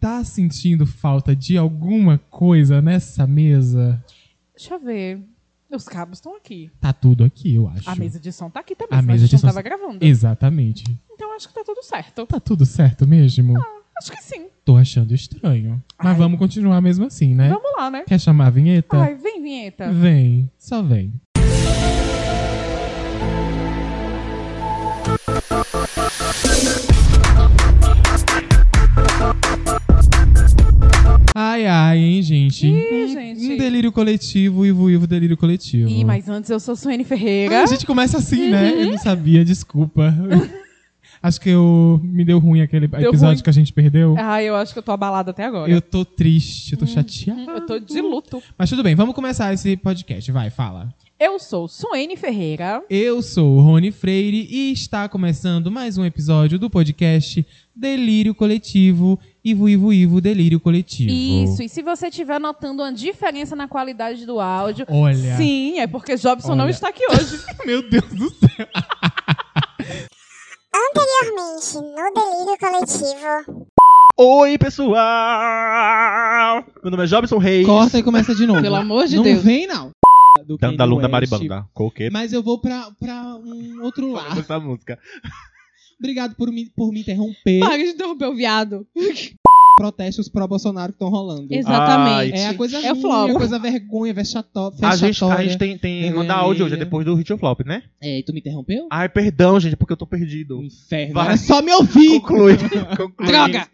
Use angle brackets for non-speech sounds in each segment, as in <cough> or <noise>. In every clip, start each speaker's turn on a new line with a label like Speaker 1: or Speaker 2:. Speaker 1: tá sentindo falta de alguma coisa nessa mesa?
Speaker 2: Deixa eu ver. Os cabos estão aqui.
Speaker 1: Tá tudo aqui, eu acho.
Speaker 2: A mesa de som tá aqui também,
Speaker 1: A
Speaker 2: senão
Speaker 1: mesa
Speaker 2: a gente
Speaker 1: de
Speaker 2: não
Speaker 1: som- tá
Speaker 2: tava gravando.
Speaker 1: Exatamente.
Speaker 2: Então acho que tá tudo certo.
Speaker 1: Tá tudo certo mesmo?
Speaker 2: Acho que sim.
Speaker 1: Tô achando estranho. Mas
Speaker 2: Ai.
Speaker 1: vamos continuar mesmo assim, né?
Speaker 2: Vamos lá, né?
Speaker 1: Quer chamar a vinheta?
Speaker 2: Ai, vem, vinheta.
Speaker 1: Vem, só vem. Ai, ai, hein, gente?
Speaker 2: Ih,
Speaker 1: um,
Speaker 2: gente.
Speaker 1: um delírio coletivo, Ivo Ivo delírio coletivo.
Speaker 2: Ih, mas antes eu sou Suene
Speaker 1: Ah,
Speaker 2: Ferreira.
Speaker 1: a gente começa assim, né? Eu não sabia, desculpa. Acho que eu me deu ruim aquele episódio
Speaker 2: ruim. É,
Speaker 1: que a gente perdeu.
Speaker 2: Ai, eu acho que eu tô abalada até agora. Hum,
Speaker 1: Eu tô triste, eu tô chateada.
Speaker 2: Eu tô de luto.
Speaker 1: Mas tudo bem, vamos começar esse podcast. Vai, fala.
Speaker 2: Eu sou Suene Ferreira.
Speaker 1: Eu sou o Rony Freire e está começando mais um episódio do podcast Delírio Coletivo, Ivo Ivo Ivo Delírio Coletivo.
Speaker 2: Isso, e se você estiver notando uma diferença na qualidade do áudio,
Speaker 1: Olha.
Speaker 2: sim, é porque Jobson não
Speaker 1: Olha.
Speaker 2: está aqui hoje.
Speaker 1: Meu Deus do céu.
Speaker 3: Anteriormente, no Delírio Coletivo.
Speaker 4: Oi, pessoal! Meu nome é Jobson Reis.
Speaker 1: Corta e começa de novo.
Speaker 5: Pelo amor de
Speaker 1: não
Speaker 5: Deus.
Speaker 1: vem não. Do
Speaker 4: Dan-
Speaker 1: Kanye
Speaker 4: da Lunda
Speaker 1: West.
Speaker 4: Maribanda. Coquei
Speaker 1: Mas eu vou pra, pra um outro lado.
Speaker 4: essa música.
Speaker 1: Obrigado por me, por me interromper.
Speaker 5: Para de interromper o viado.
Speaker 1: Protestos pró-Bolsonaro que estão rolando.
Speaker 5: Exatamente.
Speaker 1: É a coisa
Speaker 5: É o
Speaker 1: ruim,
Speaker 5: flop.
Speaker 1: a coisa vergonha, vexató-
Speaker 4: A
Speaker 1: vexatória.
Speaker 4: gente, a gente tem, tem
Speaker 1: Vergonha
Speaker 4: mandar áudio hoje, é
Speaker 1: alheia.
Speaker 4: depois do Hit Flop, né?
Speaker 1: É, e tu me interrompeu?
Speaker 4: Ai, perdão, gente, porque eu tô perdido.
Speaker 1: Inferno. né?
Speaker 4: Vai.
Speaker 1: Era só me ouvir. <laughs>
Speaker 4: Conclui. conclui.
Speaker 5: Droga!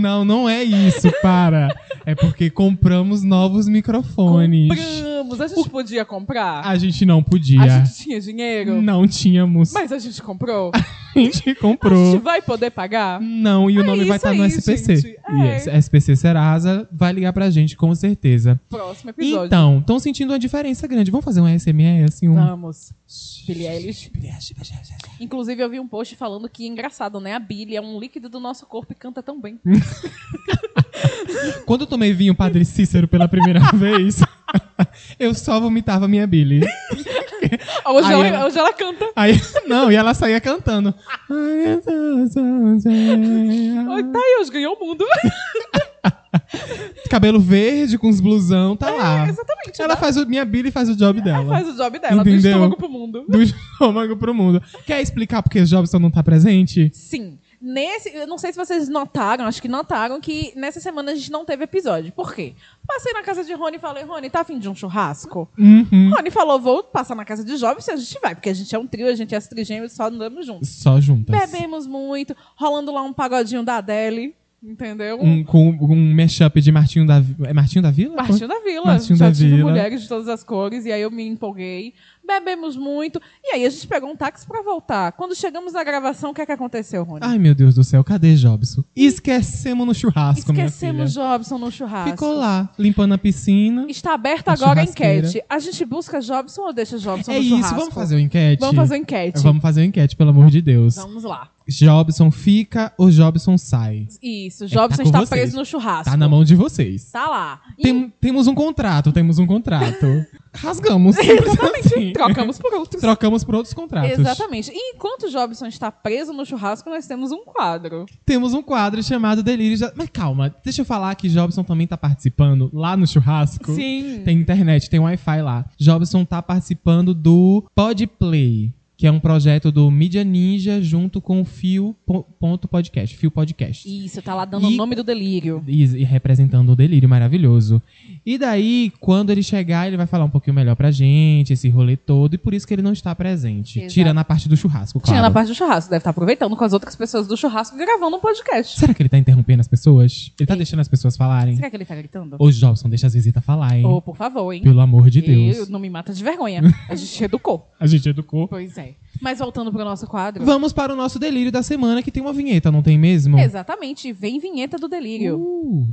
Speaker 1: Não, não é isso, <laughs> para. é porque compramos novos microfones.
Speaker 2: Compramos, a gente podia comprar.
Speaker 1: A Hum. gente não
Speaker 2: A
Speaker 1: podia.
Speaker 2: gente tinha dinheiro,
Speaker 1: Não tínhamos.
Speaker 2: mas a gente comprou.
Speaker 1: A gente
Speaker 2: A
Speaker 1: comprou.
Speaker 2: gente vai poder pagar?
Speaker 1: Não, e o
Speaker 2: É
Speaker 1: nome vai
Speaker 2: isso
Speaker 1: estar no
Speaker 2: aí,
Speaker 1: SPC.
Speaker 2: gente. É.
Speaker 1: Yes, SPC Serasa vai ligar pra gente, com certeza.
Speaker 2: Próximo episódio.
Speaker 1: Então, estão sentindo uma diferença grande. Vamos fazer um ASMR, assim, um...
Speaker 2: Vamos. Billie Eilish. Inclusive, eu vi um post falando que engraçado, né? A Billie é um líquido do nosso corpo e canta tão
Speaker 1: Hum.
Speaker 2: bem.
Speaker 1: Quando eu tomei vinho Padre Cícero pela
Speaker 2: <laughs>
Speaker 1: primeira vez, <laughs> eu só vomitava minha bile.
Speaker 2: Hoje,
Speaker 1: Aí
Speaker 2: ela,
Speaker 1: ela-
Speaker 2: hoje ela canta.
Speaker 1: Aí, <laughs> não, e ela saía
Speaker 2: <laughs>
Speaker 1: cantando. Hum.
Speaker 2: Oi, tá aí, hoje ganhou o mundo.
Speaker 1: Cabelo verde com os blusão, tá lá.
Speaker 2: <laughs> Exatamente.
Speaker 1: Ela
Speaker 2: né?
Speaker 1: faz o, minha bile faz o job dela.
Speaker 2: faz o job dela, do
Speaker 1: Entendeu?
Speaker 2: estômago pro mundo.
Speaker 1: <laughs> do estômago pro mundo. Quer explicar por que o Jobson não tá presente?
Speaker 2: Sim. Nesse, eu não sei se vocês notaram, acho que notaram que nessa semana a gente não teve episódio. Por quê? Passei na casa de Rony e falei, Rony, tá afim de um churrasco?
Speaker 1: Uhum.
Speaker 2: Rony falou, vou passar na casa de jovens e a gente vai, porque a gente é um trio, a gente é as trigêmeas, só andamos juntos.
Speaker 1: Só juntas.
Speaker 2: Bebemos muito, rolando lá um pagodinho da Adele, entendeu?
Speaker 1: Um, com um mashup de Martinho da Vila. É Martinho da Vila?
Speaker 2: Martinho da Vila.
Speaker 1: Martinho
Speaker 2: Já
Speaker 1: da
Speaker 2: tive
Speaker 1: Vila.
Speaker 2: mulheres de todas as cores, e aí eu me empolguei. Bebemos muito, e aí a gente pegou um táxi pra voltar. Quando chegamos na gravação, o que é que aconteceu, Rony?
Speaker 1: Ai, meu Deus do céu, cadê Jobson? Esquecemos no churrasco, minha
Speaker 2: Esquecemos
Speaker 1: filha.
Speaker 2: Jobson no churrasco.
Speaker 1: Ficou lá, limpando a piscina.
Speaker 2: Está aberta
Speaker 1: A
Speaker 2: agora a
Speaker 1: churrasqueira.
Speaker 2: enquete. A gente busca Jobson ou deixa Jobson
Speaker 1: É
Speaker 2: no
Speaker 1: isso,
Speaker 2: churrasco?
Speaker 1: vamos fazer uma enquete?
Speaker 2: Vamos fazer uma enquete.
Speaker 1: Vamos fazer uma enquete, pelo amor de Deus.
Speaker 2: Vamos lá.
Speaker 1: Jobson fica ou Jobson sai?
Speaker 2: Isso,
Speaker 1: que tá
Speaker 2: Jobson
Speaker 1: com
Speaker 2: está
Speaker 1: vocês.
Speaker 2: preso no churrasco.
Speaker 1: Tá na mão de vocês.
Speaker 2: Tá lá.
Speaker 1: Tem- temos um contrato, temos um contrato.
Speaker 2: <laughs>
Speaker 1: Rasgamos.
Speaker 2: <laughs> Exatamente.
Speaker 1: Assim.
Speaker 2: Trocamos por outros.
Speaker 1: Trocamos por outros contratos.
Speaker 2: Exatamente. E enquanto Jobson está preso no churrasco, nós temos um quadro.
Speaker 1: temos um quadro chamado Delírios. da- Mas calma, deixa eu falar que Jobson também tá participando lá no churrasco.
Speaker 2: Sim.
Speaker 1: Tem internet, tem Wi-Fi lá. Jobson tá participando do Podplay, que é um projeto do Media Ninja junto com o Fio po- ponto Podcast, Fio Podcast.
Speaker 2: Isso, tá lá dando
Speaker 1: E-
Speaker 2: o nome do delírio.
Speaker 1: E, e representando o delírio maravilhoso. E daí, quando ele chegar, ele vai falar um pouquinho melhor pra gente, esse rolê todo, e por isso que ele não está presente.
Speaker 2: Exato.
Speaker 1: Tirando a parte do churrasco, claro.
Speaker 2: Tinha na parte do churrasco, deve estar aproveitando com as outras pessoas do churrasco e gravando um podcast.
Speaker 1: Será que ele tá interrompendo as pessoas? Ele tá
Speaker 2: Ei.
Speaker 1: deixando as pessoas falarem?
Speaker 2: Será que ele tá gritando?
Speaker 1: Ô, Jobson, deixa as visitas falar, hein?
Speaker 2: Ô, por favor, hein?
Speaker 1: Pelo amor de Deus.
Speaker 2: Eu- não me mata
Speaker 1: <laughs>
Speaker 2: de vergonha. A gente educou.
Speaker 1: A gente educou.
Speaker 2: Pois é. Mas voltando pro nosso quadro.
Speaker 1: Vamos para o nosso delírio da semana, que tem uma vinheta, não tem mesmo?
Speaker 2: Exatamente, vem vinheta do delírio.
Speaker 1: Uh,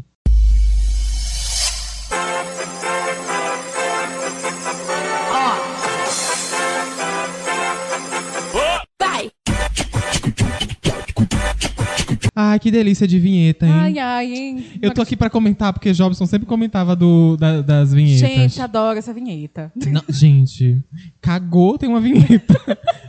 Speaker 1: Ai, que delícia de vinheta, hein?
Speaker 2: Ai, ai, hein?
Speaker 1: eu tô aqui pra comentar, porque Jobson sempre comentava do, da- das
Speaker 2: tá
Speaker 1: vinhetas.
Speaker 2: Gente, adoro essa vinheta.
Speaker 1: Não, gente, cagou, tem uma vinheta.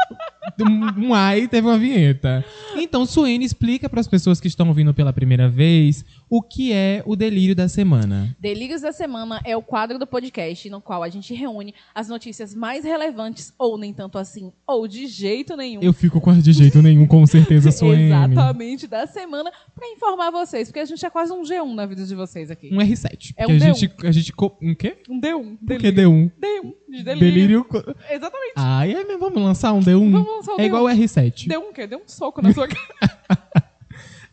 Speaker 1: <laughs> um, um ai teve uma vinheta. Então, Suene explica para as pessoas que estão ouvindo pela primeira vez o que é o delírio da semana.
Speaker 2: Delírios da Semana é o quadro do podcast no qual a gente reúne as notícias mais relevantes, ou nem tanto assim, ou de jeito nenhum.
Speaker 1: Eu fico quase de jeito nenhum, com certeza, Suene.
Speaker 2: <laughs> Exatamente, da semana, pra informar vocês, porque a gente é quase um G1 na vida de vocês aqui.
Speaker 1: Um R7.
Speaker 2: É
Speaker 1: que
Speaker 2: um
Speaker 1: a
Speaker 2: D1.
Speaker 1: gente, a gente. co- Um quê?
Speaker 2: Um D1.
Speaker 1: Por que D1?
Speaker 2: D1, de delírio.
Speaker 1: Delírio. co-
Speaker 2: Exatamente.
Speaker 1: Ah, é mesmo? Vamos lançar um D1?
Speaker 2: Vamos lançar o
Speaker 1: é
Speaker 2: D1.
Speaker 1: igual o R7.
Speaker 2: Deu um quê? Deu um
Speaker 1: <laughs>
Speaker 2: soco na sua cara.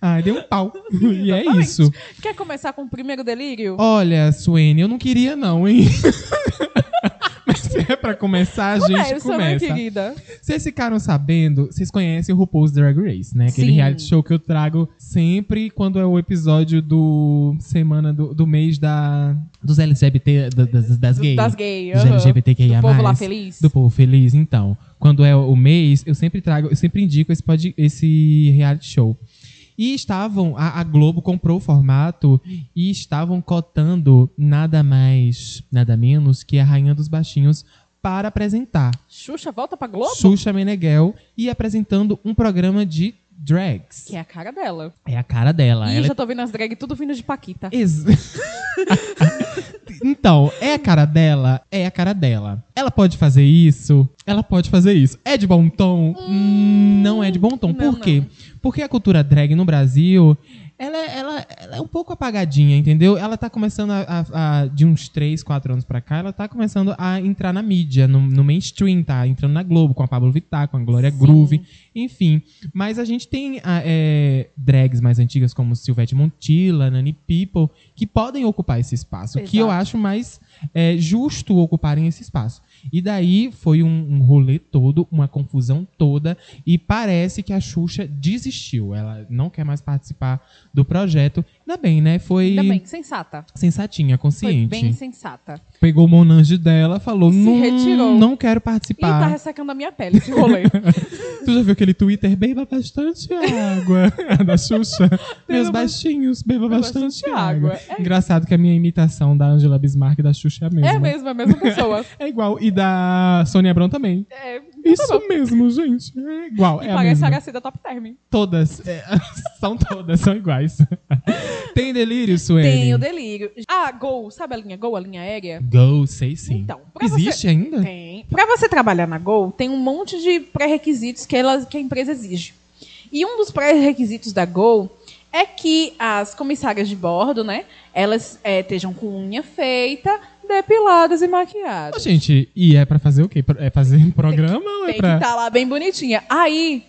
Speaker 1: Ah, deu um pau. e é
Speaker 2: <laughs> Exatamente.
Speaker 1: isso.
Speaker 2: Quer começar com o primeiro delírio?
Speaker 1: Olha, Suene, eu não queria não,
Speaker 2: <laughs>
Speaker 1: hein? Mas se é pra começar, a gente
Speaker 2: Começa, minha
Speaker 1: começa.
Speaker 2: É, querida.
Speaker 1: Vocês ficaram sabendo, vocês conhecem o RuPaul's Drag Race, né? Aquele
Speaker 2: Sim.
Speaker 1: reality show que eu trago sempre quando é o episódio do semana do, do mês da dos LGBT, da- das, das gays.
Speaker 2: Das gays.
Speaker 1: dos
Speaker 2: aham.
Speaker 1: LGBTQIA+.
Speaker 2: Do povo lá feliz.
Speaker 1: Do povo feliz, então. Quando é o mês, eu sempre trago, eu sempre indico esse, pod, esse reality show. E estavam, a, a Globo comprou o formato e estavam cotando nada mais, nada menos que a Rainha dos Baixinhos para apresentar
Speaker 2: Xuxa, volta pra Globo?
Speaker 1: Xuxa Meneghel e apresentando um programa de drags.
Speaker 2: Que é a cara dela.
Speaker 1: É a cara dela.
Speaker 2: Ih,
Speaker 1: ela é
Speaker 2: já tô vendo as drag tudo vindo de Paquita.
Speaker 1: Ex- <laughs> então, é a cara dela? É a cara dela. Ela pode fazer isso? Ela pode fazer isso. É de bom tom? Hum, não é de bom tom.
Speaker 2: não,
Speaker 1: Por quê?
Speaker 2: não.
Speaker 1: Porque a cultura drag no Brasil, ela, é- ela- ela é um pouco apagadinha, entendeu? Ela tá começando a, a- a- de uns 3, 4 anos pra cá, ela tá começando a entrar na mídia, no, no mainstream, tá? Entrando na Globo, com a Pablo Vittar, com a Glória Groove, enfim. Mas a gente tem ah, é, drags mais antigas como Silvete Montilla, Nani People, que podem ocupar esse espaço, que eu
Speaker 2: Exato.
Speaker 1: acho mais é, justo ocuparem esse espaço. E daí foi um, um rolê todo, uma confusão toda, e parece que a Xuxa desistiu. Ela não quer mais participar do projeto. Ainda bem, né? Foi
Speaker 2: Ainda bem, sensata.
Speaker 1: sensatinha,
Speaker 2: Foi
Speaker 1: consciente.
Speaker 2: bem sensata.
Speaker 1: Pegou o Monange dela, falou:
Speaker 2: Se
Speaker 1: não,
Speaker 2: retirou.
Speaker 1: não quero
Speaker 2: E tá
Speaker 1: participar.
Speaker 2: ressecando a minha pele
Speaker 1: <laughs>
Speaker 2: esse rolê.
Speaker 1: Tu já viu aquele Twitter? Beba bastante água. <laughs> da Xuxa. Meus
Speaker 2: bas-
Speaker 1: baixinhos, beba,
Speaker 2: Beba
Speaker 1: bastante,
Speaker 2: bastante
Speaker 1: água.
Speaker 2: água. É.
Speaker 1: Engraçado que a minha imitação da Angela Bismarck e da Xuxa é a mesma.
Speaker 2: é mesmo, é a mesma pessoa.
Speaker 1: É igual. E da Sônia Abrão também.
Speaker 2: É,
Speaker 1: <laughs> Isso mesmo, gente. É igual. É a
Speaker 2: parece
Speaker 1: mesma.
Speaker 2: a HC da Top Term.
Speaker 1: Todas. é, <laughs> são todas, são iguais. <laughs> Tem delírio, Suene?
Speaker 2: Tem o delírio. Ah, Gol, sabe a linha Gol, a linha aérea?
Speaker 1: Go, sei sim.
Speaker 2: Então, pra
Speaker 1: Existe ainda?
Speaker 2: Tem. Pra você trabalhar na Gol, tem um monte de pré-requisitos que, ela- que a empresa exige. E um dos pré-requisitos da Gol é que as comissárias de bordo, né, elas eh, estejam com unha feita, depiladas e maquiadas.
Speaker 1: Ô, gente, e é pra fazer o quê? É fazer <laughs> um programa ou é
Speaker 2: Tem que
Speaker 1: pra.
Speaker 2: estar lá bem bonitinha. Aí,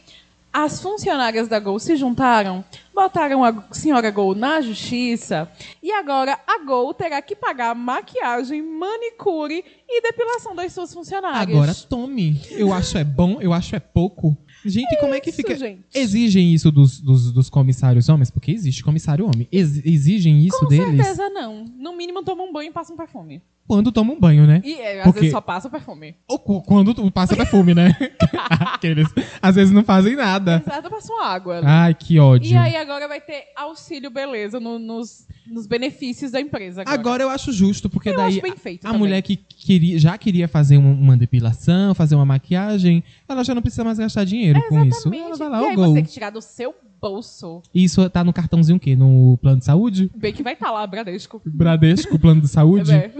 Speaker 2: as funcionárias da Gol se juntaram, botaram a senhora Gol na justiça e agora a Gol terá que pagar maquiagem, manicure e depilação das suas funcionárias.
Speaker 1: Agora tome. Eu acho é bom, eu acho é pouco. Gente, como é que
Speaker 2: Isso,
Speaker 1: fica.
Speaker 2: gente.
Speaker 1: Exigem isso dos, dos, dos comissários homens? Porque existe comissário homem. Ex- exigem isso
Speaker 2: Com
Speaker 1: deles
Speaker 2: certeza não. No mínimo toma um banho e passa um perfume.
Speaker 1: quando tomam banho, né?
Speaker 2: E é, às
Speaker 1: Porque-
Speaker 2: vezes só passa o perfume.
Speaker 1: Ou cu- quando tu passa perfume, né? <laughs> Aqueles. Às vezes não fazem nada.
Speaker 2: Exato, passa uma água. ali.
Speaker 1: Ai, que Ah. ódio.
Speaker 2: E aí agora vai ter auxílio beleza no- nos, nos benefícios da empresa agora.
Speaker 1: Agora eu acho justo, porque
Speaker 2: Eu
Speaker 1: daí
Speaker 2: acho bem feito
Speaker 1: a
Speaker 2: também.
Speaker 1: mulher que queria, já queria fazer uma, uma depilação, fazer uma maquiagem, ela já não precisa mais gastar dinheiro com isso. Ela
Speaker 2: Exatamente.
Speaker 1: vai lá,
Speaker 2: e
Speaker 1: o
Speaker 2: aí
Speaker 1: gol.
Speaker 2: você que tirar do seu bolso,
Speaker 1: E Isso tá no cartãozinho o quê? No plano de saúde?
Speaker 2: bem que vai estar lá, Bradesco.
Speaker 1: Bradesco, plano de saúde?
Speaker 2: É,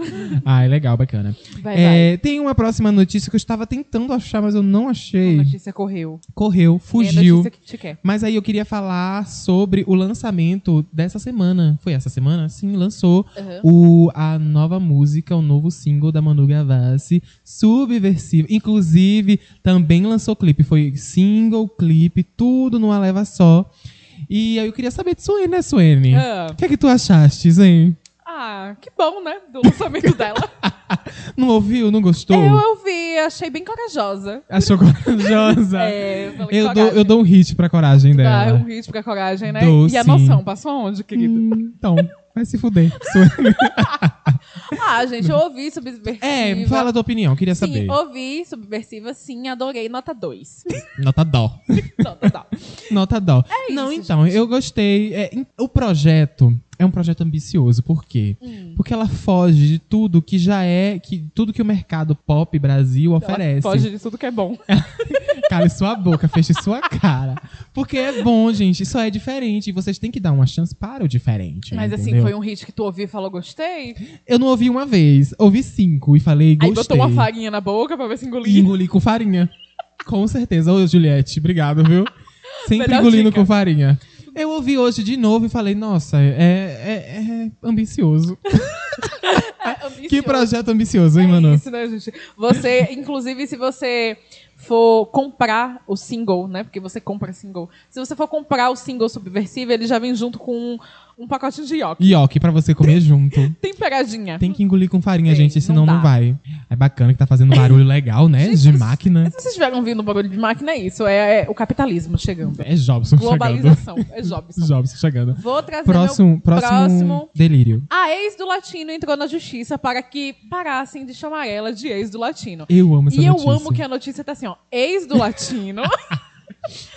Speaker 1: Ai, legal, bacana.
Speaker 2: Vai, vai.
Speaker 1: É, tem uma próxima notícia que eu estava tentando achar, mas eu não
Speaker 2: A
Speaker 1: achei.
Speaker 2: notícia correu.
Speaker 1: Correu,
Speaker 2: É a
Speaker 1: fugiu.
Speaker 2: notícia que te quer.
Speaker 1: Mas aí eu queria falar sobre o lançamento dessa semana. Foi essa semana? Sim, lançou
Speaker 2: Aham.
Speaker 1: o, a nova música, o novo single da Manu Gavassi, Subversivo. Inclusive, também lançou clipe. Foi single, clipe, tudo numa leva só. E aí eu queria saber de Suene, né, Suene? O
Speaker 2: Ah,
Speaker 1: que é que tu achaste, hein?
Speaker 2: ah, que bom, né? Do
Speaker 1: <laughs>
Speaker 2: lançamento dela.
Speaker 1: Não ouviu? Não gostou?
Speaker 2: É, Eu ouvi, achei bem corajosa.
Speaker 1: Achou corajosa?
Speaker 2: <laughs> É,
Speaker 1: É
Speaker 2: falei,
Speaker 1: Tá. eu, dou,
Speaker 2: coragem.
Speaker 1: eu dou um hit pra coragem dela.
Speaker 2: Dá um ritmo com a coragem, né?
Speaker 1: Dou,
Speaker 2: e a
Speaker 1: sim.
Speaker 2: noção, passou aonde, querido?
Speaker 1: Hum, então, vai se fuder.
Speaker 2: <laughs>
Speaker 1: Suene.
Speaker 2: Ah, gente, eu ouvi subversiva.
Speaker 1: Hum. É, fala a tua opinião, queria saber.
Speaker 2: Sim, ouvi subversiva, sim, adorei, nota
Speaker 1: <laughs>
Speaker 2: 2.
Speaker 1: Nota dó.
Speaker 2: nota dó.
Speaker 1: Nota dó.
Speaker 2: É isso,
Speaker 1: Não, então, eu gostei. É, em- o projeto é um projeto ambicioso, por quê?
Speaker 2: Hum.
Speaker 1: Porque ela foge de tudo que já é, que tudo que o mercado pop Brasil
Speaker 2: Ela
Speaker 1: oferece.
Speaker 2: Foge de tudo que é bom.
Speaker 1: Cale sua boca, feche sua cara. Porque é bom, gente. Isso é diferente. E vocês têm que dar uma chance para o diferente.
Speaker 2: Mas assim,
Speaker 1: entendeu?
Speaker 2: foi um hit que tu ouviu e falou gostei.
Speaker 1: Eu não ouvi uma vez. Ouvi cinco e falei gostei.
Speaker 2: Aí botou uma farinha na boca pra ver se
Speaker 1: E
Speaker 2: engolia.
Speaker 1: engoli com farinha. Com certeza. Ô, Juliette, obrigado, viu? Sempre
Speaker 2: Melhor
Speaker 1: engolindo
Speaker 2: dica.
Speaker 1: com farinha. Eu ouvi hoje de novo e falei, nossa, é, é- é ambicioso.
Speaker 2: Ah,
Speaker 1: Que projeto ambicioso, hein, mano?
Speaker 2: É isso, né, gente? Você, inclusive, se você for comprar o single, né? Porque você compra single. Se você for comprar o single subversivo, ele já vem junto com um, um pacotinho de yoke.
Speaker 1: Ioki pra você comer junto.
Speaker 2: <laughs> Temperadinha.
Speaker 1: Tem que engolir com farinha,
Speaker 2: Tem,
Speaker 1: gente, senão
Speaker 2: não
Speaker 1: não,
Speaker 2: dá.
Speaker 1: vai. É bacana que tá fazendo barulho legal, né?
Speaker 2: <laughs> Gente,
Speaker 1: de
Speaker 2: mas-
Speaker 1: máquina.
Speaker 2: Se vocês estiveram ouvindo o barulho de máquina, é isso. É, é o capitalismo chegando.
Speaker 1: É Jobson chegando.
Speaker 2: Globalização. É Jobson.
Speaker 1: Jobson chegando.
Speaker 2: Vou trazer meu...
Speaker 1: Próximo, próximo,
Speaker 2: próximo.
Speaker 1: delírio.
Speaker 2: A ex do latino entrou na justiça para que parassem de chamar ela de ex do latino.
Speaker 1: Eu amo essa
Speaker 2: E eu
Speaker 1: notícia.
Speaker 2: amo que a notícia tá assim, ó. Ex do latino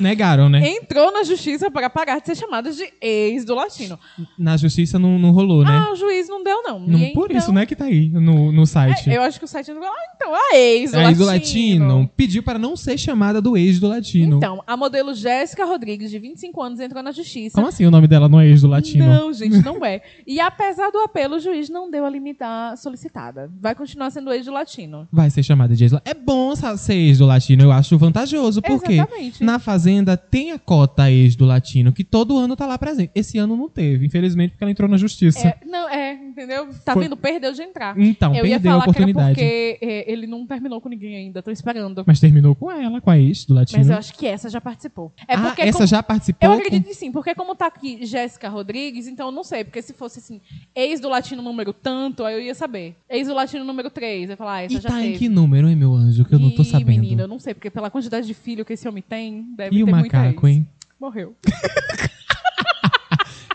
Speaker 1: Negaram, né?
Speaker 2: entrou na justiça para parar de ser chamada de ex do latino.
Speaker 1: Na justiça não, não rolou, né?
Speaker 2: Ah, o juiz não deu, não.
Speaker 1: Não,
Speaker 2: E
Speaker 1: por
Speaker 2: então-
Speaker 1: isso, né, que tá aí no, no site. É
Speaker 2: É, eu acho que o site não falou, ah, então, a ex do
Speaker 1: a ex do
Speaker 2: latino.
Speaker 1: latino um pediu para não ser chamada do ex do latino.
Speaker 2: Então, a modelo Jéssica Rodrigues, de 25 anos, entrou na justiça.
Speaker 1: Como assim o nome dela não é ex do latino? <laughs>
Speaker 2: Não, gente, não é. E apesar do apelo, o juiz não deu a limitar solicitada. Vai continuar sendo ex do latino.
Speaker 1: Vai ser chamada de ex do É bom sa- ser ex do latino, eu acho vantajoso. Por quê?
Speaker 2: Exatamente.
Speaker 1: Na Fazenda tem a cota ex do latino, que todo ano tá lá presente. Esse ano não teve, infelizmente, porque ela entrou na justiça.
Speaker 2: É, não, é, entendeu? Tá
Speaker 1: Foi-
Speaker 2: vendo? Perdeu de entrar.
Speaker 1: Então,
Speaker 2: Eu ia
Speaker 1: perdeu a
Speaker 2: falar que era
Speaker 1: oportunidade.
Speaker 2: porque é, ele não terminou com ninguém ainda. Tô esperando.
Speaker 1: Mas terminou com ela, com a ex do latino.
Speaker 2: Mas eu acho que essa já participou. É
Speaker 1: ah,
Speaker 2: porque
Speaker 1: essa
Speaker 2: como-
Speaker 1: já participou?
Speaker 2: Eu acredito que sim, porque como tá aqui Jéssica Rodrigues, então eu não sei, porque se fosse assim, ex do latino número tanto, aí eu ia saber. Ex do latino número 3, eu ia falar, ah, essa
Speaker 1: E
Speaker 2: já
Speaker 1: tá em
Speaker 2: teve.
Speaker 1: que número, hein, meu anjo, que eu não tô
Speaker 2: Ih,
Speaker 1: sabendo.
Speaker 2: menina, eu não sei, porque pela quantidade de filho que esse homem tem, deve
Speaker 1: e
Speaker 2: ter
Speaker 1: o
Speaker 2: muita
Speaker 1: macaco,
Speaker 2: ex.
Speaker 1: hein?
Speaker 2: Morreu. <laughs>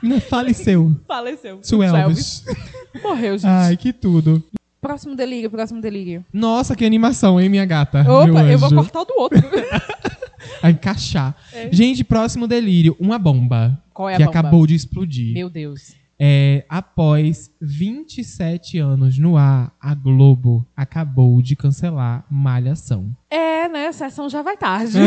Speaker 1: Não faleceu.
Speaker 2: <laughs> Faleceu.
Speaker 1: Suelvis.
Speaker 2: Morreu, gente.
Speaker 1: Ai, que tudo.
Speaker 2: Próximo delírio, próximo delírio.
Speaker 1: Nossa, que animação, hein, minha gata? meu
Speaker 2: Opa,
Speaker 1: anjo.
Speaker 2: eu vou cortar o do
Speaker 1: <laughs>
Speaker 2: outro.
Speaker 1: A encaixar.
Speaker 2: É.
Speaker 1: Gente, próximo delírio. Uma bomba
Speaker 2: Qual é a
Speaker 1: que
Speaker 2: bomba?
Speaker 1: acabou de explodir.
Speaker 2: Meu Deus.
Speaker 1: É, após 27 anos no ar, a Globo acabou de cancelar Malhação.
Speaker 2: É, né? A sessão já vai tarde.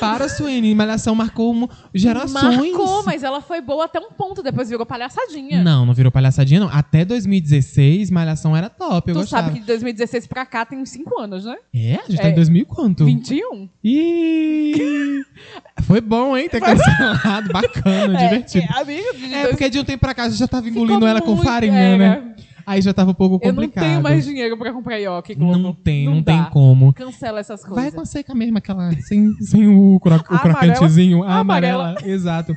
Speaker 1: Para a Suene, Malhação marcou um- gerações.
Speaker 2: Marcou, mas ela foi boa até um ponto, depois virou palhaçadinha.
Speaker 1: Não, não virou palhaçadinha, não. Até 2016, Malhação era top, eu
Speaker 2: tu
Speaker 1: gostava.
Speaker 2: sabe que de 2016 pra cá tem 5 anos, né?
Speaker 1: É, a gente tá
Speaker 2: É.
Speaker 1: em 2000 e quanto?
Speaker 2: 21.
Speaker 1: Ih! <laughs> Foi bom, hein, ter cancelado. Bacana, divertido.
Speaker 2: <laughs> É, amigo, de
Speaker 1: É,
Speaker 2: dois-
Speaker 1: porque de um tempo pra cá já tava
Speaker 2: ficou
Speaker 1: engolindo ela com
Speaker 2: muito-
Speaker 1: farinha,
Speaker 2: é,
Speaker 1: né? Aí já tava um pouco
Speaker 2: Eu não
Speaker 1: complicado.
Speaker 2: tenho mais dinheiro pra comprar ioki, Globo.
Speaker 1: Não tem, não,
Speaker 2: dá.
Speaker 1: tem como.
Speaker 2: Cancela essas coisas.
Speaker 1: Vai com a seca mesmo, aquela. Sem, sem o, cro, o
Speaker 2: A
Speaker 1: crocantezinho. A
Speaker 2: A
Speaker 1: amarela.
Speaker 2: amarela.
Speaker 1: Exato.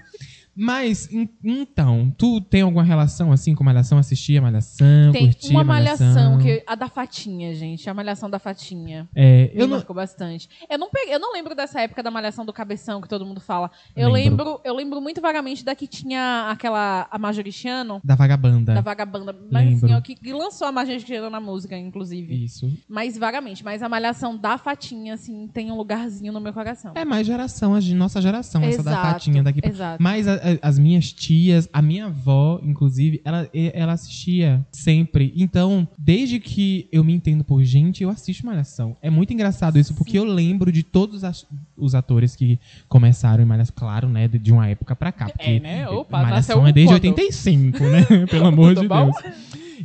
Speaker 1: Mas, en- então, tu tem alguma relação assim com Malhação? Assistia Malhação?
Speaker 2: Tem
Speaker 1: curtia
Speaker 2: uma malhação, que a da Fatinha, gente. A malhação da Fatinha.
Speaker 1: É,
Speaker 2: Me
Speaker 1: eu não.
Speaker 2: marcou bastante. Eu não, peguei- eu não lembro dessa época da malhação do cabeção que todo mundo fala. Eu
Speaker 1: Lembro.
Speaker 2: lembro, eu lembro muito vagamente da que tinha aquela a Majoristiano,
Speaker 1: Da vagabanda.
Speaker 2: da vagabanda, mas
Speaker 1: É. Lembro.
Speaker 2: assim, ó, que, que lançou a Majoristiano na música, inclusive.
Speaker 1: Isso.
Speaker 2: Mas vagamente, mas a malhação da fatinha, assim, tem um lugarzinho no meu coração.
Speaker 1: É mais geração, a de nossa geração, essa da
Speaker 2: Exato,
Speaker 1: fatinha daqui pra
Speaker 2: Exato.
Speaker 1: Mas a- a- as minhas tias, a minha avó, inclusive, ela, e- ela assistia sempre. Então, desde que eu me entendo por gente, eu assisto Malhação. É muito engraçado isso, porque eu lembro de todos as- os atores que começaram em Malhação. Claro, né? De, de uma época pra cá. Porque
Speaker 2: É, né? Opa,
Speaker 1: Malhação
Speaker 2: nasceu
Speaker 1: é desde
Speaker 2: quando?
Speaker 1: 85,
Speaker 2: <laughs>
Speaker 1: né? Pelo amor de
Speaker 2: Tudo bom?
Speaker 1: Deus.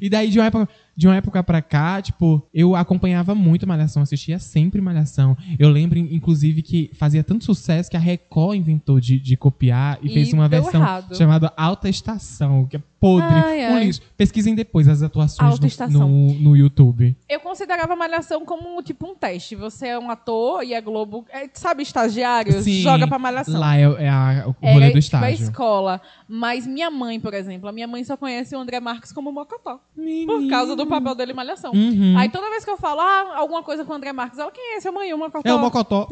Speaker 1: E daí, de uma época... De uma época pra cá, tipo, eu acompanhava muito Malhação, assistia sempre Malhação. Eu lembro, inclusive, que fazia tanto sucesso que a Record inventou de, de copiar e, fez uma
Speaker 2: deu
Speaker 1: versão
Speaker 2: errado.
Speaker 1: chamada Alta Estação, que é podre,
Speaker 2: Ai,
Speaker 1: um
Speaker 2: ai.
Speaker 1: lixo. Pesquisem depois as atuações
Speaker 2: Alta
Speaker 1: no,
Speaker 2: Estação.
Speaker 1: no, no YouTube.
Speaker 2: Eu considerava a malhação como tipo um teste. Você é um ator e a Globo, é, sabe, estagiário,
Speaker 1: Sim,
Speaker 2: joga pra malhação.
Speaker 1: Lá é, é a- o rolê
Speaker 2: Era
Speaker 1: do
Speaker 2: tipo a
Speaker 1: estágio.
Speaker 2: escola. Mas minha mãe, por exemplo, a minha mãe só conhece o André Marques como Mocotó. Por
Speaker 1: Menino.
Speaker 2: causa do papel dele em malhação.
Speaker 1: Uhum.
Speaker 2: Aí toda vez que eu falo ah, alguma coisa com o André Marques, ela, quem é esse amanhã? O Mocotó.
Speaker 1: É o Mocotó.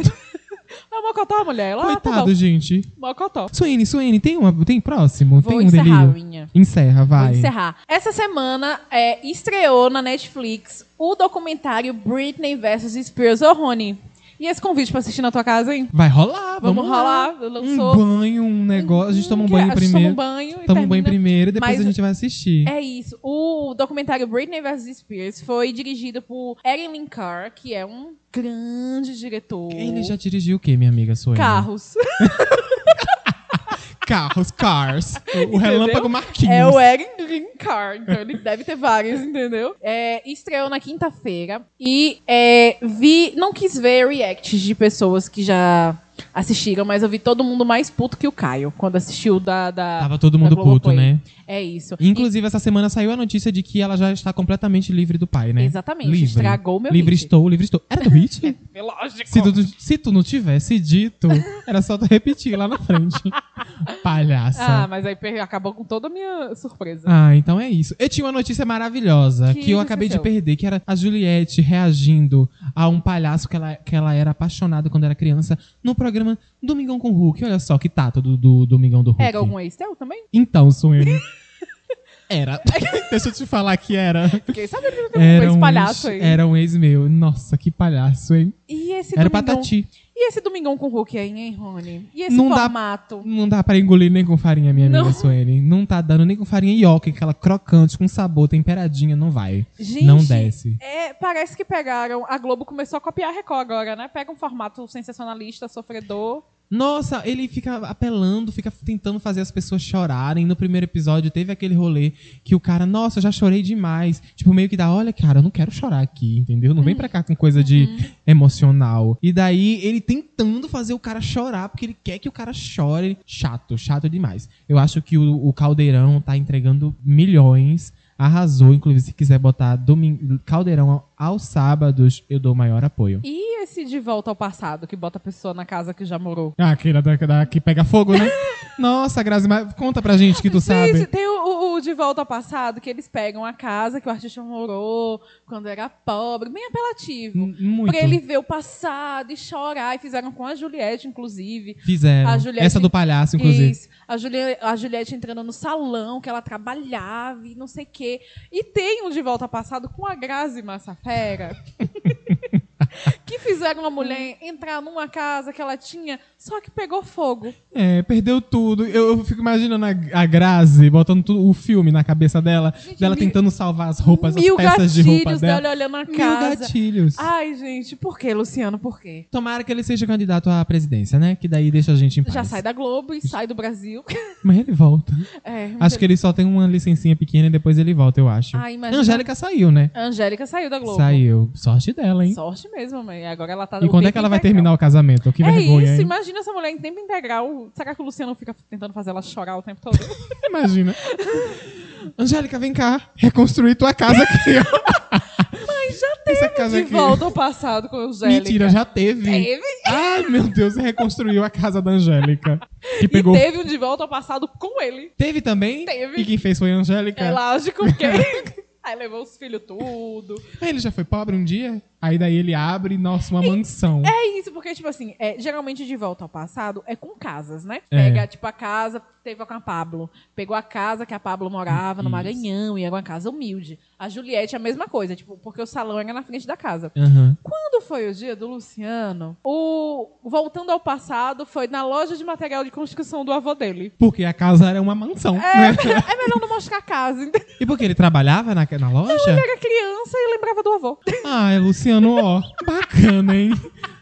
Speaker 2: É o Mocotó, mulher. Ela, ah, tá
Speaker 1: Coitado,
Speaker 2: bom.
Speaker 1: gente.
Speaker 2: Mocotó.
Speaker 1: Suene, Suene, tem, uma, tem próximo?
Speaker 2: Vou
Speaker 1: tem um
Speaker 2: encerrar a
Speaker 1: delírio?
Speaker 2: minha.
Speaker 1: Encerra, vai.
Speaker 2: Vou encerrar. Essa semana é, estreou na Netflix o documentário Britney vs. Spears O'Hone. E esse convite pra assistir na tua casa, hein?
Speaker 1: Vai rolar,
Speaker 2: Vamos,
Speaker 1: vamos,
Speaker 2: rolar.
Speaker 1: Um
Speaker 2: Lançou.
Speaker 1: banho, um negócio. A gente toma um
Speaker 2: que-
Speaker 1: banho
Speaker 2: a gente toma um
Speaker 1: primeiro.
Speaker 2: banho e
Speaker 1: Toma um banho
Speaker 2: termina.
Speaker 1: primeiro e depois
Speaker 2: Mas-
Speaker 1: a gente vai assistir.
Speaker 2: É isso. O documentário Britney vs. Spears foi dirigido por Erin Lynn Carr, que é um grande diretor.
Speaker 1: Ele já dirigiu o quê, minha amiga? Sou eu.
Speaker 2: Carros.
Speaker 1: Carros,
Speaker 2: <laughs>
Speaker 1: Cars. O- O Relâmpago Marquinhos.
Speaker 2: É o Erin Lynn Carr, então ele deve ter vários, entendeu? É, estreou na quinta-feira e é, vi, não quis ver reacts de pessoas que já assistiram, mas eu vi todo mundo mais puto que o Caio quando assistiu da. da-
Speaker 1: Tava todo mundo
Speaker 2: Globoplay.
Speaker 1: puto, né?
Speaker 2: É isso.
Speaker 1: Inclusive, essa semana saiu a notícia de que ela já está completamente livre do pai, né?
Speaker 2: Exatamente,
Speaker 1: Livre.
Speaker 2: estragou meu
Speaker 1: livre
Speaker 2: hit.
Speaker 1: estou, livre estou. Era do Hit?
Speaker 2: Lógico.
Speaker 1: se, tu, se tu não tivesse dito, era só tu repetir lá na frente.
Speaker 2: <laughs> Ah,
Speaker 1: Palhaça. Ah,
Speaker 2: mas aí per- acabou com toda a minha surpresa.
Speaker 1: então é isso. Eu tinha uma notícia maravilhosa
Speaker 2: Que
Speaker 1: que, eu acabei de
Speaker 2: aconteceu?
Speaker 1: perder, que era a Juliette reagindo a um palhaço que ela, que ela era apaixonada quando era criança no programa Domingão com Hulk. Olha só que tato do, do Domingão do Hulk.
Speaker 2: Era algum ex teu também?
Speaker 1: Então,
Speaker 2: <laughs>
Speaker 1: Suene. Era. <laughs> Deixa eu te falar que era.
Speaker 2: Fiquei sabendo que tem um
Speaker 1: Era
Speaker 2: ex
Speaker 1: um,
Speaker 2: palhaço aí.
Speaker 1: ex, era um ex meu. Nossa, que palhaço, hein?
Speaker 2: E esse
Speaker 1: era
Speaker 2: domingão.
Speaker 1: patati.
Speaker 2: E esse domingão com o Hulk aí, hein, Rony? E esse
Speaker 1: Não dá-
Speaker 2: formato?
Speaker 1: Não dá pra engolir nem com farinha, minha
Speaker 2: Não.
Speaker 1: amiga Suene. Não tá dando nem com farinha ioca, aquela crocante, com sabor, temperadinha, não vai.
Speaker 2: Gente,
Speaker 1: Não desce.
Speaker 2: É, parece que pegaram. A Globo começou a copiar a Record agora, né? Pega um formato sensacionalista, sofredor.
Speaker 1: Nossa, ele fica apelando, fica tentando fazer as pessoas chorarem. No primeiro episódio teve aquele rolê que o cara, nossa, eu já chorei demais. Tipo, meio que dá, olha, cara, eu não quero chorar aqui, entendeu? Não vem pra cá com coisa de emocional. E daí ele tentando fazer o cara chorar, porque ele quer que o cara chore. Chato, chato demais. Eu acho que o, o Caldeirão tá entregando milhões. Arrasou, inclusive, se quiser botar domingo, Caldeirão ao- aos sábados, eu dou maior apoio.
Speaker 2: E esse de volta ao passado, que bota a pessoa na casa que já morou?
Speaker 1: Ah, aquele da, da- que pega fogo,
Speaker 2: <laughs>
Speaker 1: né? Nossa, Grazi, mas conta pra gente que tu
Speaker 2: Gente,
Speaker 1: sabe.
Speaker 2: tem o, o- o De Volta ao Passado, que eles pegam a casa que o artista morou quando era pobre, bem apelativo.
Speaker 1: M- Muito.
Speaker 2: Pra ele ver o passado e chorar. E fizeram com a Juliette, inclusive.
Speaker 1: Fizeram.
Speaker 2: A Juliette-
Speaker 1: Essa do palhaço, inclusive.
Speaker 2: Isso. A, Juli- a Juliette entrando no salão, que ela trabalhava e não sei o quê. E tem um De Volta ao Passado com a Grazi Massafera. <laughs> que fizeram uma mulher entrar numa casa que ela tinha, só que pegou fogo.
Speaker 1: É, perdeu tudo. Eu, eu fico imaginando a, a Grazi botando tudo- o filme na cabeça dela,
Speaker 2: Gente,
Speaker 1: dela
Speaker 2: mil-
Speaker 1: tentando salvar as roupas, as
Speaker 2: Mil
Speaker 1: peças
Speaker 2: gatilhos
Speaker 1: de roupa dela.
Speaker 2: dela olhando a
Speaker 1: Mil
Speaker 2: casa. Ah.
Speaker 1: gatilhos.
Speaker 2: Ai, gente, por quê, Luciano? Por quê?
Speaker 1: Tomara que ele seja candidato à presidência, né? Que daí deixa a gente em paz.
Speaker 2: Já sai da Globo e sai do Brasil. <laughs>
Speaker 1: Mas ele volta.
Speaker 2: É,
Speaker 1: Acho que ele só tem uma licencinha pequena e depois ele volta, eu acho.
Speaker 2: Ai, imagina.
Speaker 1: Angélica saiu, né?
Speaker 2: A Angélica saiu da Globo.
Speaker 1: Saiu. Sorte dela, hein?
Speaker 2: Sorte mesmo, mãe. Agora ela tá
Speaker 1: E
Speaker 2: o
Speaker 1: quando é
Speaker 2: tempo
Speaker 1: que ela vai
Speaker 2: integral.
Speaker 1: terminar o casamento? Que vergonha,
Speaker 2: É isso,
Speaker 1: hein?
Speaker 2: imagina essa mulher em tempo integral. Será que o Luciano fica tentando fazer ela chorar o tempo todo?
Speaker 1: Imagina. Angélica, vem cá. Reconstruir tua casa aqui, ó. Mas já teve Essa casa
Speaker 2: De
Speaker 1: aqui.
Speaker 2: volta ao passado com a Angélica.
Speaker 1: Mentira, assim, já teve.
Speaker 2: Teve.
Speaker 1: Ai, meu Deus, reconstruiu a casa da Angélica. Que
Speaker 2: E
Speaker 1: pegou.
Speaker 2: teve um de volta ao passado com ele.
Speaker 1: Teve também?
Speaker 2: Teve.
Speaker 1: E quem fez foi a Angélica.
Speaker 2: É lógico
Speaker 1: <laughs>
Speaker 2: que. Aí levou os filhos tudo.
Speaker 1: Aí Ele já foi pobre um dia? Aí daí ele abre, nossa, uma mansão.
Speaker 2: É isso, porque, tipo assim, é, geralmente de volta ao passado é com casas, né?
Speaker 1: É.
Speaker 2: Pega, tipo, a casa, teve com a Pablo. Pegou a casa que a Pablo morava no
Speaker 1: Isso.
Speaker 2: Maranhão e era uma casa humilde. A Juliette é a mesma coisa, tipo, porque o salão era na frente da casa.
Speaker 1: Aham.
Speaker 2: Quando foi o dia do Luciano, o Voltando ao Passado foi na loja de material de construção do avô dele.
Speaker 1: Porque a casa era uma <laughs> mansão, né?
Speaker 2: É melhor não mostrar a casa, entendeu?
Speaker 1: E porque ele trabalhava na, na loja?
Speaker 2: Ele era criança e lembrava do avô.
Speaker 1: Ai, Luciano, ó. Bacana, hein?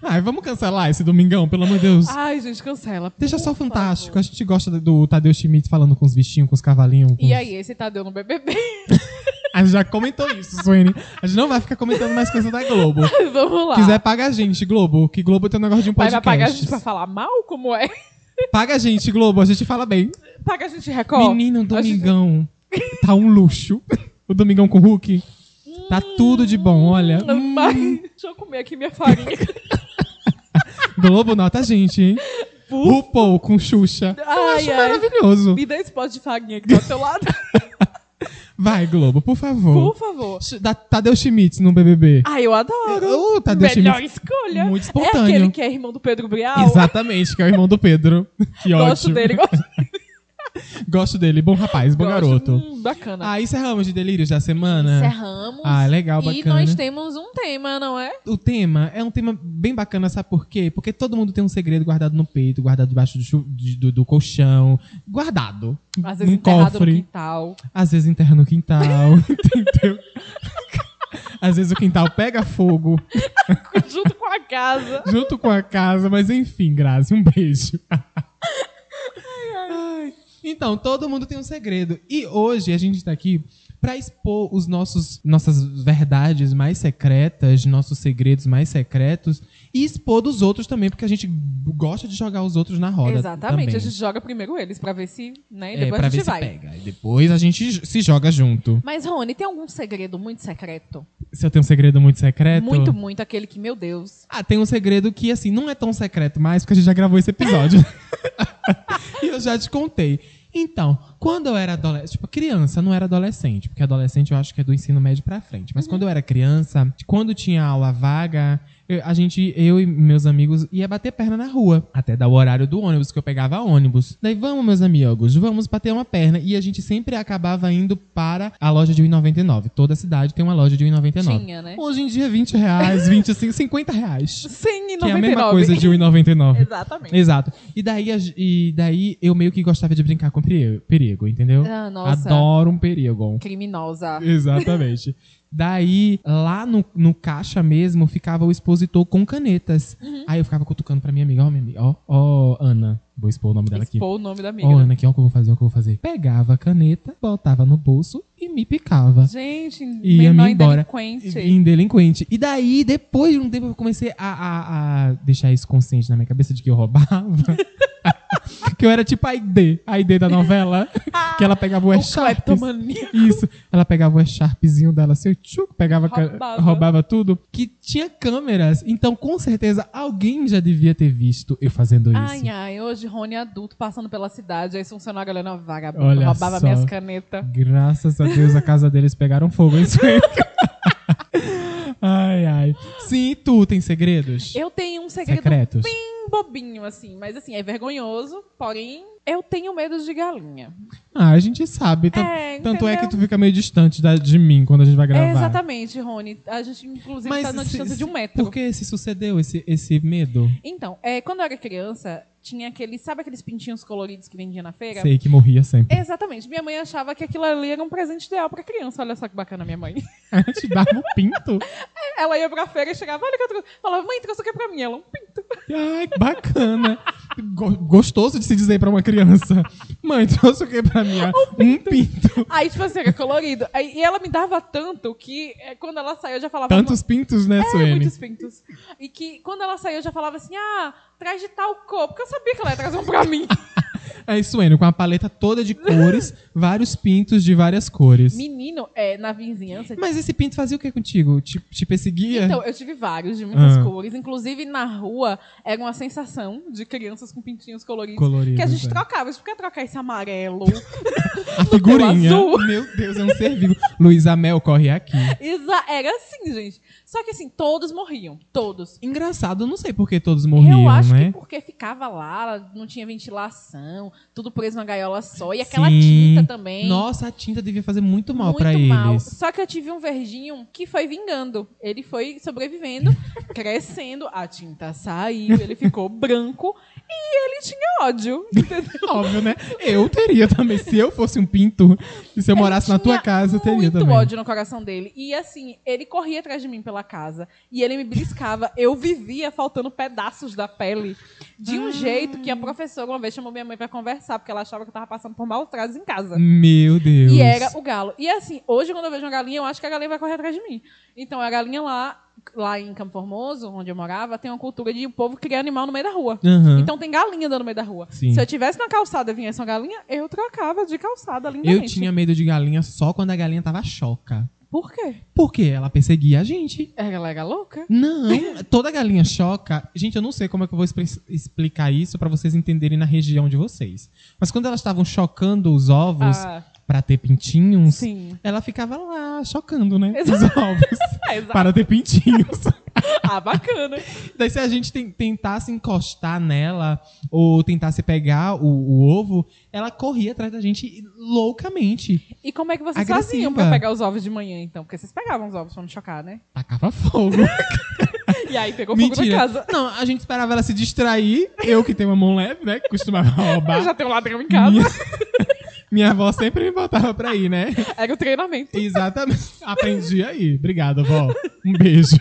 Speaker 1: Ai, vamos cancelar esse domingão, pelo amor de Deus.
Speaker 2: Ai, gente, cancela.
Speaker 1: Deixa só
Speaker 2: por
Speaker 1: fantástico.
Speaker 2: favor.
Speaker 1: A gente gosta do Tadeu Schmidt falando com os bichinhos, com os cavalinhos. com
Speaker 2: E
Speaker 1: os-
Speaker 2: aí, esse Tadeu no BBB?
Speaker 1: A gente já comentou isso, Suene. A gente não vai ficar comentando mais coisa da Globo.
Speaker 2: <laughs> Vamos lá.
Speaker 1: Quiser, paga a gente, Globo. Que Globo tem um negócio de um
Speaker 2: Vai vai
Speaker 1: podcast.
Speaker 2: pagar a gente pra falar mal? Como é?
Speaker 1: Paga a gente, Globo. A gente fala bem.
Speaker 2: Paga a gente Record?
Speaker 1: Menino,
Speaker 2: a gente-
Speaker 1: Domingão. Tá um luxo. O Domingão com o Hulk. Tá tudo de bom, olha.
Speaker 2: Hum, mas- Deixa eu comer aqui
Speaker 1: <laughs>
Speaker 2: minha farinha.
Speaker 1: Globo nota a gente, hein? RuPaul com Xuxa. Eu
Speaker 2: Uh. Ai,
Speaker 1: acho
Speaker 2: ai.
Speaker 1: maravilhoso.
Speaker 2: Me dá esse pote de farinha que tá do teu lado,
Speaker 1: Vai, Globo, por favor.
Speaker 2: por favor.
Speaker 1: Da Tadeu Schmidt no BBB.
Speaker 2: Ai, eu adoro.
Speaker 1: Ô, Tadeu
Speaker 2: Melhor
Speaker 1: Schmidt.
Speaker 2: escolha.
Speaker 1: Muito
Speaker 2: É
Speaker 1: espontâneo.
Speaker 2: aquele que é irmão do Pedro Brial?
Speaker 1: Exatamente, <laughs> que é o irmão do Pedro. Que
Speaker 2: Gosto
Speaker 1: ótimo.
Speaker 2: dele. gosto-
Speaker 1: Gosto dele. Bom rapaz, bom
Speaker 2: Gosto.
Speaker 1: garoto.
Speaker 2: Hum, bacana.
Speaker 1: Ah, encerramos de delírios da semana.
Speaker 2: Encerramos.
Speaker 1: Ah, legal,
Speaker 2: E
Speaker 1: bacana.
Speaker 2: nós temos um tema, não é?
Speaker 1: O tema é um tema bem bacana, sabe por quê? Porque todo mundo tem um segredo guardado no peito, guardado debaixo do, chu- de- do- do colchão. Guardado.
Speaker 2: Às vezes
Speaker 1: Um
Speaker 2: enterrado
Speaker 1: cofre.
Speaker 2: no quintal. <laughs>
Speaker 1: Às vezes enterra no quintal, <laughs> entendeu? Às vezes o quintal pega fogo
Speaker 2: junto com a casa.
Speaker 1: junto com a casa, mas enfim, Grazi, um beijo. Ai. Então, todo mundo tem um segredo. E hoje a gente tá aqui pra expor os nossos nossas verdades mais secretas, nossos segredos mais secretos e expor dos outros também, porque a gente gosta de jogar os outros na roda.
Speaker 2: Exatamente.
Speaker 1: também.
Speaker 2: A gente joga primeiro eles pra ver se, né? E
Speaker 1: é,
Speaker 2: depois
Speaker 1: pra
Speaker 2: a gente
Speaker 1: ver
Speaker 2: vai.
Speaker 1: se pega. E Depois a gente se joga junto.
Speaker 2: Mas, Rony, tem algum segredo muito secreto?
Speaker 1: Se eu tenho um segredo muito secreto.
Speaker 2: Muito, muito aquele que, meu Deus.
Speaker 1: Ah, tem um segredo que, assim, não é tão secreto mais, porque a gente já gravou esse episódio. e eu já te contei. Então, quando eu era adolescente, tipo, criança, não era adolescente, porque adolescente eu acho que é do ensino médio pra frente. Mas quando eu era criança, quando tinha aula vaga, eu- a gente, eu e meus amigos, ia bater perna na rua. Até dar o horário do ônibus, que eu pegava ônibus. Daí, vamos, meus amigos, vamos bater uma perna. E a gente sempre acabava indo para a loja de 1,99. Toda cidade tem uma loja de 1,99.
Speaker 2: Tinha, né?
Speaker 1: Hoje em dia, 20 reais, 25, 50 reais.
Speaker 2: Sim,
Speaker 1: Que é a mesma coisa de 1,99.
Speaker 2: Exatamente.
Speaker 1: Exato. E daí, a g- e daí eu meio que gostava de brincar com perigo, perigo entendeu?
Speaker 2: Ah, nossa.
Speaker 1: Adoro um perigo.
Speaker 2: Criminosa.
Speaker 1: Exatamente. Daí, lá no, no caixa mesmo, ficava o expositor com canetas. Aí eu ficava cutucando pra minha amiga, ó, minha amiga, ó, ó, Ana. Vou expor o nome dela aqui.
Speaker 2: Expor o nome da amiga.
Speaker 1: Ó, Ana, aqui, ó, o que eu vou fazer, ó, o que eu vou fazer. Pegava a caneta, botava no bolso e me picava
Speaker 2: Gente,
Speaker 1: ia
Speaker 2: menor
Speaker 1: me embora.
Speaker 2: indelinquente.
Speaker 1: em um delinquente. E daí, depois de um tempo, eu comecei a, a- a deixar isso consciente na minha cabeça de que eu roubava. <laughs> que eu era tipo a ID, a ID da novela. que ela pegava o
Speaker 2: <laughs> O
Speaker 1: E-Sharp.
Speaker 2: cleptomania.
Speaker 1: Isso. Ela pegava o E-Sharpzinho dela, assim, tchuc, pegava, ca-
Speaker 2: Roubava.
Speaker 1: roubava tudo. Que tinha câmeras. Então, com certeza, alguém já devia ter visto eu fazendo isso.
Speaker 2: Ai, ai, hoje Rony adulto passando pela cidade, aí funcionou a galera vagabundo,
Speaker 1: Olha
Speaker 2: roubava
Speaker 1: só.
Speaker 2: minhas canetas.
Speaker 1: Graças a Deus a casa deles pegaram fogo. hein,
Speaker 2: <laughs>
Speaker 1: Sueli? ai, ai. Sim, e tu tem segredos?
Speaker 2: Eu tenho um segredo
Speaker 1: Secretos?
Speaker 2: bem bobinho, assim, mas assim, é vergonhoso, porém, eu tenho medo de galinha.
Speaker 1: Ah, a gente sabe. tan-
Speaker 2: é,
Speaker 1: tanto é que
Speaker 2: entendeu?
Speaker 1: tu fica meio distante da- de mim quando a gente vai gravar.
Speaker 2: É, exatamente, Rony. A gente, inclusive,
Speaker 1: Mas
Speaker 2: tá na
Speaker 1: se-
Speaker 2: distância
Speaker 1: se-
Speaker 2: de um metro.
Speaker 1: Por que se sucedeu esse, esse medo?
Speaker 2: Então, é, quando eu era criança, tinha aqueles, sabe aqueles pintinhos coloridos que vendia na feira?
Speaker 1: Sei que morria sempre. <laughs>
Speaker 2: Exatamente. Minha mãe achava que aquilo ali era um presente ideal pra criança. Olha só que bacana, minha mãe. <laughs>
Speaker 1: Te dava um pinto.
Speaker 2: Ela ia pra feira e chegava, olha que eu trouxe. Falava, mãe, trouxe o que pra mim? Ela, um pinto.
Speaker 1: Ai, que bacana. Go- gostoso de se dizer pra uma criança. Mãe, trouxe o que pra mim? Ah, Um pinto.
Speaker 2: Aí, tipo assim, era colorido. Aí, e ela me dava tanto que é, quando ela saiu, eu já falava.
Speaker 1: Tantos pintos, né,
Speaker 2: "Mãe,
Speaker 1: Suene?
Speaker 2: muitos pintos. E que quando ela saiu, eu já falava assim: ah, traz de tal cor, porque eu sabia que ela ia trazer um
Speaker 1: <laughs>
Speaker 2: pra mim.
Speaker 1: Aí, É Suene, com a paleta toda de
Speaker 2: <laughs>
Speaker 1: cores, vários pintos de várias cores.
Speaker 2: Menino, é, na vizinhança.
Speaker 1: Mas esse pinto fazia o que contigo? tipo, Te, te perseguia?
Speaker 2: Então, eu tive vários, de muitas
Speaker 1: Ah.
Speaker 2: cores. Inclusive, na rua, era uma sensação de crianças com pintinhos coloridos.
Speaker 1: Colorido.
Speaker 2: que a gente
Speaker 1: né?
Speaker 2: trocava. Tipo, quer trocar esse amarelo? <laughs>
Speaker 1: A figurinha.
Speaker 2: azul.
Speaker 1: Meu Deus, é um ser vivo. Luiz Amel corre aqui.
Speaker 2: Exa- era assim, gente. Só que assim, todos morriam. Todos.
Speaker 1: Engraçado, eu não sei por que todos morriam,
Speaker 2: eu acho
Speaker 1: né?
Speaker 2: que porque ficava lá, não tinha ventilação, tudo preso numa gaiola só. E aquela
Speaker 1: Sim.
Speaker 2: tinta também.
Speaker 1: Nossa, a tinta devia fazer muito mal
Speaker 2: muito
Speaker 1: pra
Speaker 2: mal. <laughs>
Speaker 1: eles.
Speaker 2: Só que eu tive um verdinho que foi vingando. Ele foi sobrevivendo, <laughs> crescendo, a tinta saiu, ele ficou branco e ele tinha ódio. Entendeu?
Speaker 1: Óbvio, né? Eu teria também. Se eu fosse um pinto, e se eu morasse na tua
Speaker 2: tinha
Speaker 1: casa, eu teria
Speaker 2: muito
Speaker 1: também.
Speaker 2: ódio no coração dele. E assim, ele corria atrás de mim pela casa e ele me beliscava. Eu vivia faltando pedaços da pele. De um jeito que a professora uma vez chamou minha mãe pra conversar, porque ela achava que eu tava passando por maus tratos em casa.
Speaker 1: Meu Deus.
Speaker 2: E era o galo. E assim, hoje quando eu vejo uma galinha, eu acho que a galinha vai correr atrás de mim. Então a galinha lá, lá em Campo Formoso, onde eu morava, tem uma cultura de o povo criar animal no meio da rua.
Speaker 1: Aham.
Speaker 2: Então tem galinha andando no meio da rua.
Speaker 1: Sim.
Speaker 2: Se eu tivesse na calçada e vinha essa galinha, eu trocava de calçada
Speaker 1: Eu
Speaker 2: lindamente.
Speaker 1: tinha medo de galinha só quando a galinha tava choca.
Speaker 2: Por quê?
Speaker 1: Porque ela perseguia a gente.
Speaker 2: Ela era louca?
Speaker 1: Não, toda galinha choca. Gente, eu não sei como é que eu vou expre- explicar isso pra vocês entenderem na região de vocês. Mas quando elas estavam chocando os ovos,
Speaker 2: Ah,
Speaker 1: pra ter pintinhos,
Speaker 2: Sim.
Speaker 1: ela ficava lá chocando, né?
Speaker 2: Exato.
Speaker 1: Os
Speaker 2: <laughs>
Speaker 1: ovos.
Speaker 2: É, exato.
Speaker 1: para ter pintinhos.
Speaker 2: Ah, bacana.
Speaker 1: Daí se a gente ten- tentasse encostar nela ou tentasse pegar o, o ovo, ela corria atrás da gente loucamente.
Speaker 2: E como é que vocês
Speaker 1: Agressiva.
Speaker 2: faziam pra pegar os ovos de manhã, então? Porque vocês pegavam os ovos pra não chocar, né?
Speaker 1: Tacava
Speaker 2: <laughs>
Speaker 1: fogo.
Speaker 2: E aí pegou fogo
Speaker 1: Mentira.
Speaker 2: na casa.
Speaker 1: Não, a gente esperava ela se distrair. Eu que tenho uma mão leve, né? que Costumava
Speaker 2: Eu
Speaker 1: roubar.
Speaker 2: já tenho um ladrão em casa.
Speaker 1: Minha, <laughs> minha avó sempre me botava pra ir, né?
Speaker 2: Era o treinamento.
Speaker 1: Exatamente. Aprendi aí. Obrigada, vó. Um beijo.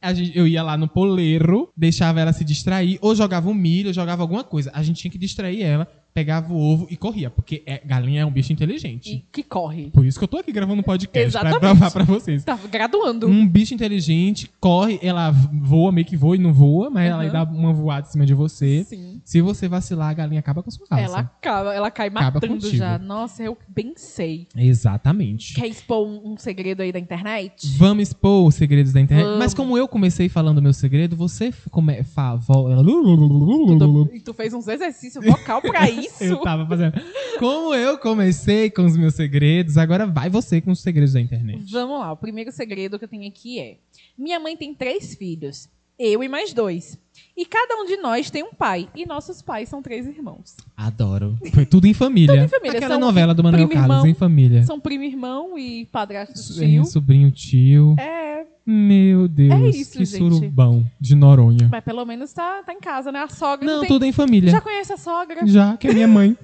Speaker 1: A gente- eu ia lá no poleiro, deixava ela se distrair, ou jogava um milho, ou jogava alguma coisa. A gente tinha que distrair ela, pegava o ovo e corria, porque é- galinha é um bicho inteligente.
Speaker 2: E que corre.
Speaker 1: Por isso que eu tô aqui gravando um podcast
Speaker 2: Exatamente.
Speaker 1: pra provar pra vocês.
Speaker 2: Tá graduando.
Speaker 1: Um bicho inteligente corre, ela voa, meio que voa e não voa, mas ela
Speaker 2: Uhum.
Speaker 1: dá uma voada em cima de você.
Speaker 2: Sim.
Speaker 1: Se você vacilar, a galinha acaba com a sua raça.
Speaker 2: Ela, acaba, ela cai
Speaker 1: Ah, Acaba
Speaker 2: matando
Speaker 1: contigo.
Speaker 2: já. Nossa, eu bem sei.
Speaker 1: Exatamente.
Speaker 2: Quer expor um, um segredo aí da internet?
Speaker 1: Vamos expor os segredos da internet.
Speaker 2: Vamos.
Speaker 1: Mas como eu comecei falando meu segredo, você f- come, fa, vo-
Speaker 2: Tu, tu- e tu fez uns exercícios vocal pra É isso?
Speaker 1: <laughs> Eu tava fazendo. Como eu comecei com os meus segredos, agora vai você com os segredos da internet.
Speaker 2: Vamos lá, o primeiro segredo que eu tenho aqui é: minha mãe tem três filhos, eu e mais dois. E cada um de nós tem um pai. E nossos pais são três irmãos.
Speaker 1: Adoro. Foi tudo em família.
Speaker 2: Tudo em família.
Speaker 1: Aquela
Speaker 2: São
Speaker 1: novela do Manuel
Speaker 2: primo,
Speaker 1: Carlos,
Speaker 2: irmão.
Speaker 1: em família.
Speaker 2: São primo e irmão e padrasto
Speaker 1: Su-
Speaker 2: tio.
Speaker 1: é, Sobrinho, tio.
Speaker 2: É,
Speaker 1: Meu Deus,
Speaker 2: isso,
Speaker 1: que
Speaker 2: gente.
Speaker 1: surubão de Noronha.
Speaker 2: mas pelo menos tá, tá em casa, né? A sogra não,
Speaker 1: Não,
Speaker 2: tem.
Speaker 1: tudo em família.
Speaker 2: Já
Speaker 1: Já,
Speaker 2: conhece a sogra.
Speaker 1: que é minha
Speaker 2: <laughs>
Speaker 1: mãe.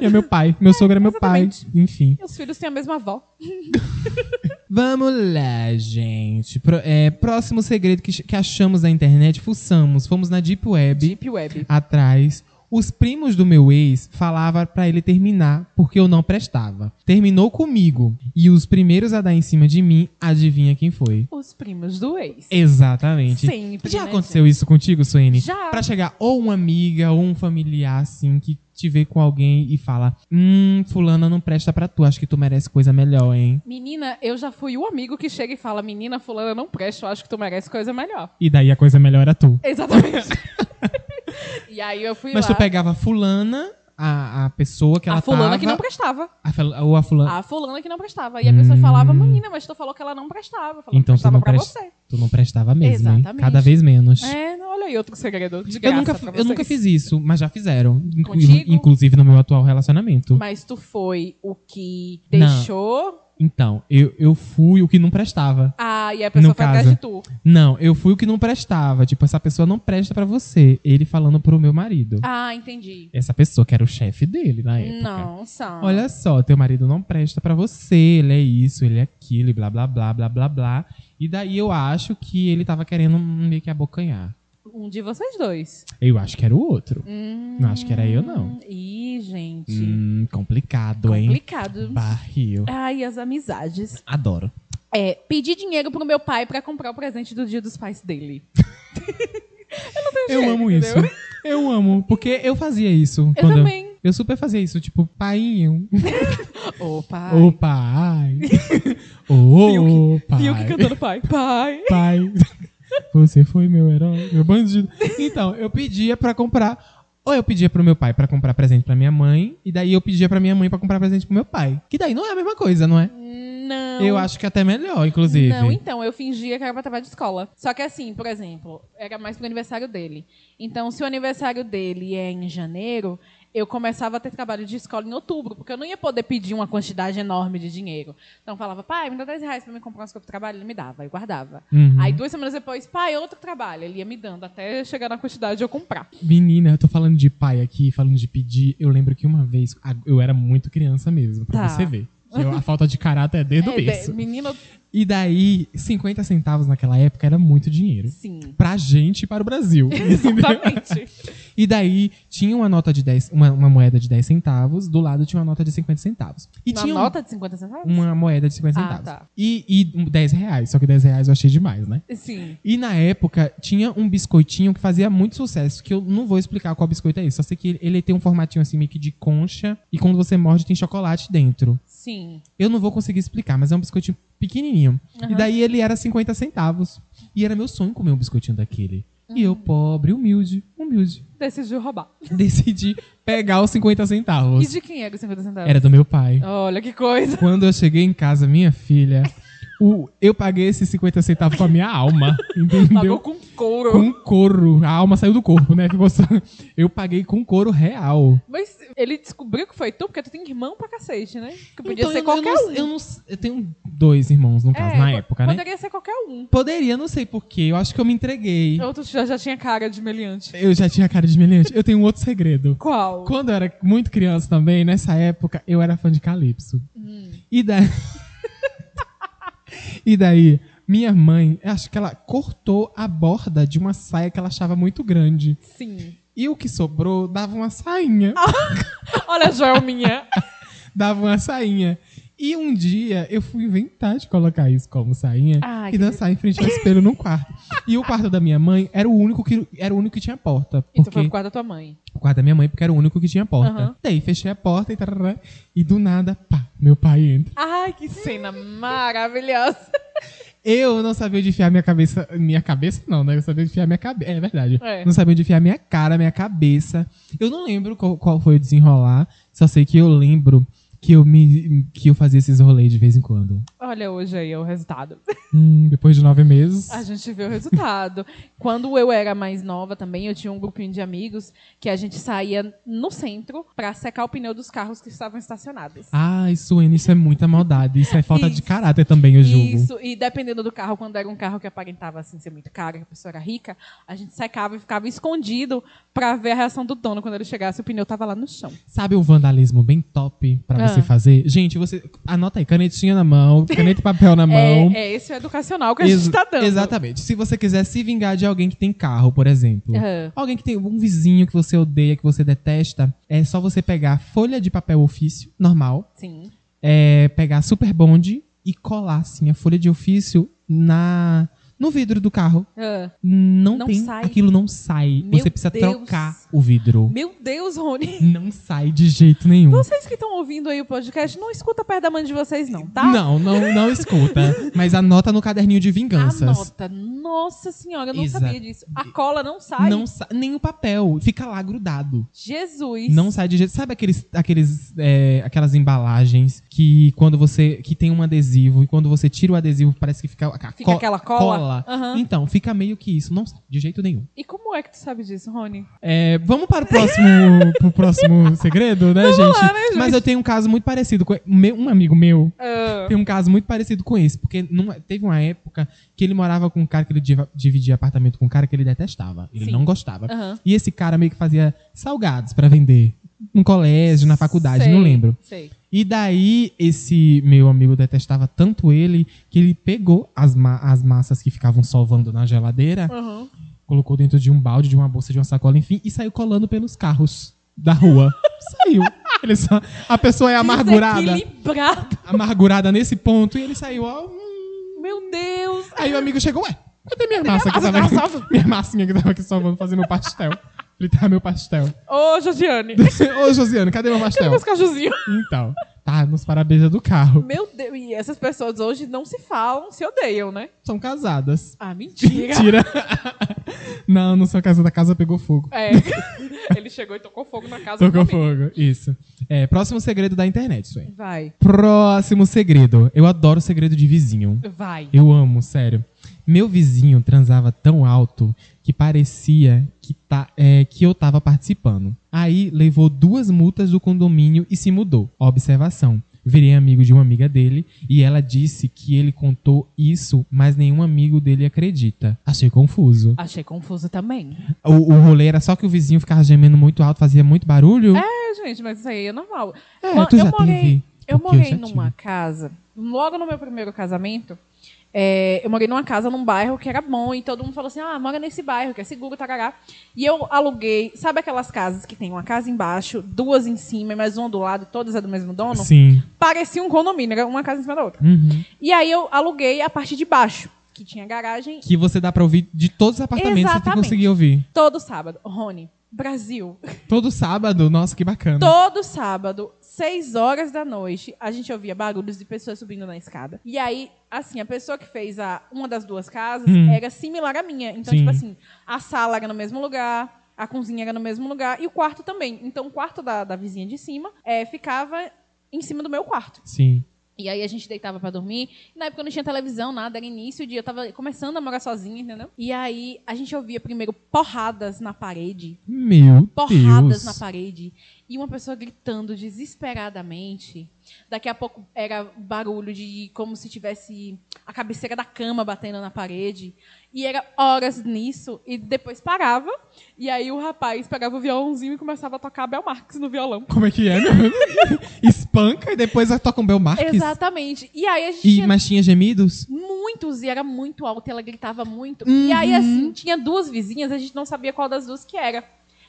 Speaker 1: e é meu pai. Meu sogro é meu pai. Enfim.
Speaker 2: E os filhos têm a mesma avó.
Speaker 1: Vamos lá, gente. Pro- é, próximo segredo que, ch- que achamos na internet, fuçamos, fomos na Deep Web
Speaker 2: Deep Web.
Speaker 1: atrás. Os primos do meu ex falavam pra ele terminar porque eu não prestava. Terminou comigo. E os primeiros a dar em cima de mim, adivinha quem foi?
Speaker 2: Os primos do ex.
Speaker 1: Exatamente.
Speaker 2: Sempre.
Speaker 1: É, Já
Speaker 2: né,
Speaker 1: aconteceu isso contigo, Suene?
Speaker 2: gente? Já.
Speaker 1: Pra chegar ou uma amiga ou um familiar assim que te vê com alguém e fala: "Hum, fulana não presta pra tu, acho que tu merece coisa melhor, hein?"
Speaker 2: Menina, eu já fui o amigo que chega e fala: Menina, fulana, não presta, eu acho que tu merece coisa melhor.
Speaker 1: E daí a coisa melhor era tu.
Speaker 2: Exatamente. e aí eu fui
Speaker 1: Mas
Speaker 2: lá.
Speaker 1: tu pegava fulana, a, a pessoa que ela
Speaker 2: a fulana
Speaker 1: tava,
Speaker 2: que não Ah. prestava.
Speaker 1: a fel- ou a fulana,
Speaker 2: A fulana que não prestava. E a pessoa falava,
Speaker 1: Hum.
Speaker 2: menina, mas tu falou que ela não prestava. Eu Falava,
Speaker 1: Então tu
Speaker 2: prestava
Speaker 1: não
Speaker 2: pra
Speaker 1: presta-
Speaker 2: você.
Speaker 1: tu não prestava mesmo, hein?
Speaker 2: Exatamente.
Speaker 1: Cada vez menos.
Speaker 2: É, não, olha aí outro segredo. De
Speaker 1: Eu
Speaker 2: graça
Speaker 1: nunca,
Speaker 2: pra
Speaker 1: eu
Speaker 2: vocês.
Speaker 1: nunca fiz isso, mas já fizeram. Inclu-
Speaker 2: Contigo?
Speaker 1: Inclusive no meu atual relacionamento.
Speaker 2: Mas tu foi o que
Speaker 1: Não.
Speaker 2: deixou.
Speaker 1: Então, eu, eu fui o que não prestava.
Speaker 2: Ah, e a pessoa
Speaker 1: No
Speaker 2: foi atrás
Speaker 1: caso.
Speaker 2: de tu.
Speaker 1: Não, eu fui o que não prestava. Tipo, essa pessoa não presta pra você. Ele falando pro meu marido.
Speaker 2: Ah, entendi.
Speaker 1: Essa pessoa que era o chefe dele na época.
Speaker 2: Não, são.
Speaker 1: É, Olha só, teu marido não presta pra você, ele é isso, ele é aquilo, e blá blá blá blá blá blá. E daí eu acho que ele tava querendo meio que abocanhar.
Speaker 2: Um de vocês dois.
Speaker 1: Eu acho que era o outro. Não, acho que era eu, não.
Speaker 2: Hum, Ih, gente.
Speaker 1: Hum, complicado, hein?
Speaker 2: Complicado.
Speaker 1: Barril.
Speaker 2: Ai, as amizades.
Speaker 1: Adoro.
Speaker 2: É, pedi dinheiro pro meu pai pra comprar o presente do dia dos pais dele.
Speaker 1: Eu
Speaker 2: jeito,
Speaker 1: amo isso.
Speaker 2: Tá entendeu?
Speaker 1: Eu amo, porque eu fazia isso.
Speaker 2: Eu
Speaker 1: quando
Speaker 2: também.
Speaker 1: eu super fazia isso, tipo, painho.
Speaker 2: Ô, pai.
Speaker 1: Ô
Speaker 2: <laughs>
Speaker 1: pai. Ô
Speaker 2: E o que
Speaker 1: pai.
Speaker 2: cantando pai? Pai.
Speaker 1: Pai. <laughs> Você foi meu herói, meu bandido. Então, eu pedia pra comprar. Ou eu pedia pro meu pai pra comprar presente pra minha mãe, e daí eu pedia pra minha mãe pra comprar presente pro meu pai. Que daí não é a mesma coisa, não é?
Speaker 2: Não.
Speaker 1: Eu acho que é até melhor, inclusive.
Speaker 2: Não, então, eu fingia que era pra trabalho de escola. Só que assim, por exemplo, era mais pro aniversário dele. Então, se o aniversário dele é em janeiro, eu começava a ter trabalho de escola em outubro, porque eu não ia poder pedir uma quantidade enorme de dinheiro. Então, eu falava, pai, me dá 10 reais pra me comprar umas coisas pro trabalho. Ele me dava, eu guardava.
Speaker 1: Uhum.
Speaker 2: Aí, duas semanas depois, pai, outro trabalho. Ele ia me dando, até chegar na quantidade de eu comprar.
Speaker 1: Menina, eu tô falando de pai aqui, falando de pedir. Eu lembro que uma vez, a- eu era muito criança mesmo, pra
Speaker 2: Tá.
Speaker 1: você ver. Eu- a falta de caráter é desde o
Speaker 2: <laughs> É, de-
Speaker 1: berço.
Speaker 2: menino,
Speaker 1: E daí, 50 centavos naquela época era muito dinheiro. <laughs>
Speaker 2: sim.
Speaker 1: Pra gente e para o
Speaker 2: <laughs>
Speaker 1: Brasil.
Speaker 2: Exatamente.
Speaker 1: E daí, tinha uma nota de 10, uma, uma moeda de 10 centavos, do lado tinha uma nota de 50 centavos. E
Speaker 2: Uma
Speaker 1: tinha um-
Speaker 2: nota de 50 centavos?
Speaker 1: uma moeda de 50
Speaker 2: Ah,
Speaker 1: centavos.
Speaker 2: tá.
Speaker 1: E, e um 10 reais, só que 10 reais eu achei demais, né?
Speaker 2: Sim.
Speaker 1: E na época tinha um biscoitinho que fazia muito sucesso, que eu não vou explicar qual biscoito é esse, só sei que ele- ele tem um formatinho assim meio que de concha e quando você morde tem chocolate dentro.
Speaker 2: Sim.
Speaker 1: Eu não vou conseguir explicar, mas é um biscoitinho pequenininho. E
Speaker 2: Aham.
Speaker 1: daí ele era 50 centavos. E era meu sonho comer um biscoitinho daquele. E
Speaker 2: Uhum.
Speaker 1: eu, pobre, humilde, humilde,
Speaker 2: Decidiu roubar.
Speaker 1: <laughs> decidi pegar os 50
Speaker 2: E
Speaker 1: centavos.
Speaker 2: de quem era os 50 centavos?
Speaker 1: Era do meu pai.
Speaker 2: Olha que coisa.
Speaker 1: Quando eu cheguei em casa, minha filha, o- eu paguei esses 50 centavos com a minha <laughs> alma,
Speaker 2: Pagou
Speaker 1: entendeu?
Speaker 2: com couro.
Speaker 1: Com couro. A alma saiu do corpo, né? Ficou só... Eu paguei com couro real.
Speaker 2: Mas ele descobriu que foi tu, porque tu tem irmão pra cacete, né? Que podia
Speaker 1: Então,
Speaker 2: ser
Speaker 1: eu,
Speaker 2: qualquer
Speaker 1: eu não,
Speaker 2: um.
Speaker 1: Eu, não, eu tenho dois irmãos, no caso,
Speaker 2: É,
Speaker 1: na
Speaker 2: po-
Speaker 1: época, né?
Speaker 2: Poderia ser qualquer um.
Speaker 1: Poderia, não sei porquê. Eu acho que eu me entreguei.
Speaker 2: Outro já, já tinha cara de meliante.
Speaker 1: Eu já tinha cara de meliante. Eu tenho um outro segredo.
Speaker 2: Qual?
Speaker 1: Quando eu era muito criança também, nessa época, eu era fã de Calypso.
Speaker 2: Hum,
Speaker 1: E daí. <laughs> e daí, minha mãe, eu acho que ela cortou a borda de uma saia que ela achava muito grande.
Speaker 2: Sim.
Speaker 1: E o que sobrou dava uma sainha.
Speaker 2: Olha a
Speaker 1: <laughs>
Speaker 2: Joelminha.
Speaker 1: Dava uma sainha. E um dia eu fui inventar de colocar isso como sainha
Speaker 2: Ai,
Speaker 1: e
Speaker 2: que
Speaker 1: dançar em frente ao espelho num quarto. E o quarto da minha mãe era o único que era o único que tinha porta.
Speaker 2: E tu Então foi
Speaker 1: porque-
Speaker 2: pro quarto da tua mãe.
Speaker 1: o quarto da minha mãe, porque era o único que tinha porta.
Speaker 2: Aham.
Speaker 1: Daí fechei a porta e tarará, e do nada, pá, meu pai entra.
Speaker 2: Ai, que cena maravilhosa.
Speaker 1: Eu não sabia onde enfiar minha cabeça. Minha cabeça não, né? Eu sabia onde enfiar minha cabeça. É verdade.
Speaker 2: É.
Speaker 1: Não sabia onde enfiar minha cara, minha cabeça. Eu não lembro qual, qual foi o desenrolar, só sei que eu lembro que eu, me, que eu fazia esses rolês de vez em quando.
Speaker 2: Olha hoje aí o resultado.
Speaker 1: Hum, depois de nove meses.
Speaker 2: A gente vê o resultado. Quando eu era mais nova também, eu tinha um grupinho de amigos que a gente saía no centro pra secar o pneu dos carros que estavam estacionados.
Speaker 1: Ai, Suene, isso é muita maldade. Isso é falta de
Speaker 2: Isso.
Speaker 1: caráter também, eu julgo.
Speaker 2: Isso, e dependendo do carro, quando era um carro que aparentava assim, ser muito caro, que a pessoa era rica, a gente secava e ficava escondido pra ver a reação do dono quando ele chegasse, o pneu tava lá no chão.
Speaker 1: Sabe o vandalismo bem top pra
Speaker 2: Ah.
Speaker 1: você fazer? Gente, você anota aí, canetinha na mão, caneta e papel na
Speaker 2: <laughs> É,
Speaker 1: mão.
Speaker 2: é esse o educacional que a gente
Speaker 1: Ex-
Speaker 2: tá dando.
Speaker 1: Exatamente. Se você quiser se vingar de alguém que tem carro, por exemplo.
Speaker 2: Aham.
Speaker 1: Alguém que tem um vizinho que você odeia, que você detesta, é só você pegar folha de papel ofício, normal,
Speaker 2: Sim.
Speaker 1: é, pegar super bonde e colar, assim, a folha de ofício na no vidro do carro.
Speaker 2: Ah.
Speaker 1: Não,
Speaker 2: Não
Speaker 1: tem.
Speaker 2: sai.
Speaker 1: Aquilo não sai.
Speaker 2: Meu
Speaker 1: você precisa
Speaker 2: Deus.
Speaker 1: trocar o vidro.
Speaker 2: Meu Deus, Rony. <laughs>
Speaker 1: Não sai de jeito nenhum.
Speaker 2: Vocês que estão ouvindo aí o podcast, não escuta perto da mãe de vocês, não, tá?
Speaker 1: Não, não, não escuta. Mas anota no caderninho de vinganças.
Speaker 2: Anota. Nossa senhora, eu não
Speaker 1: Exa-
Speaker 2: sabia disso. A cola não sai.
Speaker 1: Não sa- nem o papel, fica lá grudado.
Speaker 2: Jesus.
Speaker 1: Não sai de jeito. Sabe aqueles, aqueles, é, aquelas embalagens que quando você que tem um adesivo e quando você tira o adesivo parece que fica, a
Speaker 2: Fica
Speaker 1: co-
Speaker 2: aquela cola.
Speaker 1: cola.
Speaker 2: Aham.
Speaker 1: Então fica meio que isso, não sai de jeito nenhum.
Speaker 2: E como é que tu sabe disso, Rony?
Speaker 1: É, vamos para o
Speaker 2: <laughs>
Speaker 1: próximo, pro próximo segredo, né, gente?
Speaker 2: lá, né,
Speaker 1: Mas
Speaker 2: gente?
Speaker 1: eu tenho um caso muito parecido com meu- um amigo meu
Speaker 2: Ah,
Speaker 1: tem um caso muito parecido com esse, porque numa- teve uma época que ele morava com um cara que ele diva- dividia apartamento com um cara que ele detestava, ele
Speaker 2: Sim.
Speaker 1: não gostava.
Speaker 2: Aham.
Speaker 1: E esse cara meio que fazia salgados pra vender no colégio, na faculdade,
Speaker 2: Sei,
Speaker 1: não lembro.
Speaker 2: Sei.
Speaker 1: E daí esse meu amigo detestava tanto ele que ele pegou as, ma- as massas que ficavam solvando na geladeira,
Speaker 2: Aham.
Speaker 1: colocou dentro de um balde, de uma bolsa, de uma sacola, enfim, e saiu colando pelos carros da rua. <laughs> saiu. Ele só- a pessoa é amargurada
Speaker 2: Desequilibrado.
Speaker 1: amargurada nesse ponto e ele saiu, ó. hum.
Speaker 2: Meu Deus.
Speaker 1: Aí o amigo chegou, ué, cadê minha massa que tava aqui? <laughs> Minha massinha que tava aqui salvando, fazendo pastel. Ele tá meu pastel.
Speaker 2: Ô, Josiane.
Speaker 1: <laughs> Ô, Josiane, cadê meu
Speaker 2: Cadê
Speaker 1: pastel?
Speaker 2: meus cajuzinhos?
Speaker 1: Então, tá nos parabéns do carro.
Speaker 2: Meu Deus. E essas pessoas hoje não se falam, se odeiam, né?
Speaker 1: São casadas.
Speaker 2: Ah, mentira.
Speaker 1: Tira. <laughs> Não, não sou casada, a casa pegou fogo.
Speaker 2: É. <laughs> Ele chegou e tocou fogo na casa
Speaker 1: Tocou
Speaker 2: do amigo.
Speaker 1: fogo, isso. É, próximo segredo da internet, isso aí.
Speaker 2: Vai.
Speaker 1: Próximo segredo. Eu adoro segredo de vizinho.
Speaker 2: Vai.
Speaker 1: Eu amo, sério. Meu vizinho transava tão alto que parecia que, tá, é, que eu tava participando. Aí levou duas multas do condomínio e se mudou. Observação. Virei amigo de uma amiga dele e ela disse que ele contou isso, mas nenhum amigo dele acredita. Achei confuso.
Speaker 2: Achei confuso também.
Speaker 1: O, o rolê era só que o vizinho ficava gemendo muito alto, fazia muito barulho?
Speaker 2: É, gente, mas isso aí é normal.
Speaker 1: É,
Speaker 2: Quan-
Speaker 1: tu já
Speaker 2: eu morei,
Speaker 1: teve?
Speaker 2: eu
Speaker 1: Porque eu
Speaker 2: morei
Speaker 1: já
Speaker 2: numa casa, logo no meu primeiro casamento, é, eu morei numa casa num bairro que era bom, e todo mundo falou assim: ah, mora nesse bairro, que é seguro, tarará. E eu aluguei, sabe aquelas casas que tem uma casa embaixo, duas em cima e mais uma do lado, todas é do mesmo dono?
Speaker 1: Sim.
Speaker 2: Parecia um condomínio, era uma casa em cima da outra.
Speaker 1: Uhum.
Speaker 2: E aí eu aluguei a parte de baixo, que tinha garagem
Speaker 1: Que você dá pra ouvir de todos os apartamentos que você
Speaker 2: Exatamente.
Speaker 1: conseguia ouvir.
Speaker 2: todo sábado. Rony, Brasil.
Speaker 1: Todo sábado, nossa, que bacana.
Speaker 2: Todo sábado, 6 horas da noite, a gente ouvia barulhos de pessoas subindo na escada. E aí, assim, a pessoa que fez a, uma das duas casas
Speaker 1: Hum.
Speaker 2: era similar à minha. Então,
Speaker 1: Sim.
Speaker 2: tipo assim, a sala era no mesmo lugar, a cozinha era no mesmo lugar e o quarto também. Então, o quarto da, da vizinha de cima é, ficava em cima do meu quarto.
Speaker 1: Sim.
Speaker 2: E aí a gente deitava pra dormir. E na época não tinha televisão, nada, era início de. Eu tava começando a morar sozinha, entendeu? E aí a gente ouvia primeiro porradas na parede.
Speaker 1: Meu
Speaker 2: Porradas
Speaker 1: Deus.
Speaker 2: na parede. E uma pessoa gritando desesperadamente. Daqui a pouco era barulho de como se tivesse a cabeceira da cama batendo na parede. E era horas nisso. E depois parava. E aí o rapaz pegava o violãozinho e começava a tocar Bel Marx no violão.
Speaker 1: Como é que é,
Speaker 2: <laughs>
Speaker 1: meu? Espanca e depois toca um Belmarques.
Speaker 2: Exatamente. E aí a gente
Speaker 1: E
Speaker 2: tinha
Speaker 1: machinha gemidos?
Speaker 2: muitos e era muito alta, ela gritava muito. E
Speaker 1: Uhum.
Speaker 2: aí, assim, tinha duas vizinhas, a gente não sabia qual das duas que era.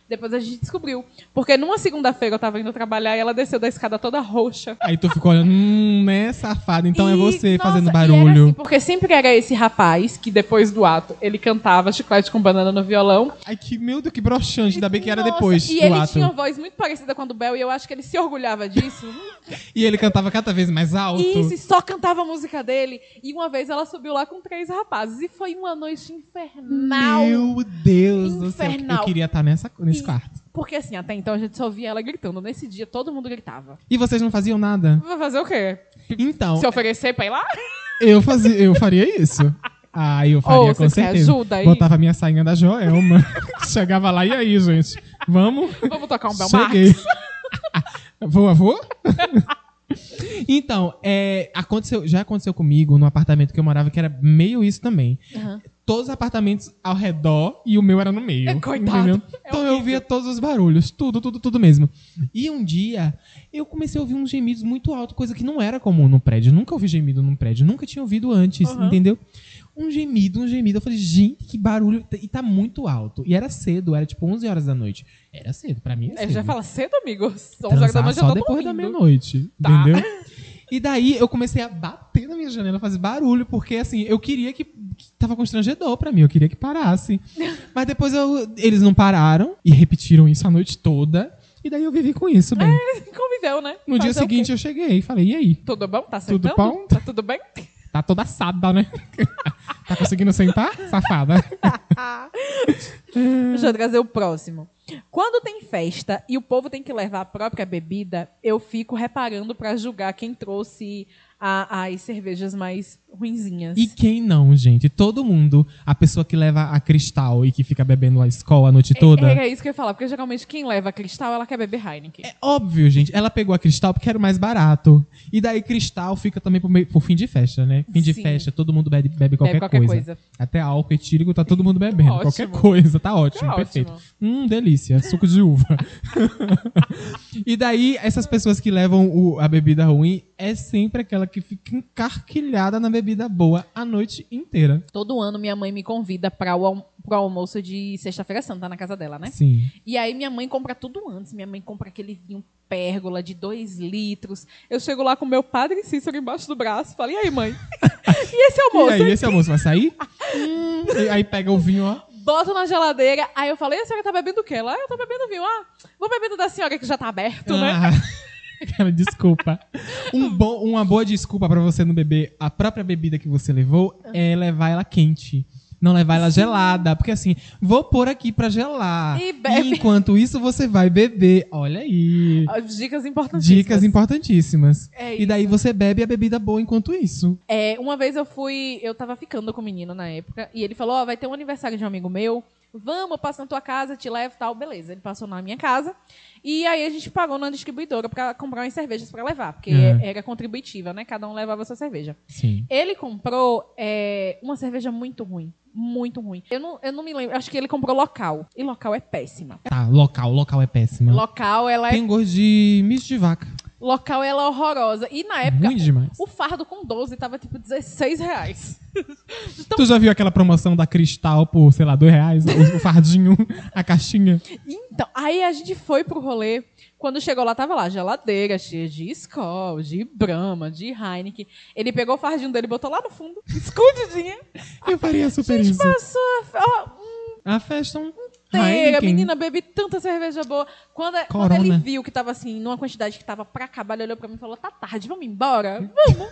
Speaker 2: Depois a gente descobriu. Porque numa segunda-feira eu tava indo trabalhar e ela desceu da escada toda roxa.
Speaker 1: Aí tu ficou olhando, hum, né, safado? Então é
Speaker 2: E,
Speaker 1: você
Speaker 2: nossa,
Speaker 1: fazendo
Speaker 2: e era
Speaker 1: barulho.
Speaker 2: assim, porque sempre era esse rapaz que depois do ato ele cantava chiclete com banana no violão.
Speaker 1: Ai, que meu Deus, que broxante. Ainda bem que era
Speaker 2: Nossa,
Speaker 1: depois
Speaker 2: E
Speaker 1: do
Speaker 2: ele
Speaker 1: ato.
Speaker 2: tinha um uma voz muito parecida com a do Bel e eu acho que ele se
Speaker 1: <laughs>
Speaker 2: orgulhava disso.
Speaker 1: E ele cantava cada vez mais alto.
Speaker 2: Isso, e só cantava a música dele. E uma vez ela subiu lá com três rapazes. E foi uma noite infernal.
Speaker 1: Meu Deus do céu.
Speaker 2: Infernal.
Speaker 1: Eu queria estar nessa, nesse
Speaker 2: E-
Speaker 1: quarto.
Speaker 2: Porque assim, até então a gente só ouvia ela gritando. Nesse dia todo mundo gritava. é-
Speaker 1: E vocês não faziam nada?
Speaker 2: Vai fazer o quê?
Speaker 1: Então,
Speaker 2: Se oferecer pra ir lá? <laughs>
Speaker 1: eu, fazia, eu faria isso. Ah, eu faria
Speaker 2: Ou
Speaker 1: com
Speaker 2: vocês querem
Speaker 1: certeza.
Speaker 2: ajuda aí?
Speaker 1: Botava minha sainha da Joelma. <laughs> Chegava lá, e aí, gente? Vamos?
Speaker 2: Vamos tocar um Belmar?
Speaker 1: Cheguei. <laughs> Vou, <laughs> avô? Então, é, aconteceu, já aconteceu comigo no apartamento que eu morava, que era meio isso também.
Speaker 2: Aham.
Speaker 1: Todos os apartamentos ao redor e o meu era no meio.
Speaker 2: É, coitado. É
Speaker 1: então eu
Speaker 2: horrível.
Speaker 1: via todos os barulhos, tudo, tudo, tudo mesmo. E um dia eu comecei a ouvir uns gemidos muito altos, coisa que não era comum no prédio. Eu Nunca ouvi gemido num prédio, nunca tinha ouvido antes,
Speaker 2: Aham.
Speaker 1: entendeu? Um gemido, um gemido. Eu falei, gente, que barulho. E tá muito alto. E era cedo, era tipo 11 horas da noite. Era cedo, pra mim é
Speaker 2: É,
Speaker 1: cedo
Speaker 2: já fala cedo, amigo. 11
Speaker 1: transar
Speaker 2: horas da noite eu
Speaker 1: só
Speaker 2: tô
Speaker 1: depois da
Speaker 2: dormindo.
Speaker 1: meia-noite,
Speaker 2: Tá.
Speaker 1: entendeu? <laughs> E daí eu comecei a bater na minha janela, fazer barulho, porque assim, eu queria que, que tava constrangedor pra mim, eu queria que <laughs> parasse. Mas depois eu- eles não pararam e repetiram isso a noite toda. E daí eu vivi com isso, bem.
Speaker 2: <laughs> Conviveu, né?
Speaker 1: No dia
Speaker 2: Fazer o quê?
Speaker 1: seguinte eu cheguei e falei, e aí?
Speaker 2: Tudo bom? Tá
Speaker 1: Tudo
Speaker 2: sentando?
Speaker 1: bom?
Speaker 2: Tá tudo bem?
Speaker 1: Tá toda assada, né? <laughs> tá conseguindo sentar? Safada.
Speaker 2: <laughs> Ah. Deixa eu trazer o próximo. Quando tem festa e o povo tem que levar a própria bebida, eu fico reparando pra julgar quem trouxe a- as cervejas mais ruinzinhas.
Speaker 1: E quem não, gente? Todo mundo. A pessoa que leva a cristal e que fica bebendo a escola a noite toda.
Speaker 2: Era É, isso que eu ia falar, porque geralmente quem leva cristal, ela quer beber Heineken.
Speaker 1: É óbvio, gente. Ela pegou a Cristal porque era o mais barato. E daí Cristal fica também pro, meio- pro fim de festa, né? Fim de
Speaker 2: Sim.
Speaker 1: festa, todo mundo bebe, bebe qualquer,
Speaker 2: Bebe qualquer
Speaker 1: coisa.
Speaker 2: coisa.
Speaker 1: Até álcool etílico tá todo mundo bebendo.
Speaker 2: Ótimo.
Speaker 1: Qualquer coisa, tá ótimo,
Speaker 2: Tá
Speaker 1: perfeito.
Speaker 2: ótimo.
Speaker 1: Hum, delícia. Suco de uva. <laughs> e daí, essas pessoas que levam o- a bebida ruim é sempre aquela que fica encarquilhada na bebida boa a noite inteira.
Speaker 2: Todo ano minha mãe me convida para o alm- pro almoço de sexta-feira santa na casa dela, né?
Speaker 1: Sim.
Speaker 2: E aí minha mãe compra tudo antes. Minha mãe compra aquele vinho pérgola de dois litros. Eu chego lá com meu padre Cícero embaixo do braço. Falei, e aí, mãe? <laughs> e esse almoço?
Speaker 1: E aí, esse almoço vai
Speaker 2: <laughs>
Speaker 1: sair? Hum, e aí pega o vinho, ó.
Speaker 2: Boto na geladeira. Aí eu falei, a senhora tá bebendo o quê? Lá eu tô bebendo vinho. Ah, vou bebendo da senhora que já tá aberto, né?
Speaker 1: Ah, <laughs> Cara, desculpa. Um bom- uma boa desculpa pra você não beber a própria bebida que você levou é levar ela quente. Não levar ela gelada. Porque assim, vou pôr aqui pra gelar.
Speaker 2: E bebe.
Speaker 1: enquanto isso, você vai beber. Olha aí.
Speaker 2: As Dicas importantes.
Speaker 1: Dicas importantíssimas.
Speaker 2: É
Speaker 1: E daí você bebe a bebida boa enquanto isso.
Speaker 2: É, uma vez eu fui, eu tava ficando com o menino na época, e ele falou: Ó, vai ter um aniversário de um amigo meu, vamos, eu passo na tua casa, te levo e tal. Beleza, ele passou na minha casa, e aí a gente pagou na distribuidora pra comprar umas cervejas pra levar, porque
Speaker 1: É.
Speaker 2: era contributiva, né? Cada um levava a sua cerveja.
Speaker 1: Sim.
Speaker 2: Ele comprou é, uma cerveja muito ruim. Muito ruim. Eu não, eu não me lembro. Acho que ele comprou local. E local é péssima.
Speaker 1: Tá, local. Local é péssimo.
Speaker 2: Local, ela é.
Speaker 1: Tem gosto de misto de vaca.
Speaker 2: Local, ela é horrorosa. E na época,
Speaker 1: Ruim demais.
Speaker 2: o fardo com 12 tava tipo 16 reais. então
Speaker 1: Tu já viu aquela promoção da Cristal por, sei lá, dois reais? O o fardinho, <laughs> a caixinha.
Speaker 2: Então, aí a gente foi pro rolê. Quando chegou lá, tava lá, geladeira cheia de Skol, de Brahma, de Heineken. Ele pegou o fardinho dele, botou lá no fundo, <laughs> escondidinha.
Speaker 1: Eu faria super
Speaker 2: Gente,
Speaker 1: isso.
Speaker 2: passou. ó,
Speaker 1: A festa é um
Speaker 2: inteira.
Speaker 1: Heineken.
Speaker 2: Menina, bebi tanta cerveja boa. Quando, quando ele
Speaker 1: Corona.
Speaker 2: viu que tava assim, numa quantidade que tava pra acabar, ele olhou pra mim e falou: tá tarde, vamos embora? Vamos.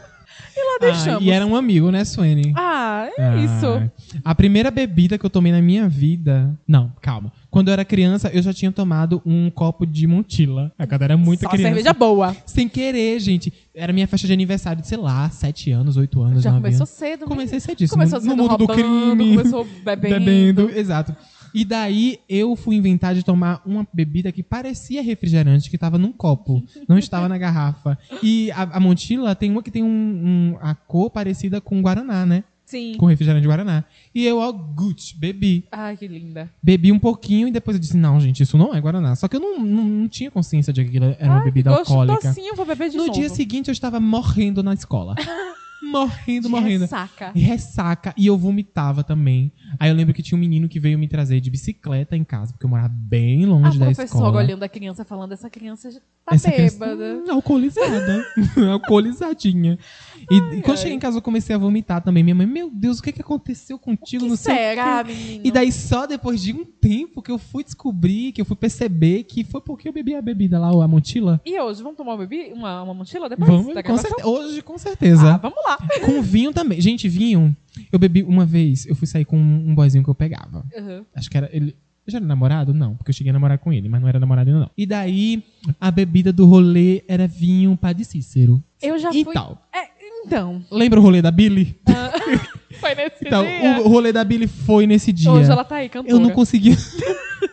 Speaker 2: E lá
Speaker 1: Ah,
Speaker 2: deixamos.
Speaker 1: e era um amigo, né, Suene?
Speaker 2: Ah, é
Speaker 1: Ah,
Speaker 2: isso.
Speaker 1: A primeira bebida que eu tomei na minha vida. Não, calma. Quando eu era criança, eu já tinha tomado um copo de montila. A cara era muito
Speaker 2: Só
Speaker 1: criança.
Speaker 2: cerveja boa.
Speaker 1: Sem querer, gente. Era minha festa de aniversário de, sei lá, 7 anos, 8 anos,
Speaker 2: Já
Speaker 1: nove
Speaker 2: começou
Speaker 1: anos.
Speaker 2: cedo.
Speaker 1: Comecei
Speaker 2: menina.
Speaker 1: cedíssimo.
Speaker 2: começou
Speaker 1: no
Speaker 2: cedo
Speaker 1: mundo do
Speaker 2: roubando,
Speaker 1: crime.
Speaker 2: Começou bebendo.
Speaker 1: exato. E daí eu fui inventar de tomar uma bebida que parecia refrigerante, que estava num copo, não estava na garrafa. E a, a Montila tem uma que tem um, um- a cor parecida com Guaraná, né?
Speaker 2: Sim.
Speaker 1: Com refrigerante de Guaraná. E eu, ó, gut, bebi.
Speaker 2: Ai, que linda.
Speaker 1: Bebi um pouquinho e depois eu disse, não, gente, isso não é Guaraná. Só que eu não, não, não tinha consciência de que aquilo era uma
Speaker 2: Ai,
Speaker 1: bebida
Speaker 2: que gosto
Speaker 1: alcoólica.
Speaker 2: docinho, vou beber de
Speaker 1: no
Speaker 2: novo.
Speaker 1: dia seguinte eu estava morrendo na escola. morrendo,
Speaker 2: De
Speaker 1: morrendo.
Speaker 2: ressaca.
Speaker 1: E ressaca e eu vomitava também. Aí eu lembro que tinha um menino que veio me trazer de bicicleta em casa, porque eu morava bem
Speaker 2: A
Speaker 1: longe da
Speaker 2: professora
Speaker 1: escola.
Speaker 2: olhando a criança falando, essa criança já tá
Speaker 1: Essa
Speaker 2: bêbada.
Speaker 1: criança, hum, alcoolizada. <laughs> Alcoolizadinha. E quando cheguei em casa, eu comecei a vomitar também. Minha mãe, meu Deus, o que, que aconteceu contigo?
Speaker 2: Que
Speaker 1: não sei o
Speaker 2: será,
Speaker 1: quê."
Speaker 2: menino?
Speaker 1: E daí, só depois de um tempo que eu fui descobrir, que eu fui perceber que foi porque eu bebi a bebida lá, a montila.
Speaker 2: E hoje, vamos tomar uma, bebi- uma, uma mochila depois
Speaker 1: Vamos,
Speaker 2: da
Speaker 1: com
Speaker 2: gravação?
Speaker 1: certe- hoje, com certeza.
Speaker 2: Ah, vamos lá.
Speaker 1: Com vinho também. Gente, vinho. Eu bebi uma vez, eu fui sair com um boyzinho que eu pegava.
Speaker 2: Uhum.
Speaker 1: Acho que era. Ele eu já era namorado? Não, porque eu cheguei a namorar com ele, mas não era namorado ainda, não. E daí, a bebida do rolê era vinho pá de Cícero.
Speaker 2: Eu já
Speaker 1: e
Speaker 2: fui...
Speaker 1: tal.
Speaker 2: Então,
Speaker 1: Lembra o rolê da Billy?
Speaker 2: foi nesse
Speaker 1: Então,
Speaker 2: dia.
Speaker 1: o rolê da Billy foi nesse dia.
Speaker 2: Hoje ela tá aí, cantora.
Speaker 1: Eu não consegui.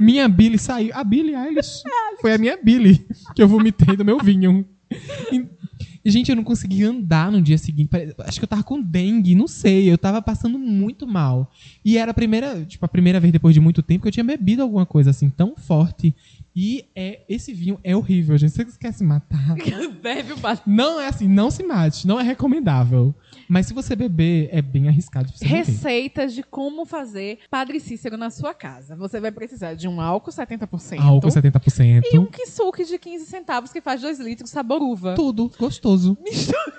Speaker 1: minha Billy saiu. A Billy Eilish foi a minha Billy que eu vomitei do meu vinho. E, gente, eu não consegui andar no dia seguinte. Pare- Acho que eu tava com dengue, não sei. Eu tava passando muito mal. E era a primeira, tipo, a primeira vez depois de muito tempo que eu tinha bebido alguma coisa assim tão forte. E é, esse vinho é horrível, gente. Você quer se matar?
Speaker 2: <laughs> Bebe o bate.
Speaker 1: Não é assim, não se mate, não é recomendável. Mas se você beber, é bem arriscado. Você beber.
Speaker 2: Receitas de como fazer Padre Cícero na sua casa. Você vai precisar de um álcool 70%.
Speaker 1: Álcool 70%.
Speaker 2: E um kisuke de 15 centavos que faz 2 litros, sabor uva.
Speaker 1: Tudo. Gostoso. <laughs>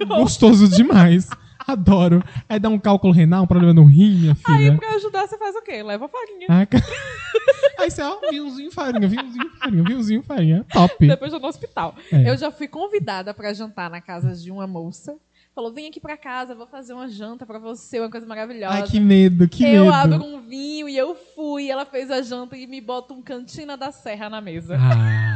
Speaker 1: Gostoso demais. Adoro. Aí dá um cálculo renal, um problema no rim, minha
Speaker 2: Aí
Speaker 1: filha.
Speaker 2: pra ajudar você faz o quê? Leva farinha.
Speaker 1: Ah, ca- <laughs> Aí você, ó, vinhozinho, farinha, vinhozinho, farinha, vinhozinho, farinha. Top.
Speaker 2: Depois eu no hospital.
Speaker 1: É.
Speaker 2: Eu já fui convidada pra jantar na casa de uma moça. Falou: vem aqui pra casa, vou fazer uma janta pra você, uma coisa maravilhosa.
Speaker 1: Ai, que medo, que
Speaker 2: eu
Speaker 1: medo.
Speaker 2: abro um vinho e eu fui. Ela fez a janta e me bota um cantina da serra na mesa.
Speaker 1: Ah.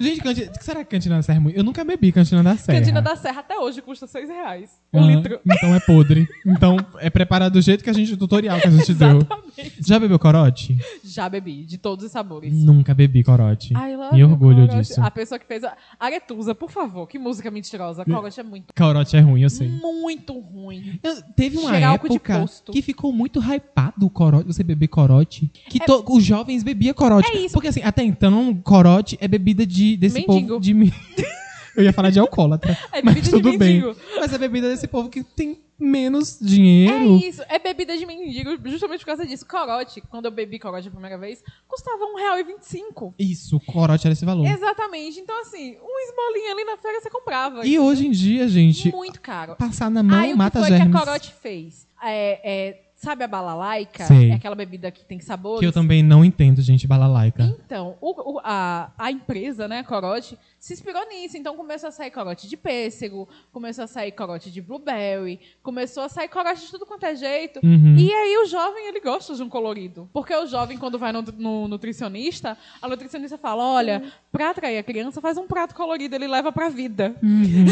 Speaker 1: Gente, canti- será que Cantina da Serra é muito... Eu nunca bebi Cantina da Serra.
Speaker 2: Cantina da serra até hoje custa 6 reais. Um
Speaker 1: Ah,
Speaker 2: litro.
Speaker 1: Então é podre. Então é preparado do jeito que a gente... O tutorial que a gente deu.
Speaker 2: <laughs> Exatamente.
Speaker 1: Já bebeu corote?
Speaker 2: Já bebi, de todos os sabores.
Speaker 1: Nunca bebi corote.
Speaker 2: Ai, lá
Speaker 1: Me
Speaker 2: no
Speaker 1: orgulho
Speaker 2: Corote.
Speaker 1: disso.
Speaker 2: A pessoa que fez a. Aretusa, por favor, que música mentirosa. Corote é muito,
Speaker 1: Corote é ruim, eu sei.
Speaker 2: muito ruim.
Speaker 1: Eu- Teve uma
Speaker 2: Cheirar álcool de
Speaker 1: época
Speaker 2: posto.
Speaker 1: que ficou muito hypado o corote, você beber corote. Que to- os jovens bebiam corote.
Speaker 2: É isso.
Speaker 1: Porque assim, até então, corote é bebida de, desse
Speaker 2: Mendigo.
Speaker 1: povo de. mi- <laughs> Eu ia falar de alcoólatra.
Speaker 2: É
Speaker 1: mas
Speaker 2: bebida
Speaker 1: tudo
Speaker 2: de
Speaker 1: bem.
Speaker 2: mendigo.
Speaker 1: Mas é bebida desse povo que tem menos
Speaker 2: É
Speaker 1: dinheiro.
Speaker 2: isso, é bebida de mendigo, justamente por causa disso. Corote, quando eu bebi corote a primeira vez, custava R$1,25.
Speaker 1: isso, corote era esse valor.
Speaker 2: Exatamente. Então, assim, um esmolinho ali na feira você comprava.
Speaker 1: E hoje em dia, gente,
Speaker 2: Muito caro.
Speaker 1: passar na mão
Speaker 2: Aí né? o
Speaker 1: mata
Speaker 2: que foi
Speaker 1: germes.
Speaker 2: que a Corote fez? É, é, sabe a balalaica?
Speaker 1: Sei.
Speaker 2: É aquela bebida que tem sabores.
Speaker 1: Que eu também não entendo, gente, balalaica.
Speaker 2: Então, o- o- a, a empresa, né, Corote, se inspirou nisso. Então começou a sair corote de pêssego, começou a sair corote de blueberry, começou a sair corote de tudo quanto é jeito.
Speaker 1: Uhum.
Speaker 2: E aí o jovem, ele gosta de um colorido. Porque o jovem, quando vai no, no nutricionista, a nutricionista fala, olha, pra atrair a criança, faz um prato colorido, ele leva pra vida.
Speaker 1: Uhum.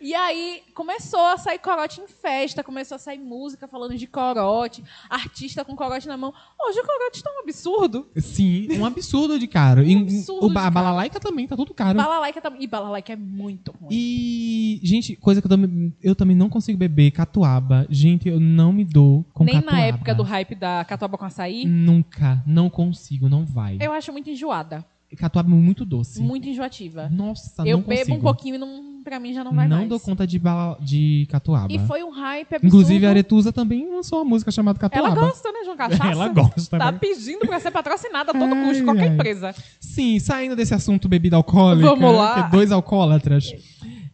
Speaker 2: e aí começou a sair corote em festa, começou a sair música falando de corote, artista com corote na mão. Hoje o corote tá um absurdo.
Speaker 1: Sim, um absurdo de caro. E
Speaker 2: Um absurdo
Speaker 1: o-
Speaker 2: de
Speaker 1: a
Speaker 2: caro.
Speaker 1: balalaica também tá tudo caro.
Speaker 2: Balalaica também. E balalaica é muito ruim.
Speaker 1: E, gente, coisa que eu também, eu também não consigo beber, catuaba. Gente, eu não me dou com
Speaker 2: Nem
Speaker 1: catuaba. Hum.
Speaker 2: na época do hype da catuaba com açaí,
Speaker 1: Nunca, não consigo, não vai.
Speaker 2: eu acho muito enjoada.
Speaker 1: Catuaba é muito doce.
Speaker 2: Muito enjoativa.
Speaker 1: Nossa,
Speaker 2: eu
Speaker 1: Tá, não
Speaker 2: bebo
Speaker 1: consigo.
Speaker 2: um pouquinho e não, pra mim já não vai
Speaker 1: Não
Speaker 2: mais.
Speaker 1: dou conta de, bala, de catuaba.
Speaker 2: E foi um hype absurdo.
Speaker 1: Inclusive, a Aretusa também lançou uma música chamada
Speaker 2: Ela
Speaker 1: Catuaba.
Speaker 2: gosta, né, João Cachaça?
Speaker 1: <laughs> Ela gosta,
Speaker 2: Tá
Speaker 1: né?
Speaker 2: pedindo pra ser patrocinada a todo
Speaker 1: Ai,
Speaker 2: custo, qualquer
Speaker 1: ai.
Speaker 2: empresa.
Speaker 1: Sim, saindo desse assunto bebida alcoólica,
Speaker 2: Vamos lá.
Speaker 1: que é dois alcoólatras.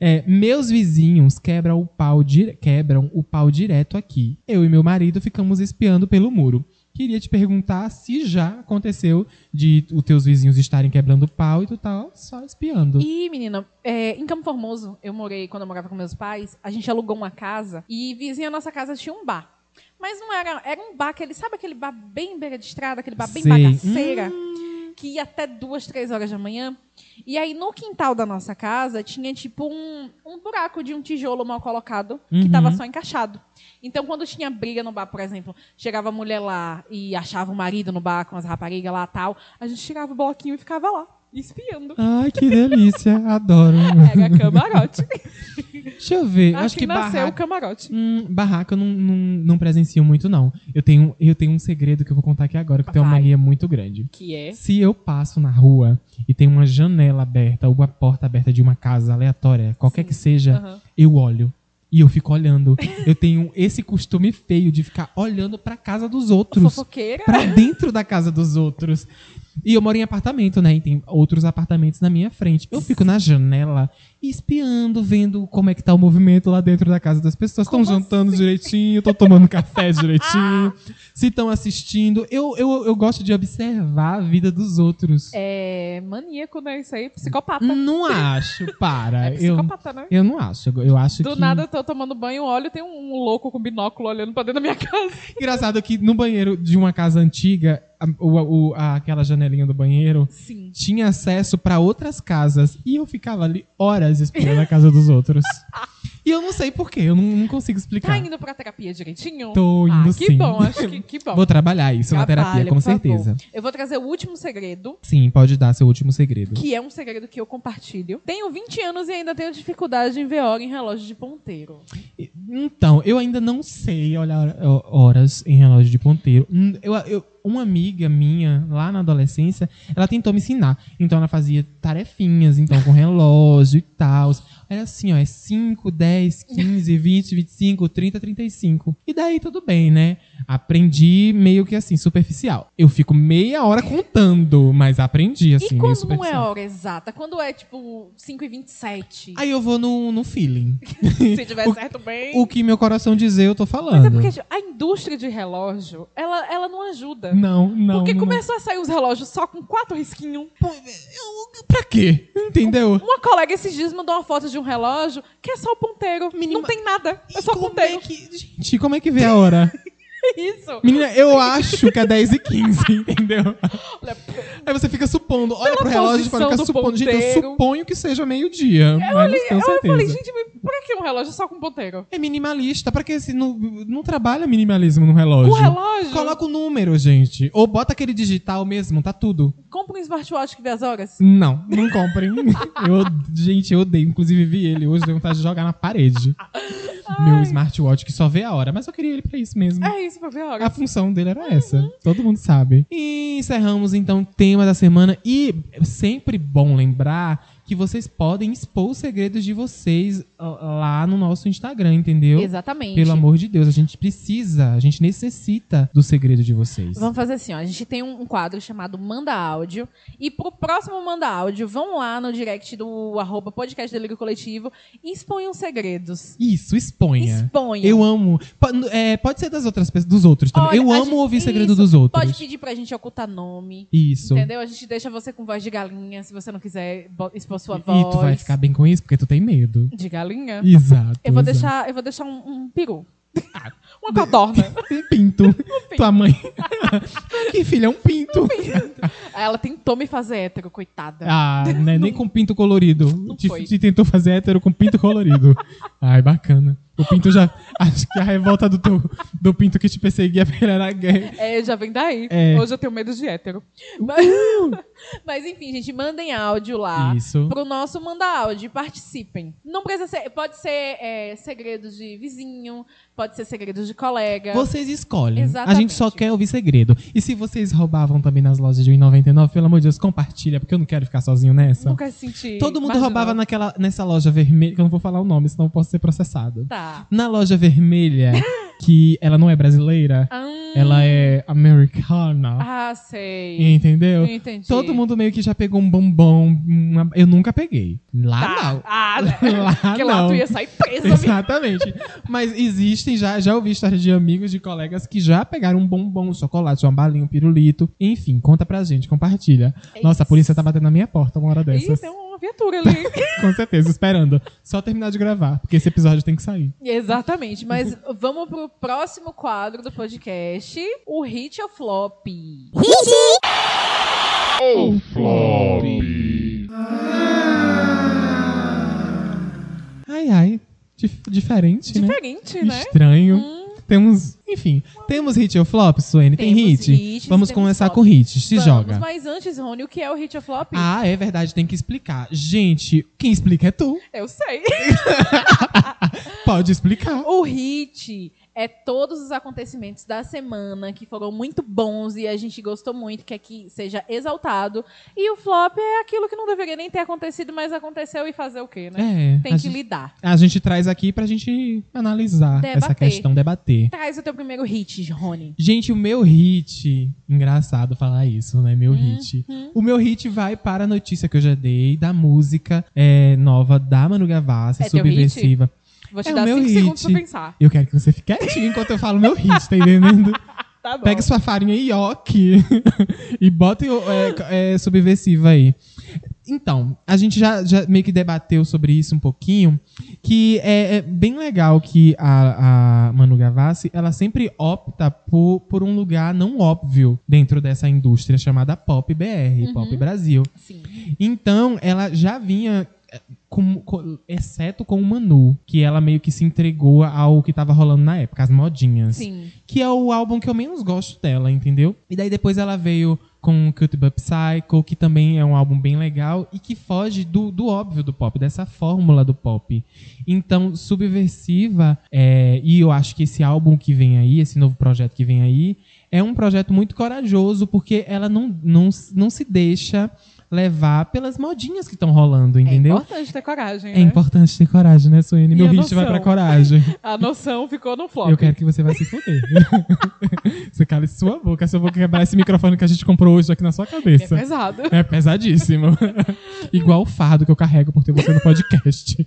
Speaker 1: É, meus vizinhos quebram o pau dire- quebram o pau direto aqui. Eu e meu marido ficamos espiando pelo muro. Queria te perguntar se já aconteceu de os teus vizinhos estarem quebrando pau e tu tá só espiando.
Speaker 2: E, menina, é, em Campo Formoso, eu morei, quando eu morava com meus pais, a gente alugou uma casa e vizinha nossa casa tinha um bar. Mas não era, era um bar, aquele, sabe aquele bar bem beira de estrada, aquele bar bem
Speaker 1: Sei.
Speaker 2: bagaceira, que ia até duas, três horas da manhã. E aí no quintal da nossa casa tinha tipo um, um buraco de um tijolo mal colocado que
Speaker 1: Uhum.
Speaker 2: estava só encaixado. Então quando tinha briga no bar, por exemplo, chegava a mulher lá e achava o marido no bar com as raparigas lá tal, a gente tirava o bloquinho e ficava lá, espiando.
Speaker 1: Ai, que
Speaker 2: <laughs>
Speaker 1: delícia. Adoro.
Speaker 2: Era <laughs> camarote.
Speaker 1: Deixa eu ver.
Speaker 2: Acho
Speaker 1: acho que
Speaker 2: nasceu
Speaker 1: barraca...
Speaker 2: o camarote.
Speaker 1: Hum, barraca eu não, não, não presencio muito, não. Eu tenho, eu tenho um segredo que eu vou contar aqui agora, que eu tenho uma
Speaker 2: Vai.
Speaker 1: mania muito grande.
Speaker 2: Que é.
Speaker 1: Se eu passo na rua e tem uma janela aberta ou uma porta aberta de uma casa aleatória, qualquer
Speaker 2: Sim.
Speaker 1: que seja,
Speaker 2: aham.
Speaker 1: eu olho. E eu fico olhando. Eu tenho esse costume feio de ficar olhando pra casa dos outros.
Speaker 2: Fofoqueira.
Speaker 1: Pra dentro da casa dos outros. E eu moro em apartamento, né? E tem outros apartamentos na minha frente. Eu fico na janela espiando, vendo como é que tá o movimento lá dentro da casa das pessoas. Estão
Speaker 2: Como assim?
Speaker 1: jantando direitinho, estão tomando café
Speaker 2: <laughs>
Speaker 1: direitinho, se estão assistindo. Eu, eu, eu gosto de observar a vida dos outros.
Speaker 2: É maníaco, né? Isso aí, psicopata.
Speaker 1: Não acho, para.
Speaker 2: <laughs> É
Speaker 1: Ah, eu,
Speaker 2: psicopata, né?
Speaker 1: eu não acho. Eu- Eu acho
Speaker 2: Do
Speaker 1: que.
Speaker 2: nada eu tô tomando banho, olho, tem um louco com binóculo olhando pra dentro da minha <laughs> casa.
Speaker 1: Engraçado que no banheiro de uma casa antiga, a- o- o- a- aquela janelinha do banheiro
Speaker 2: Sim.
Speaker 1: tinha acesso pra outras casas e eu ficava ali horas espiando a casa dos
Speaker 2: <laughs>
Speaker 1: outros. E eu não sei porquê, eu não, não consigo
Speaker 2: Tá
Speaker 1: explicar.
Speaker 2: indo pra terapia direitinho?
Speaker 1: Tô indo
Speaker 2: ah, que
Speaker 1: sim.
Speaker 2: bom, acho que, que
Speaker 1: <laughs>
Speaker 2: bom.
Speaker 1: Vou trabalhar isso na
Speaker 2: Trabalha,
Speaker 1: terapia, com
Speaker 2: por favor.
Speaker 1: certeza.
Speaker 2: Eu vou trazer o último segredo,
Speaker 1: Sim, pode dar seu último segredo.
Speaker 2: que é um segredo que eu compartilho. Tenho 20 anos e ainda tenho dificuldade em ver hora em relógio de ponteiro.
Speaker 1: Então, eu ainda não sei olhar ho- horas em relógio de ponteiro. Hum, Eu, eu- uma amiga minha, lá na adolescência, ela tentou me ensinar. Então, ela fazia tarefinhas, então, com relógio e tal. Era assim, ó, é 5, 10,
Speaker 2: <laughs>
Speaker 1: 15, 20, 25, 30, 35. E daí tudo bem, né? Aprendi meio que assim, superficial. Eu fico meia hora contando, mas aprendi assim,
Speaker 2: e
Speaker 1: meio
Speaker 2: quando não é
Speaker 1: superficial.
Speaker 2: hora exata? Quando é tipo 5h27?
Speaker 1: Aí eu vou no, no feeling.
Speaker 2: Se tiver
Speaker 1: o-
Speaker 2: certo bem.
Speaker 1: O que meu coração dizer, eu tô falando.
Speaker 2: Mas é porque tipo, a indústria de relógio, ela, ela não ajuda.
Speaker 1: Não, não.
Speaker 2: porque
Speaker 1: não, não.
Speaker 2: começou a sair os relógios só com quatro risquinhos.
Speaker 1: Pra quê? Entendeu?
Speaker 2: Uma colega esses dias mandou uma foto de um relógio que é só o ponteiro.
Speaker 1: Menina,
Speaker 2: não tem nada. É só o
Speaker 1: como é
Speaker 2: ponteiro.
Speaker 1: que... Gente, como é que vê a hora?
Speaker 2: Que <laughs> isso?
Speaker 1: Menina, eu acho que é 10 e
Speaker 2: <laughs>
Speaker 1: 15, entendeu?
Speaker 2: Olha,
Speaker 1: Aí você fica supondo, olha pro relógio e fala,
Speaker 2: posição
Speaker 1: fica
Speaker 2: do
Speaker 1: supondo. Gente, eu
Speaker 2: ponteiro.
Speaker 1: suponho que seja meio-dia, mas não tenho
Speaker 2: eu
Speaker 1: certeza.
Speaker 2: falei, gente, mas por que um relógio só com ponteiro?
Speaker 1: é minimalista, pra que se não, não trabalha minimalismo no relógio?
Speaker 2: O relógio?
Speaker 1: Coloca o número, gente. Ou bota aquele digital mesmo, tá tudo.
Speaker 2: Compra um smartwatch que vê as horas.
Speaker 1: Não, não
Speaker 2: <laughs>
Speaker 1: comprem. Eu- gente, eu odeio. Inclusive, vi ele hoje, deu vontade de jogar na parede. Meu smartwatch que só vê a hora, mas eu queria ele pra isso mesmo.
Speaker 2: Ah, É isso pra ver a hora.
Speaker 1: A função dele era essa. Todo mundo sabe. Uhum. E encerramos então o tema da semana. E é sempre bom lembrar que vocês podem expor os segredos de vocês ó, lá no nosso Instagram, entendeu?
Speaker 2: Exatamente.
Speaker 1: Pelo amor de Deus, a gente precisa, a gente necessita do segredo de vocês.
Speaker 2: Vamos fazer assim, ó. A gente tem um um quadro chamado Manda Áudio. E pro próximo Manda Áudio, vão lá no direct do arroba podcast Delírio Coletivo e exponham segredos.
Speaker 1: Isso, exponha.
Speaker 2: Exponham.
Speaker 1: Eu amo. Po- é, pode ser das outras pessoas, dos outros também.
Speaker 2: Olha,
Speaker 1: eu
Speaker 2: a
Speaker 1: amo
Speaker 2: gente-
Speaker 1: ouvir segredo
Speaker 2: isso,
Speaker 1: dos outros.
Speaker 2: Pode pedir pra gente ocultar nome.
Speaker 1: Isso.
Speaker 2: Entendeu? A gente deixa você com voz de galinha, se você não quiser bo- expor sua voz.
Speaker 1: E tu vai ficar bem com isso porque tu tem medo.
Speaker 2: De galinha?
Speaker 1: Exato.
Speaker 2: Eu vou
Speaker 1: exato.
Speaker 2: deixar, eu vou deixar um, um peru.
Speaker 1: Ah.
Speaker 2: <laughs> Uma codorna. <laughs>
Speaker 1: <laughs> um pinto. Tua mãe. que filha, é um pinto.
Speaker 2: Ela tentou me fazer hétero, coitada.
Speaker 1: Ah, né, nem com pinto colorido. te,
Speaker 2: foi.
Speaker 1: te tentou fazer hétero com pinto colorido. Ai, bacana. O pinto já. <laughs> Acho que a revolta do, teu, do pinto que te perseguia era a guerra.
Speaker 2: É, já vem daí.
Speaker 1: É. Uh!
Speaker 2: Hoje eu tenho medo de hétero. Mas, mas, <laughs> enfim, gente, mandem áudio lá.
Speaker 1: Isso.
Speaker 2: Pro nosso manda áudio, e participem. Não precisa ser. Pode ser é, segredos de vizinho, pode ser segredos de colega.
Speaker 1: Vocês escolhem.
Speaker 2: Exatamente.
Speaker 1: A gente só quer ouvir segredo. E se vocês roubavam também nas lojas de 1,99, pelo amor de Deus, compartilha, porque eu não quero ficar sozinho nessa.
Speaker 2: Nunca se sentir.
Speaker 1: Todo mundo
Speaker 2: marginal.
Speaker 1: roubava naquela, nessa loja vermelha, que eu não vou falar o nome, senão eu posso ser processado.
Speaker 2: Tá.
Speaker 1: Na loja vermelha que ela não é brasileira,
Speaker 2: Hum,
Speaker 1: ela é americana.
Speaker 2: Ah, sei.
Speaker 1: Entendeu?
Speaker 2: Não entendi.
Speaker 1: Então, Todo mundo meio que já pegou um bombom. uma- Eu nunca peguei.
Speaker 2: Tá. <laughs>
Speaker 1: Lá
Speaker 2: Ah, né?
Speaker 1: não. <laughs> Lá
Speaker 2: <laughs> Porque
Speaker 1: não.
Speaker 2: lá tu ia sair presa, amigo.
Speaker 1: Exatamente. Mas existem, já, já ouvi histórias de amigos, de colegas que já pegaram um bombom, um chocolate, uma balinha, um pirulito. Enfim, conta pra gente, compartilha. Nossa, a polícia tá batendo na minha porta uma hora
Speaker 2: É Ih,
Speaker 1: dessas.
Speaker 2: tem uma viatura ali.
Speaker 1: Com certeza, esperando. Só terminar de gravar, porque esse episódio tem que sair.
Speaker 2: Exatamente, mas vamos pro próximo quadro do podcast, o hit ou flop.
Speaker 1: Ai, ai. Dif- diferente, né?
Speaker 2: Diferente, né?
Speaker 1: Estranho.
Speaker 2: Hum.
Speaker 1: Temos, enfim, temos hit ou flop, Suene? Tem
Speaker 2: Temos
Speaker 1: hit?
Speaker 2: hits,
Speaker 1: Vamos
Speaker 2: temos
Speaker 1: começar
Speaker 2: flop.
Speaker 1: com hit, se
Speaker 2: Vamos,
Speaker 1: joga.
Speaker 2: Mas antes, Rony, o que é o hit ou flop?
Speaker 1: Ah, é verdade, tem que explicar. Gente, quem explica é tu.
Speaker 2: Eu sei.
Speaker 1: Pode explicar.
Speaker 2: O hit é todos os acontecimentos da semana que foram muito bons e a gente gostou muito, quer que seja exaltado. E o flop é aquilo que não deveria nem ter acontecido, mas aconteceu e fazer o quê, né?
Speaker 1: É,
Speaker 2: Tem
Speaker 1: a,
Speaker 2: que
Speaker 1: gente,
Speaker 2: lidar.
Speaker 1: a gente traz aqui pra gente analisar essa
Speaker 2: Debater.
Speaker 1: questão, debater.
Speaker 2: Traz o teu primeiro hit, Rony.
Speaker 1: Gente, o meu hit. Engraçado falar isso, né?
Speaker 2: Uhum.
Speaker 1: Meu hit. O meu hit vai para a notícia que eu já dei da música é, nova da Manu Gavassi,
Speaker 2: É teu
Speaker 1: subversiva.
Speaker 2: Vou te
Speaker 1: É o
Speaker 2: dar
Speaker 1: meu
Speaker 2: 5
Speaker 1: hit.
Speaker 2: segundos pra pensar.
Speaker 1: Eu quero que você fique quietinho enquanto eu falo meu hit, tá entendendo?
Speaker 2: Tá bom.
Speaker 1: Pega sua farinha e yoki <laughs> e bota é, é, subversiva aí. Então, a gente já, já meio que debateu sobre isso um pouquinho, que é, é bem legal que a, a Manu Gavassi, ela sempre opta por, por um lugar não óbvio dentro dessa indústria chamada Pop BR, Pop Brasil.
Speaker 2: Sim.
Speaker 1: Então, ela já vinha, eh, com- com- exceto com o Manu, que ela meio que se entregou ao que tava rolando na época, as modinhas
Speaker 2: Sim.
Speaker 1: que é o álbum que eu menos gosto dela, entendeu? E daí depois ela veio com Cute But Psycho, que também é um álbum bem legal e que foge do, do óbvio do pop, dessa fórmula do pop. Então, Subversiva, é, e eu acho que esse álbum que vem aí, esse novo projeto que vem aí, é um projeto muito corajoso, porque ela não, não, não se deixa levar pelas modinhas que estão rolando,
Speaker 2: É
Speaker 1: entendeu?
Speaker 2: importante ter coragem,
Speaker 1: É,
Speaker 2: né?
Speaker 1: importante ter coragem, né, Suene?
Speaker 2: E
Speaker 1: Meu
Speaker 2: a
Speaker 1: hit vai
Speaker 2: noção?
Speaker 1: pra coragem.
Speaker 2: A noção ficou no flop.
Speaker 1: Eu quero que você vai se fuder. <laughs> você cala sua boca. Se eu vou quebrar esse microfone que a gente comprou hoje aqui na sua
Speaker 2: É
Speaker 1: cabeça.
Speaker 2: pesado.
Speaker 1: É pesadíssimo. Igual o fardo que eu carrego por ter você no
Speaker 2: <laughs>
Speaker 1: podcast.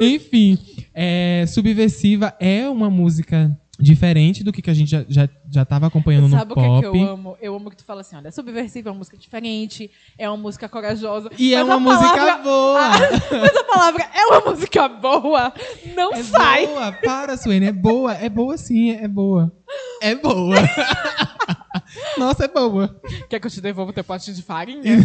Speaker 1: Enfim, é, Subversiva é uma música diferente do que, que a gente já, já, já tava acompanhando
Speaker 2: Sabe
Speaker 1: no
Speaker 2: o que, é
Speaker 1: pop.
Speaker 2: que eu amo? Eu amo que tu fala assim, olha, subversiva é uma música diferente, é uma música corajosa.
Speaker 1: E é
Speaker 2: mas a
Speaker 1: uma música
Speaker 2: palavra-
Speaker 1: boa.
Speaker 2: Ah, <laughs> mas a palavra é uma música boa, não
Speaker 1: é
Speaker 2: sai.
Speaker 1: boa, para, Suene. É boa, é boa sim, é boa. É boa. <laughs> Nossa, é boa.
Speaker 2: Quer que eu te devolva teu potinho
Speaker 1: <laughs>
Speaker 2: de farinha?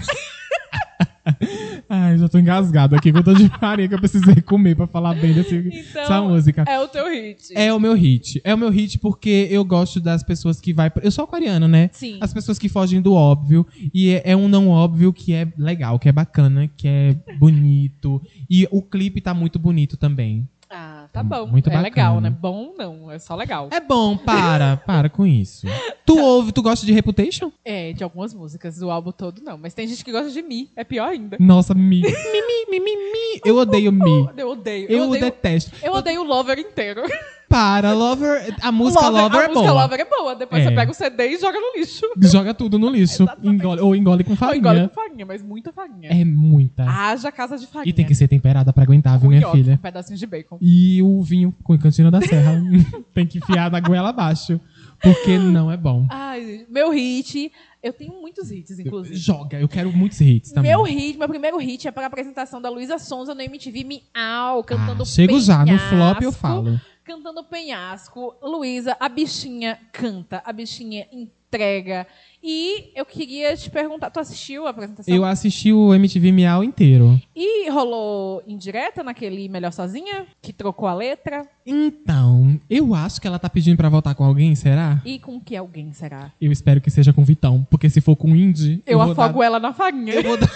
Speaker 1: Ai, já tô engasgado aqui, que eu tô de farinha que eu precisei comer pra falar bem desse,
Speaker 2: Então,
Speaker 1: dessa música.
Speaker 2: é o teu hit.
Speaker 1: É o meu hit. É o meu hit porque eu gosto das pessoas que vai... Eu sou aquariana, né?
Speaker 2: Sim.
Speaker 1: As pessoas que fogem do óbvio. E é, é um não óbvio que é legal, que é bacana, que é bonito. E o clipe tá muito bonito também.
Speaker 2: Ah, tá bom.
Speaker 1: Muito
Speaker 2: é
Speaker 1: bacana.
Speaker 2: legal, né? Bom não, é só legal.
Speaker 1: É bom, para, para com isso. Tu
Speaker 2: Tá.
Speaker 1: ouve, tu gosta de Reputation?
Speaker 2: É, de algumas músicas, do álbum todo não. Mas tem gente que gosta de Mi, é pior ainda.
Speaker 1: Nossa, mi. Mi, mi, mi, mi, mi. Eu odeio mi.
Speaker 2: Eu odeio, <laughs> eu,
Speaker 1: Eu,
Speaker 2: odeio,
Speaker 1: detesto.
Speaker 2: eu odeio o Lover inteiro.
Speaker 1: Para, Lover... A música Lover,
Speaker 2: a
Speaker 1: é
Speaker 2: música
Speaker 1: boa.
Speaker 2: Lover é boa, depois
Speaker 1: É.
Speaker 2: você pega o CD e joga no lixo.
Speaker 1: Joga tudo no lixo. Engole- ou engole com
Speaker 2: Ou
Speaker 1: farinha.
Speaker 2: engole com farinha, mas muita farinha.
Speaker 1: É muita.
Speaker 2: Haja casa de farinha.
Speaker 1: e tem que ser temperada pra aguentar, viu,
Speaker 2: Com
Speaker 1: minha
Speaker 2: nhoque,
Speaker 1: filha?
Speaker 2: com pedacinhos de bacon.
Speaker 1: E o vinho com cantina da serra. <laughs> tem que enfiar na goela abaixo. Porque não é bom.
Speaker 2: Ai, gente, meu hit. Eu tenho muitos hits, inclusive.
Speaker 1: Joga, eu quero muitos hits também. Ah,
Speaker 2: Meu hit, meu primeiro hit é para a apresentação da Luísa Sonza no MTV Miau, cantando
Speaker 1: Ah, chego já, no
Speaker 2: Penhasco.
Speaker 1: flop eu falo.
Speaker 2: Cantando penhasco. Luísa, a bichinha canta, a bichinha entrega. E eu queria te perguntar, tu assistiu a apresentação?
Speaker 1: Eu assisti o MTV Miau inteiro.
Speaker 2: E rolou indireta naquele Melhor Sozinha, que trocou a letra?
Speaker 1: Então, eu acho que ela tá pedindo pra voltar com alguém, será?
Speaker 2: E com que alguém será?
Speaker 1: Eu espero que seja com o Vitão, porque se for com o Indy,
Speaker 2: Eu,
Speaker 1: vou dar
Speaker 2: afogo ela na farinha.
Speaker 1: Eu vou dar.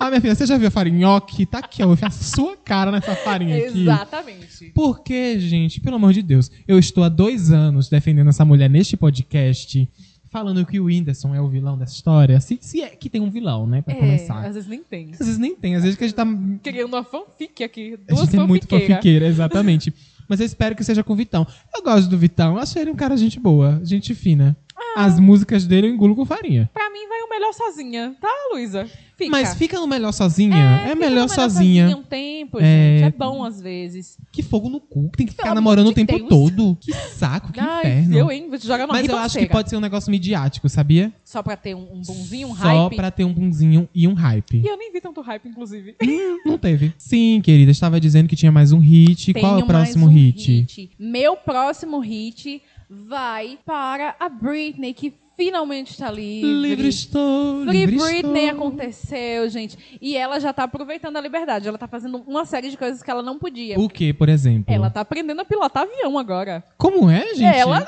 Speaker 1: Ah, minha filha, você já viu a farinhoque? Tá aqui, ó. Eu fiz a sua cara nessa farinha <laughs> aqui.
Speaker 2: Exatamente.
Speaker 1: Por que, gente? Pelo amor de Deus. Eu estou há dois anos defendendo essa mulher neste podcast, falando que o Whindersson é o vilão dessa história. Se, se é que tem um vilão, né? Pra começar.
Speaker 2: às vezes nem tem.
Speaker 1: Às vezes nem tem. Às vezes que a gente tá
Speaker 2: Criando uma fanfic aqui.
Speaker 1: a
Speaker 2: Duas
Speaker 1: gente é muito
Speaker 2: fanfiqueiras.
Speaker 1: fanfiqueira, exatamente. Mas eu espero que seja com o Vitão. Eu gosto do Vitão, acho ele um cara gente boa, gente fina. As músicas dele eu engulo com farinha.
Speaker 2: Pra mim vai o melhor sozinha, tá, Luísa? Fica. É,
Speaker 1: Mas fica no melhor sozinha. É,
Speaker 2: fica
Speaker 1: melhor
Speaker 2: no
Speaker 1: sozinha.
Speaker 2: um tempo,
Speaker 1: É.
Speaker 2: gente. É bom às vezes.
Speaker 1: Que fogo no cu, que tem que ficar
Speaker 2: Pelo
Speaker 1: namorando
Speaker 2: amor
Speaker 1: o
Speaker 2: de
Speaker 1: tempo
Speaker 2: Deus.
Speaker 1: todo. Que saco, que
Speaker 2: Ai,
Speaker 1: é um inferno.
Speaker 2: eu, hein? Vou te jogar uma
Speaker 1: Mas eu acho que pode ser um negócio midiático, sabia?
Speaker 2: Só pra ter um, um bonzinho, um
Speaker 1: Só
Speaker 2: hype.
Speaker 1: pra ter um bunzinho e um hype.
Speaker 2: E eu nem vi tanto hype, inclusive.
Speaker 1: Não teve. Sim, querida, estava dizendo que tinha mais um hit. Qual é o
Speaker 2: Tenho mais
Speaker 1: próximo
Speaker 2: um
Speaker 1: hit?
Speaker 2: Meu próximo hit vai para a Britney, que finalmente está livre.
Speaker 1: Livre estou,
Speaker 2: Free
Speaker 1: livre
Speaker 2: Britney
Speaker 1: estou.
Speaker 2: aconteceu, gente. E ela já tá aproveitando a liberdade. Ela tá fazendo uma série de coisas que ela não podia.
Speaker 1: O que, por exemplo?
Speaker 2: Ela tá aprendendo a pilotar avião agora.
Speaker 1: Como é, gente?
Speaker 2: Ela-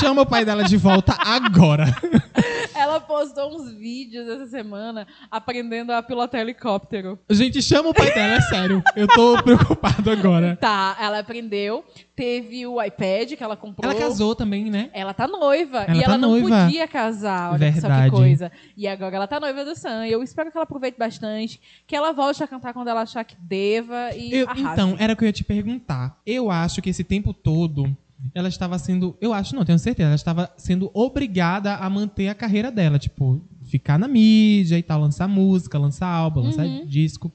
Speaker 1: Chama o pai dela de volta agora.
Speaker 2: Ela postou uns vídeos essa semana aprendendo a pilotar helicóptero.
Speaker 1: Gente, chama o pai dela, é sério. Eu tô preocupado agora.
Speaker 2: Tá, ela aprendeu. Teve o iPad que ela comprou.
Speaker 1: Ela casou também, né?
Speaker 2: Ela tá noiva.
Speaker 1: Ela
Speaker 2: e
Speaker 1: tá
Speaker 2: ela não
Speaker 1: noiva.
Speaker 2: podia casar. Olha só que
Speaker 1: Verdade.
Speaker 2: coisa. E agora ela tá noiva do Sam. Eu espero que ela aproveite bastante. Que ela volte a cantar quando ela achar que deva. E
Speaker 1: Eu-
Speaker 2: arrase.
Speaker 1: então, era o que eu ia te perguntar. Eu acho que esse tempo todo ela estava sendo. Eu acho, não, tenho certeza. Ela estava sendo obrigada a manter a carreira dela. Tipo, ficar na mídia e tal, lançar música, lançar álbum, lançar
Speaker 2: Uhum.
Speaker 1: disco.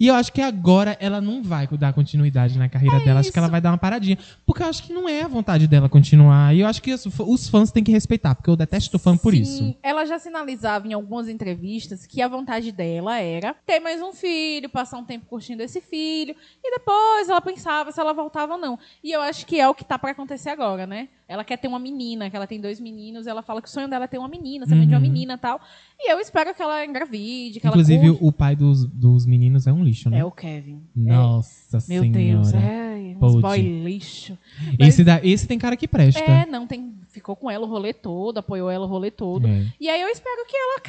Speaker 1: E eu acho que agora ela não vai dar continuidade na carreira
Speaker 2: É
Speaker 1: dela. Acho que ela vai dar uma paradinha. Porque eu acho que não é a vontade dela continuar. E eu acho que os, os fãs têm que respeitar, porque eu detesto fã por
Speaker 2: Sim,
Speaker 1: isso.
Speaker 2: Ela já sinalizava em algumas entrevistas que a vontade dela era ter mais um filho, passar um tempo curtindo esse filho, e depois ela pensava se ela voltava ou não. E eu acho que é o que tá pra acontecer agora, né? Ela quer ter uma menina, que ela tem dois meninos, ela fala que o sonho dela é ter uma menina, ser mãe de uma
Speaker 1: Uhum.
Speaker 2: menina e tal. E eu espero que ela engravide, que
Speaker 1: Inclusive,
Speaker 2: ela
Speaker 1: o pai dos, dos meninos é um lixo, né?
Speaker 2: É o Kevin.
Speaker 1: Nossa
Speaker 2: Meu
Speaker 1: Senhora.
Speaker 2: Deus, é um
Speaker 1: Pode.
Speaker 2: boy lixo. Mas-
Speaker 1: Esse, da, esse tem cara que presta.
Speaker 2: É, não, tem, ficou com ela o rolê todo, apoiou ela o rolê todo.
Speaker 1: É.
Speaker 2: E aí eu espero que ela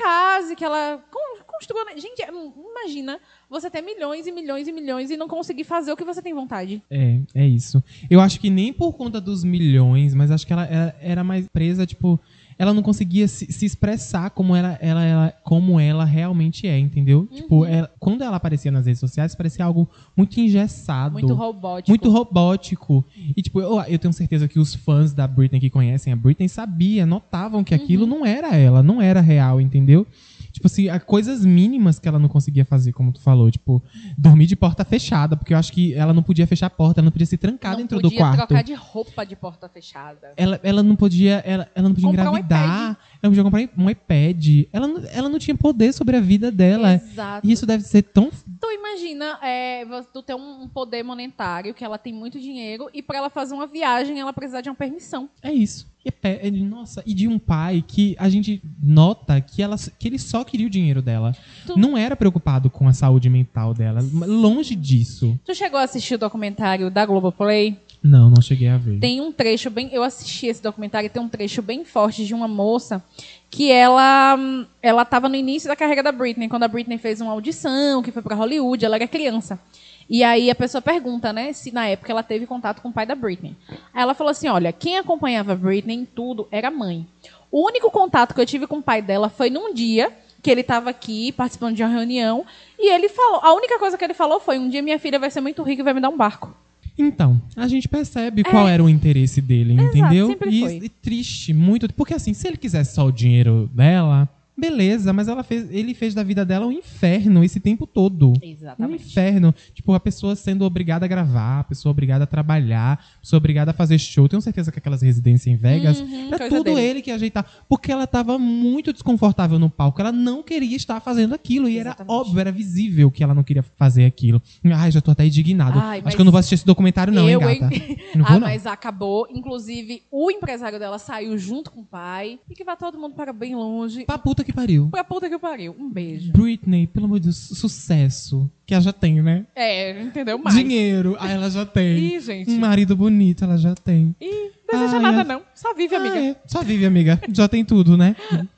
Speaker 2: case, que ela con- construa. Gente, é- imagina você ter milhões e milhões e milhões e não conseguir fazer o que você tem vontade.
Speaker 1: É, é isso. Eu acho que nem por conta dos milhões, mas acho que ela era, era mais presa, tipo, ela não conseguia se, se expressar como ela, ela, ela- como ela realmente é, entendeu?
Speaker 2: Uhum.
Speaker 1: Tipo, ela- quando ela aparecia nas redes sociais, parecia algo muito engessado.
Speaker 2: Muito robótico.
Speaker 1: Muito robótico. E, tipo, eu, eu tenho certeza que os fãs da Britney que conhecem a Britney sabia, notavam que aquilo
Speaker 2: Uhum.
Speaker 1: não era ela, não era real, entendeu? Tipo assim, há coisas mínimas que ela não conseguia fazer, como tu falou. Tipo, dormir de porta fechada, porque eu acho que ela não podia fechar a porta, ela não podia se trancar
Speaker 2: não
Speaker 1: dentro
Speaker 2: podia
Speaker 1: do quarto.
Speaker 2: trocar de roupa de porta fechada.
Speaker 1: Ela, ela não podia, ela, ela não podia
Speaker 2: Comprar um
Speaker 1: engravidar, ela não podia comprar um iPad. Ela, não- ela não tinha poder sobre a vida dela.
Speaker 2: Exato.
Speaker 1: E é isso deve ser tão.
Speaker 2: Então imagina é, vo- tu ter um um poder monetário, que ela tem muito dinheiro, e pra ela fazer uma viagem, ela precisar de uma permissão.
Speaker 1: É isso. E é pé- é de- nossa, e de um pai que a gente nota que, ela, que ele só queria o dinheiro dela.
Speaker 2: Tu-
Speaker 1: Não era preocupado com a saúde mental dela. Longe disso.
Speaker 2: Tu chegou a assistir o documentário da Globoplay?
Speaker 1: Não, não cheguei a ver.
Speaker 2: Tem um trecho bem. Eu assisti esse documentário e tem um trecho bem forte de uma moça que ela hum, ela estava no início da carreira da Britney, quando a Britney fez uma audição, que foi pra Hollywood, ela era criança. E aí a pessoa pergunta, né, se na época ela teve contato com o pai da Britney. Aí ela falou assim: olha, quem acompanhava a Britney em tudo era a mãe. O único contato que eu tive com o pai dela foi num dia que ele estava aqui participando de uma reunião e ele falou, a única coisa que ele falou foi: um dia minha filha vai ser muito rica e vai me dar um barco.
Speaker 1: Então, a gente percebe qual era o interesse dele, entendeu?
Speaker 2: É. sempre
Speaker 1: e,
Speaker 2: foi.
Speaker 1: e triste, muito. Porque assim, se ele quisesse só o dinheiro dela, beleza, mas ela fez, ele fez da vida dela um inferno esse tempo todo. Um
Speaker 2: Exatamente.
Speaker 1: inferno. Tipo, a pessoa sendo obrigada a gravar, a pessoa obrigada a trabalhar, a pessoa obrigada a fazer show. Tenho certeza que aquelas residências em Vegas
Speaker 2: Uhum,
Speaker 1: era
Speaker 2: coisa
Speaker 1: É tudo
Speaker 2: dele.
Speaker 1: ele que ia ajeitar. Porque ela tava muito desconfortável no palco. Ela não queria estar fazendo aquilo. E
Speaker 2: Exatamente.
Speaker 1: era óbvio, era visível que ela não queria fazer aquilo. Ai, já tô até indignado.
Speaker 2: Ai, mas
Speaker 1: Acho que eu não vou assistir esse documentário, não,
Speaker 2: eu,
Speaker 1: hein, gata?
Speaker 2: hein?
Speaker 1: Não
Speaker 2: ah,
Speaker 1: vou, não.
Speaker 2: mas acabou. Inclusive, o empresário dela saiu junto com o pai. E que vai todo mundo para bem longe.
Speaker 1: Pra puta que pariu.
Speaker 2: Pra puta que pariu. Um beijo.
Speaker 1: Britney, pelo amor de Deus, sucesso. Que ela já tem, né?
Speaker 2: É, entendeu? Mais.
Speaker 1: Dinheiro, ah, ela já tem.
Speaker 2: Ih, gente.
Speaker 1: Um marido bonito, ela já tem.
Speaker 2: Ih, não deseja
Speaker 1: Ai,
Speaker 2: nada,
Speaker 1: eu-
Speaker 2: não. Só vive,
Speaker 1: Ah,
Speaker 2: amiga.
Speaker 1: é. Só vive, amiga. Já tem tudo, né?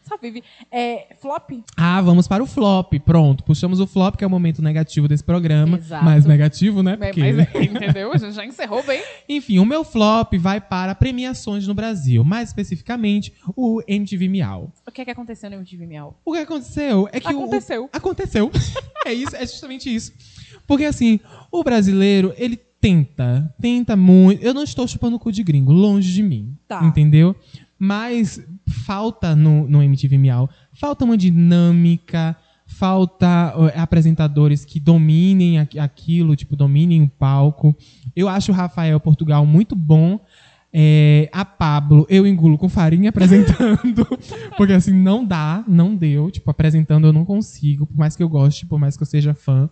Speaker 2: Só vive. É, flop?
Speaker 1: Ah, vamos para o flop. Pronto, puxamos o flop, que é o momento negativo desse programa.
Speaker 2: Exato.
Speaker 1: Mais negativo, né?
Speaker 2: É, Mas,
Speaker 1: Porque...
Speaker 2: entendeu? A gente já encerrou bem.
Speaker 1: Enfim, o meu flop vai para premiações no Brasil. Mais especificamente, o MTV Miau.
Speaker 2: O que é que aconteceu no MTV Miau?
Speaker 1: O que aconteceu é que o-
Speaker 2: Aconteceu.
Speaker 1: <laughs> Aconteceu. é isso, é justamente isso. Porque assim, o brasileiro, ele tenta, tenta muito. Eu não estou chupando o cu de gringo, longe de mim.
Speaker 2: Tá.
Speaker 1: Entendeu? Mas falta no, no MTV Miau, falta uma dinâmica, falta ó, apresentadores que dominem aqu- aquilo, tipo, dominem o palco. Eu acho o Rafael Portugal muito bom. É, a Pablo, eu engulo com farinha apresentando, porque assim, não dá, não deu. Tipo, apresentando eu não consigo, por mais que eu goste, por mais que eu seja fã.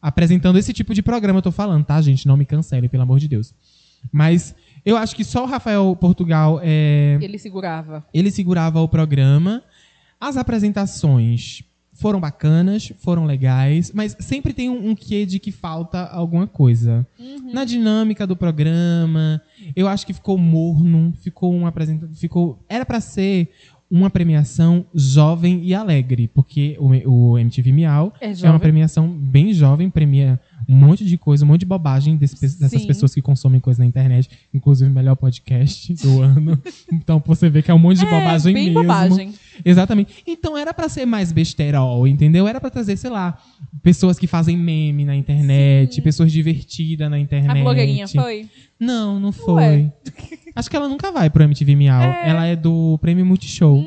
Speaker 1: Apresentando esse tipo de programa, eu tô falando, tá, gente? Não me cancelem, pelo amor de Deus. Mas eu acho que só o Rafael Portugal é,
Speaker 2: Ele segurava.
Speaker 1: ele segurava o programa. As apresentações foram bacanas, foram legais, mas sempre tem um, um quê de que falta alguma coisa. Na dinâmica do programa, eu acho que ficou morno, ficou um apresenta, ficou era pra ser uma premiação jovem e alegre, porque o, o MTV Miau
Speaker 2: É
Speaker 1: é uma
Speaker 2: jovem.
Speaker 1: premiação bem jovem, premia um monte de coisa, um monte de bobagem desse- dessas
Speaker 2: Sim.
Speaker 1: pessoas que consomem coisa na internet, inclusive o melhor podcast do <laughs> ano. Então você vê que é um monte de bobagem
Speaker 2: bem
Speaker 1: mesmo.
Speaker 2: bobagem.
Speaker 1: Exatamente. Então era pra ser mais besterol, entendeu? Era pra trazer, sei lá, pessoas que fazem meme na internet, pessoas divertidas na internet.
Speaker 2: A blogueirinha foi?
Speaker 1: Não, não foi. Acho que ela nunca vai pro MTV Miau. Ela é do Prêmio Multishow.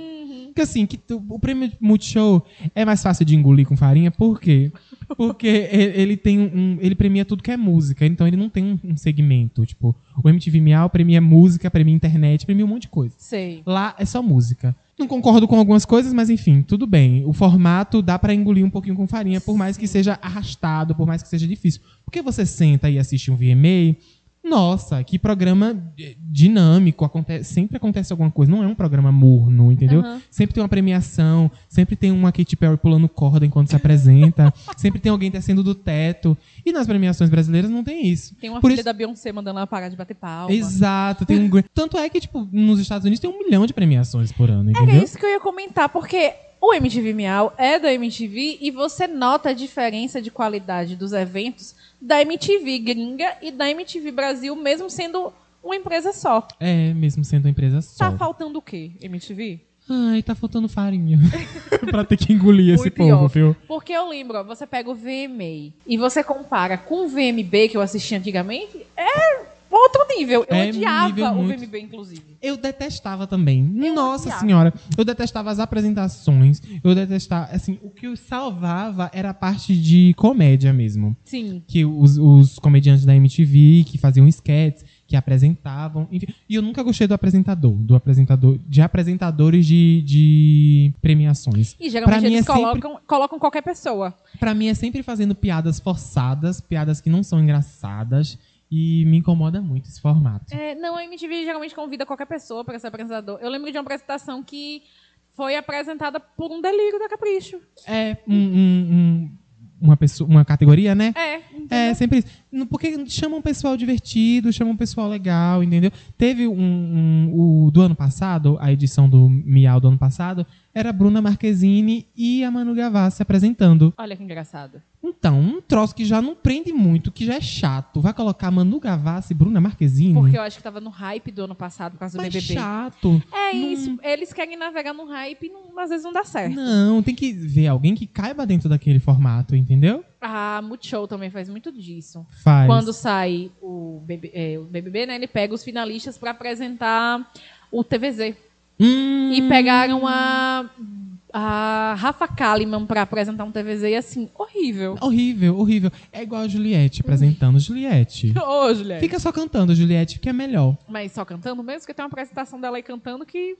Speaker 1: Porque assim, que tu- o Prêmio Multishow é mais fácil de engolir com farinha, por quê? Porque <laughs> e- ele tem um- um. Ele premia tudo que é música, então ele não tem um, um segmento. Tipo, o MTV Miau premia música, premia internet, premia um monte de coisa.
Speaker 2: Sei.
Speaker 1: Lá é só música. Não concordo com algumas coisas, mas enfim, tudo bem. O formato dá pra engolir um pouquinho com farinha, por mais que seja arrastado, por mais que seja difícil. Porque você senta e assiste um VMA, nossa, que programa eh, dinâmico, acontece, sempre acontece alguma coisa. Não é um programa morno, entendeu?
Speaker 2: Aham.
Speaker 1: Sempre tem uma premiação, sempre tem uma Katy Perry pulando corda enquanto se <laughs> apresenta, sempre tem alguém descendo do teto. E nas premiações brasileiras não tem isso.
Speaker 2: Tem uma
Speaker 1: Por
Speaker 2: filha
Speaker 1: isso-
Speaker 2: da Beyoncé mandando ela parar de bater palma.
Speaker 1: Exato, tem um gran- Tanto é que, tipo, nos Estados Unidos tem um milhão de premiações por ano,
Speaker 2: Era
Speaker 1: entendeu?
Speaker 2: isso que eu ia comentar, porque o MTV Miau é da MTV e você nota a diferença de qualidade dos eventos da MTV gringa e da MTV Brasil, mesmo sendo uma empresa só.
Speaker 1: É, mesmo sendo uma empresa só.
Speaker 2: Tá faltando o quê, MTV?
Speaker 1: Ai, tá faltando <laughs> farinha. pra ter que engolir esse
Speaker 2: Muito
Speaker 1: povo,
Speaker 2: off.
Speaker 1: viu?
Speaker 2: Porque eu lembro, ó, você pega o VMA e você compara com o VMB que eu assisti antigamente, é outro nível. Eu
Speaker 1: É
Speaker 2: odiava
Speaker 1: nível
Speaker 2: o
Speaker 1: muito.
Speaker 2: VMB, inclusive.
Speaker 1: Eu detestava também.
Speaker 2: Eu
Speaker 1: Nossa
Speaker 2: odiava.
Speaker 1: senhora. Eu detestava as apresentações. Eu detestava. Assim, o que eu salvava era a parte de comédia mesmo.
Speaker 2: Sim.
Speaker 1: Que os, os comediantes da MTV, que faziam sketches, que apresentavam. Enfim. E eu nunca gostei do apresentador. Do apresentador. De apresentadores de, de premiações.
Speaker 2: E geralmente
Speaker 1: Pra mim
Speaker 2: eles
Speaker 1: é sempre-
Speaker 2: colocam, colocam qualquer pessoa.
Speaker 1: Pra mim é sempre fazendo piadas forçadas, piadas que não são engraçadas. E me incomoda muito esse formato.
Speaker 2: É, não, a MTV geralmente convida qualquer pessoa pra ser apresentador. Eu lembro de uma apresentação que foi apresentada por um delírio da Capricho.
Speaker 1: É um- um- um- uma, pessoa, uma categoria, né?
Speaker 2: É.
Speaker 1: É, sempre isso. No- Porque chama um pessoal divertido, chama um pessoal legal, entendeu? Teve um, um- o do ano passado, a edição do Miau do ano passado, era a Bruna Marquezine e a Manu Gavassi apresentando.
Speaker 2: Olha que engraçado.
Speaker 1: Então, um troço que já não prende muito, que já é chato. Vai colocar Manu Gavassi e Bruna Marquezine?
Speaker 2: Porque eu acho que tava no hype do ano passado por causa do
Speaker 1: Mas
Speaker 2: BBB.
Speaker 1: chato.
Speaker 2: É isso. Eles querem navegar no hype e não- às vezes não dá certo.
Speaker 1: Não, tem que ver alguém que caiba dentro daquele formato, entendeu?
Speaker 2: Ah, Multishow também faz muito disso.
Speaker 1: Faz.
Speaker 2: Quando sai o, BB é, o BBB, né? Ele pega os finalistas pra apresentar o TVZ.
Speaker 1: Hum,
Speaker 2: E pegaram a, a Rafa Kalimann pra apresentar um TVZ e assim, horrível.
Speaker 1: Horrível, horrível. É igual a Juliette apresentando Juliette.
Speaker 2: Ô, Juliette.
Speaker 1: Fica só cantando Juliette, que é melhor.
Speaker 2: Mas só cantando mesmo, porque tem uma apresentação dela aí cantando que.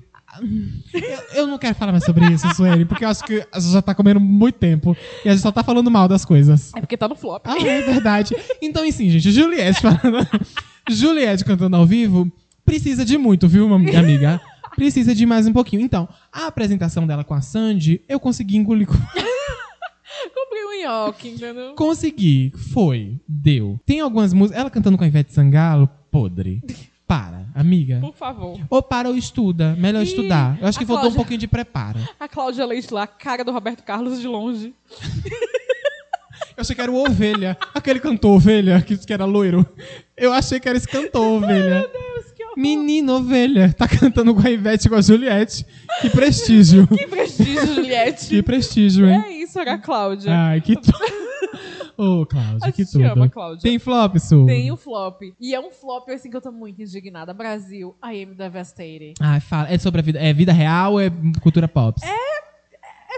Speaker 1: Eu, eu não quero falar mais sobre isso, <laughs> Sueli, porque eu acho que a gente já tá comendo muito tempo e a gente só tá falando mal das coisas.
Speaker 2: É porque tá no flop.
Speaker 1: Ah, é verdade. Então, assim, gente, Juliette falando. <laughs> Juliette cantando ao vivo precisa de muito, viu, mam- amiga? Precisa de mais um pouquinho. Então, a apresentação dela com a Sandy, eu consegui engolir. com-
Speaker 2: <laughs> Comprei um nhoque, entendeu?
Speaker 1: Consegui, foi, deu. Tem algumas músicas. Ela cantando com a Ivete Sangalo, podre. Para, amiga.
Speaker 2: Por favor.
Speaker 1: Ou para ou estuda. Melhor
Speaker 2: Ih,
Speaker 1: estudar. Eu acho que
Speaker 2: a
Speaker 1: faltou um
Speaker 2: Cláudia.
Speaker 1: pouquinho de preparo.
Speaker 2: A Cláudia Leite lá, a cara do Roberto Carlos de longe.
Speaker 1: Eu achei que era o Ovelha. <laughs> Aquele cantor Ovelha, que disse que era loiro. Eu achei que era esse cantor Ovelha.
Speaker 2: Deus, que horror.
Speaker 1: Menina Ovelha, tá cantando com a Ivete e com a Juliette. Que prestígio.
Speaker 2: <laughs> Que prestígio, Juliette.
Speaker 1: Que prestígio, hein?
Speaker 2: É isso, era a Cláudia.
Speaker 1: Ai, que to... <laughs> Ô, Cláudio, que
Speaker 2: gente ama,
Speaker 1: tudo.
Speaker 2: Cláudia.
Speaker 1: Tem flop, Su?
Speaker 2: Tem o flop. E é um flop, assim, que eu tô muito indignada. Brasil, I am devastated.
Speaker 1: Ai, fala. É sobre a vida. É vida real ou é cultura pop?
Speaker 2: É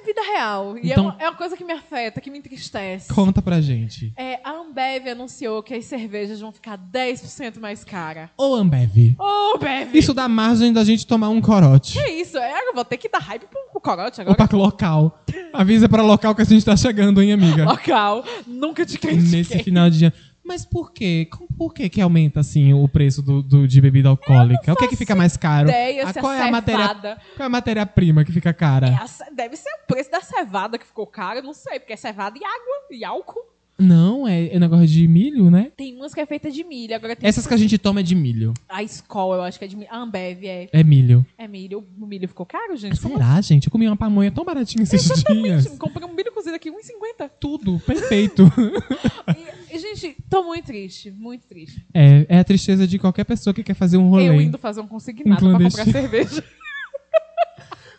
Speaker 2: vida real. E
Speaker 1: Então-
Speaker 2: é, uma, é uma coisa que me afeta, que me entristece.
Speaker 1: Conta pra gente.
Speaker 2: É, a Ambev anunciou que as cervejas vão ficar 10% mais cara.
Speaker 1: Ô, Ambev.
Speaker 2: Ô, Ambev!
Speaker 1: Isso dá margem da gente tomar um corote.
Speaker 2: Que isso? É, eu vou ter que dar hype pro, pro corote
Speaker 1: Ou
Speaker 2: agora.
Speaker 1: pra local. Avisa pra local que a gente tá chegando, hein, amiga?
Speaker 2: Local. Nunca te critiquei.
Speaker 1: Nesse final de dia. Mas por quê? Com- Por que que aumenta, assim, o preço do, do- de bebida alcoólica? O que é que fica mais caro?
Speaker 2: Ideia,
Speaker 1: Ah,
Speaker 2: se
Speaker 1: qual é a
Speaker 2: cevada.
Speaker 1: matéria- Qual é a matéria-prima que fica cara?
Speaker 2: É, a ce- Deve ser o preço da cevada que ficou caro, eu não sei, porque é cevada e água e álcool.
Speaker 1: Não, é, é negócio de milho, né?
Speaker 2: Tem umas que é feita de milho, agora tem
Speaker 1: Essas que a gente toma é de milho.
Speaker 2: a escola, eu acho que é de milho. A Ambev é,
Speaker 1: É milho.
Speaker 2: é milho. O milho ficou caro, gente? Como
Speaker 1: É, Será, gente? Eu comi uma pamonha tão baratinha esses dias.
Speaker 2: assim? Comprei um milho cozido aqui, 1,50.
Speaker 1: Tudo perfeito.
Speaker 2: E, e, gente, tô muito triste, muito triste.
Speaker 1: é, é a tristeza de qualquer pessoa que quer fazer um rolê.
Speaker 2: Eu indo fazer um consignado
Speaker 1: Um
Speaker 2: pra comprar
Speaker 1: clandestino.
Speaker 2: cerveja.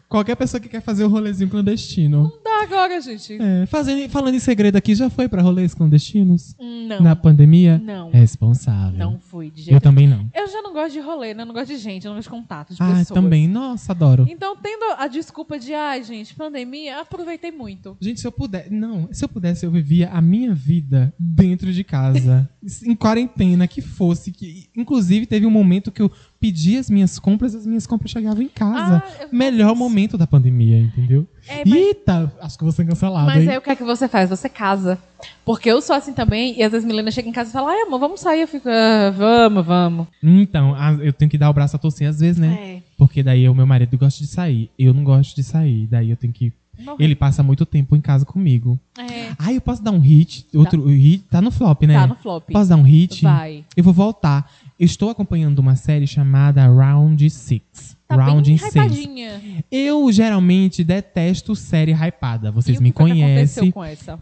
Speaker 1: Qualquer pessoa que quer fazer um rolezinho clandestino.
Speaker 2: Não dá agora, gente.
Speaker 1: É, fazendo, falando em segredo aqui, já foi pra rolês clandestinos?
Speaker 2: Hum, Não,
Speaker 1: Na pandemia?
Speaker 2: não,
Speaker 1: Responsável.
Speaker 2: não fui de jeito
Speaker 1: é. Eu também não.
Speaker 2: Eu já não gosto de rolê, né? Eu não gosto de gente, eu não gosto de contato, de
Speaker 1: Ah,
Speaker 2: pessoas.
Speaker 1: também. Nossa, adoro.
Speaker 2: Então, tendo a desculpa de, ai, gente, pandemia, aproveitei muito.
Speaker 1: Gente, se eu pudesse. Não, se eu pudesse, eu vivia a minha vida dentro de casa. <laughs> em quarentena, que fosse. que Inclusive, teve um momento que eu pedi as minhas compras as minhas compras chegavam em casa.
Speaker 2: Ah, eu-
Speaker 1: Melhor momento da pandemia, entendeu?
Speaker 2: É, mas,
Speaker 1: Eita, acho que eu vou ser cancelado,
Speaker 2: mas
Speaker 1: hein?
Speaker 2: aí o que é que você faz? Você casa. Porque eu sou assim também, e às vezes Milena chega em casa e fala, ai, amor, vamos sair. Eu fico, ah, vamos, vamos.
Speaker 1: Então, a- eu tenho que dar o braço a torcer às vezes, né?
Speaker 2: É.
Speaker 1: Porque daí o meu marido gosta de sair. Eu não gosto de sair. Daí eu tenho que.
Speaker 2: Não vai.
Speaker 1: Ele passa muito tempo em casa comigo.
Speaker 2: É.
Speaker 1: Ah, eu posso dar um hit? Outro hit? Tá no flop, né?
Speaker 2: Tá no flop.
Speaker 1: Posso dar um hit?
Speaker 2: Vai.
Speaker 1: Eu vou voltar. Eu estou acompanhando uma série chamada Round 6.
Speaker 2: Tá
Speaker 1: Round
Speaker 2: bem
Speaker 1: seis.
Speaker 2: hypadinha.
Speaker 1: Eu geralmente detesto série hypada.
Speaker 2: E
Speaker 1: Vocês
Speaker 2: o
Speaker 1: me
Speaker 2: que foi que aconteceu
Speaker 1: conhecem.
Speaker 2: com essa?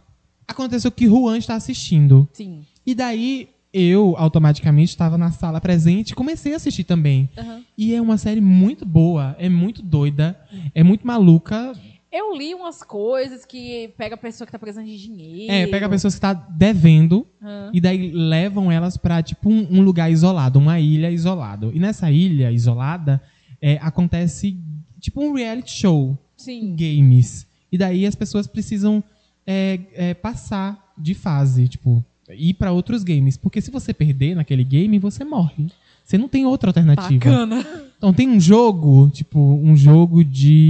Speaker 1: Aconteceu que Juan está assistindo.
Speaker 2: Sim.
Speaker 1: E daí eu automaticamente estava na sala presente e comecei a assistir também.
Speaker 2: Aham.
Speaker 1: E é uma série muito boa, é muito doida, é muito maluca.
Speaker 2: Eu li umas coisas que pega a pessoa que tá precisando de dinheiro.
Speaker 1: É, pega pessoas que tá devendo
Speaker 2: Aham.
Speaker 1: E daí levam elas pra, tipo, um, um lugar isolado, uma ilha isolada. E nessa ilha isolada é, acontece, tipo, um reality show,
Speaker 2: Sim.
Speaker 1: games. E daí as pessoas precisam é, é, passar de fase, tipo, ir pra outros games. Porque se você perder naquele game, você morre. Você não tem outra alternativa.
Speaker 2: Bacana.
Speaker 1: Então tem um jogo, tipo, um jogo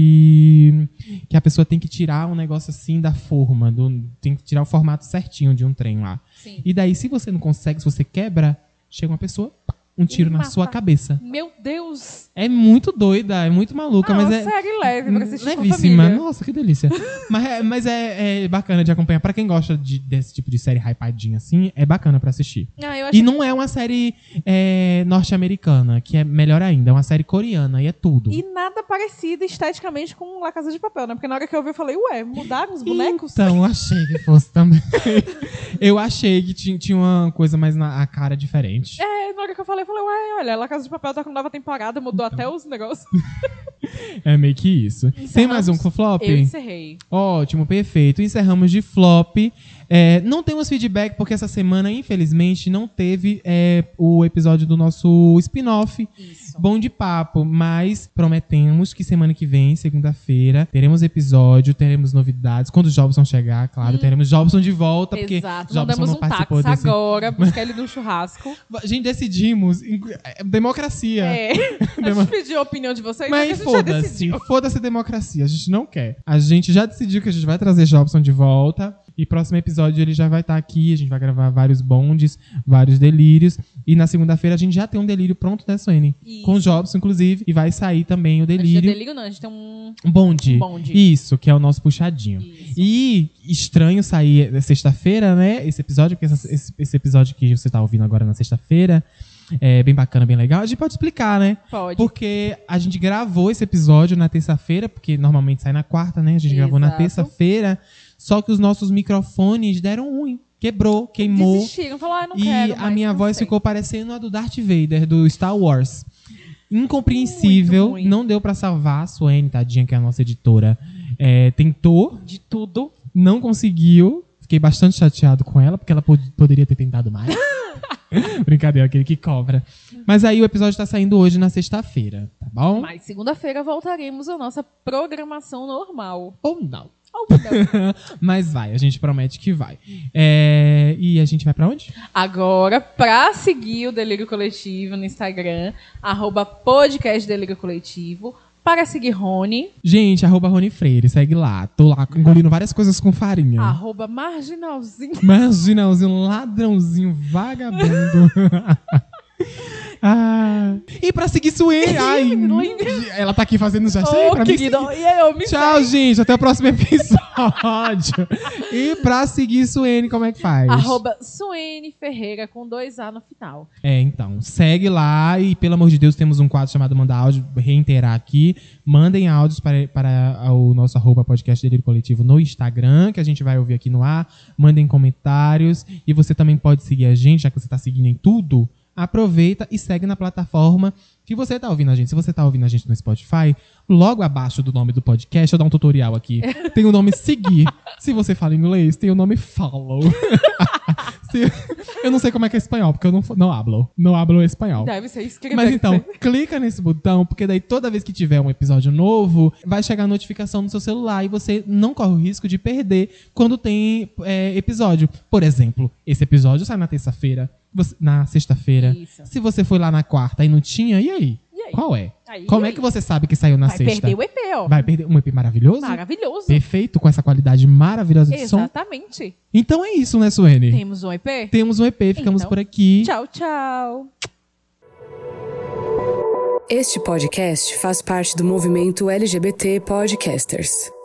Speaker 1: de. que a pessoa tem que tirar um negócio assim da forma, do- tem que tirar o formato certinho de um trem lá.
Speaker 2: Sim.
Speaker 1: E daí, se você não consegue, se você quebra, chega uma pessoa, pá, um tiro na
Speaker 2: mata.
Speaker 1: sua cabeça.
Speaker 2: Meu Deus!
Speaker 1: É muito doida, é muito maluca,
Speaker 2: Ah,
Speaker 1: mas
Speaker 2: uma
Speaker 1: é.
Speaker 2: série leve pra assistir com a
Speaker 1: Levíssima. né?
Speaker 2: família.
Speaker 1: Nossa, que delícia. <laughs> mas é, mas é- é bacana de acompanhar. Pra quem gosta de- desse tipo de série hypadinha assim, é bacana pra assistir.
Speaker 2: Ah, eu
Speaker 1: E
Speaker 2: achei
Speaker 1: não é uma série é, norte-americana, que é melhor ainda. É uma série coreana e é tudo.
Speaker 2: E nada parecido esteticamente com La Casa de Papel, né? Porque na hora que eu vi, eu falei, ué, mudaram os bonecos?
Speaker 1: Então, achei que fosse também. <laughs> eu achei que ti- tinha uma coisa mais na a cara diferente.
Speaker 2: É, na hora que eu falei, eu falei, ué, olha, La Casa de Papel tá com nova temporada, mudou
Speaker 1: Então.
Speaker 2: até os negócios.
Speaker 1: É, meio que isso. Tem mais um com flop?
Speaker 2: Então, Eu encerrei.
Speaker 1: Ótimo, perfeito. Encerramos de flop. É, não temos feedback porque essa semana, infelizmente, não teve é, o episódio do nosso spin-off.
Speaker 2: Isso.
Speaker 1: Bom de papo, mas prometemos que semana que vem, segunda-feira, teremos episódio, teremos novidades. Quando o Jobson chegar, claro, teremos Jobson de volta, porque
Speaker 2: Hum. Exato.
Speaker 1: Jobson
Speaker 2: Mandamos
Speaker 1: não
Speaker 2: um
Speaker 1: participou
Speaker 2: táxi
Speaker 1: desse- <laughs>
Speaker 2: agora, buscar ele no churrasco.
Speaker 1: a gente decidimos. inclu- é, Democracia. <laughs>
Speaker 2: É. A
Speaker 1: Demo-
Speaker 2: gente pediu a opinião de vocês, mas,
Speaker 1: Mas
Speaker 2: Então, a gente já
Speaker 1: foda-se,
Speaker 2: decidiu.
Speaker 1: foda-se a democracia, a gente não quer. A gente já decidiu que a gente vai trazer Jobson de volta. E próximo episódio ele já vai estar aqui, a gente vai gravar vários bondes, vários delírios. E na segunda-feira a gente já tem um delírio pronto, né, Suene?
Speaker 2: Isso.
Speaker 1: Com o Jobson, inclusive, e vai sair também o
Speaker 2: A gente não é
Speaker 1: delírio.
Speaker 2: delírio, não, a gente tem um
Speaker 1: Bonde.
Speaker 2: bonde.
Speaker 1: Isso, que é o nosso puxadinho.
Speaker 2: Isso.
Speaker 1: E estranho sair na sexta-feira, né? Esse episódio, porque essa- esse, esse episódio que você tá ouvindo agora na sexta-feira é bem bacana, bem legal. A gente pode explicar, né?
Speaker 2: Pode.
Speaker 1: Porque a gente gravou esse episódio na terça-feira, porque normalmente sai na quarta, né? A gente gravou na
Speaker 2: Exato.
Speaker 1: terça-feira, só que os nossos microfones deram ruim. Quebrou, queimou.
Speaker 2: Desistiram, falaram, ah, não
Speaker 1: e
Speaker 2: quero
Speaker 1: a
Speaker 2: mais,
Speaker 1: minha
Speaker 2: não
Speaker 1: voz
Speaker 2: sei.
Speaker 1: ficou parecendo a do Darth Vader, do Star Wars. Incompreensível,
Speaker 2: Muito ruim.
Speaker 1: não deu pra salvar a Suene, tadinha, que é a nossa editora. é, tentou,
Speaker 2: de tudo.
Speaker 1: não conseguiu. Fiquei bastante chateado com ela, porque ela pod- poderia ter tentado mais.
Speaker 2: <laughs>
Speaker 1: Brincadeira, aquele que cobra. Mas aí o episódio tá saindo hoje na sexta-feira, tá bom?
Speaker 2: Mas segunda-feira voltaremos à nossa programação normal.
Speaker 1: Ou não.
Speaker 2: Ou não.
Speaker 1: Mas vai, a gente promete que vai. É, E a gente vai pra onde?
Speaker 2: <laughs> Agora, pra seguir o Delírio Coletivo no Instagram, arroba podcast Delírio Coletivo, para seguir Rony,
Speaker 1: Gente, arroba Rony Freire, segue lá. Tô lá engolindo várias coisas com farinha.
Speaker 2: arroba marginalzinho.
Speaker 1: Marginalzinho, é um ladrãozinho, <laughs> vagabundo. Ah. E pra seguir Suê, <laughs> ai,
Speaker 2: Não lembro.
Speaker 1: ela tá aqui fazendo já sei,
Speaker 2: Ô,
Speaker 1: pra mim.
Speaker 2: querido, e aí, eu me
Speaker 1: Tchau, gente. Até o próximo episódio. <laughs> e pra seguir Suene, como é que faz?
Speaker 2: Arroba Suene Ferreira com dois A no final.
Speaker 1: É, então, segue lá e, pelo amor de Deus, temos um quadro chamado Mandar Áudio, reiterar aqui. Mandem áudios para, para o nosso arroba podcast Delírio Coletivo no Instagram, que a gente vai ouvir aqui no ar. Mandem comentários. E você também pode seguir a gente, já que você está seguindo em tudo. Aproveita e segue na plataforma que você está ouvindo a gente. Se você está ouvindo a gente no Spotify, logo abaixo do nome do podcast, eu dar um tutorial aqui. Tem o nome seguir. Se você fala inglês, tem o nome follow. <laughs> Se- eu não sei como é que é espanhol, porque eu não, não hablo. Não hablo espanhol.
Speaker 2: Deve ser escrito.
Speaker 1: Mas
Speaker 2: <laughs>
Speaker 1: então, clica nesse botão, porque daí toda vez que tiver um episódio novo, vai chegar a notificação no seu celular e você não corre o risco de perder quando tem é, episódio. Por exemplo, esse episódio sai na terça-feira, você- na sexta-feira.
Speaker 2: Isso.
Speaker 1: Se você foi lá na quarta e não tinha, e aí?
Speaker 2: E aí?
Speaker 1: Qual é?
Speaker 2: Aí,
Speaker 1: Como
Speaker 2: e
Speaker 1: é que
Speaker 2: aí?
Speaker 1: você sabe que saiu na
Speaker 2: Vai
Speaker 1: sexta?
Speaker 2: perder o EP, ó.
Speaker 1: Vai perder um EP maravilhoso?
Speaker 2: Maravilhoso.
Speaker 1: Perfeito, com essa qualidade maravilhosa de som.
Speaker 2: Exatamente.
Speaker 1: Então é isso, né, Suene?
Speaker 2: Temos um EP?
Speaker 1: Temos um EP, ficamos
Speaker 2: Então,
Speaker 1: por aqui.
Speaker 2: Tchau, tchau.
Speaker 6: Este podcast faz parte do movimento LGBT Podcasters.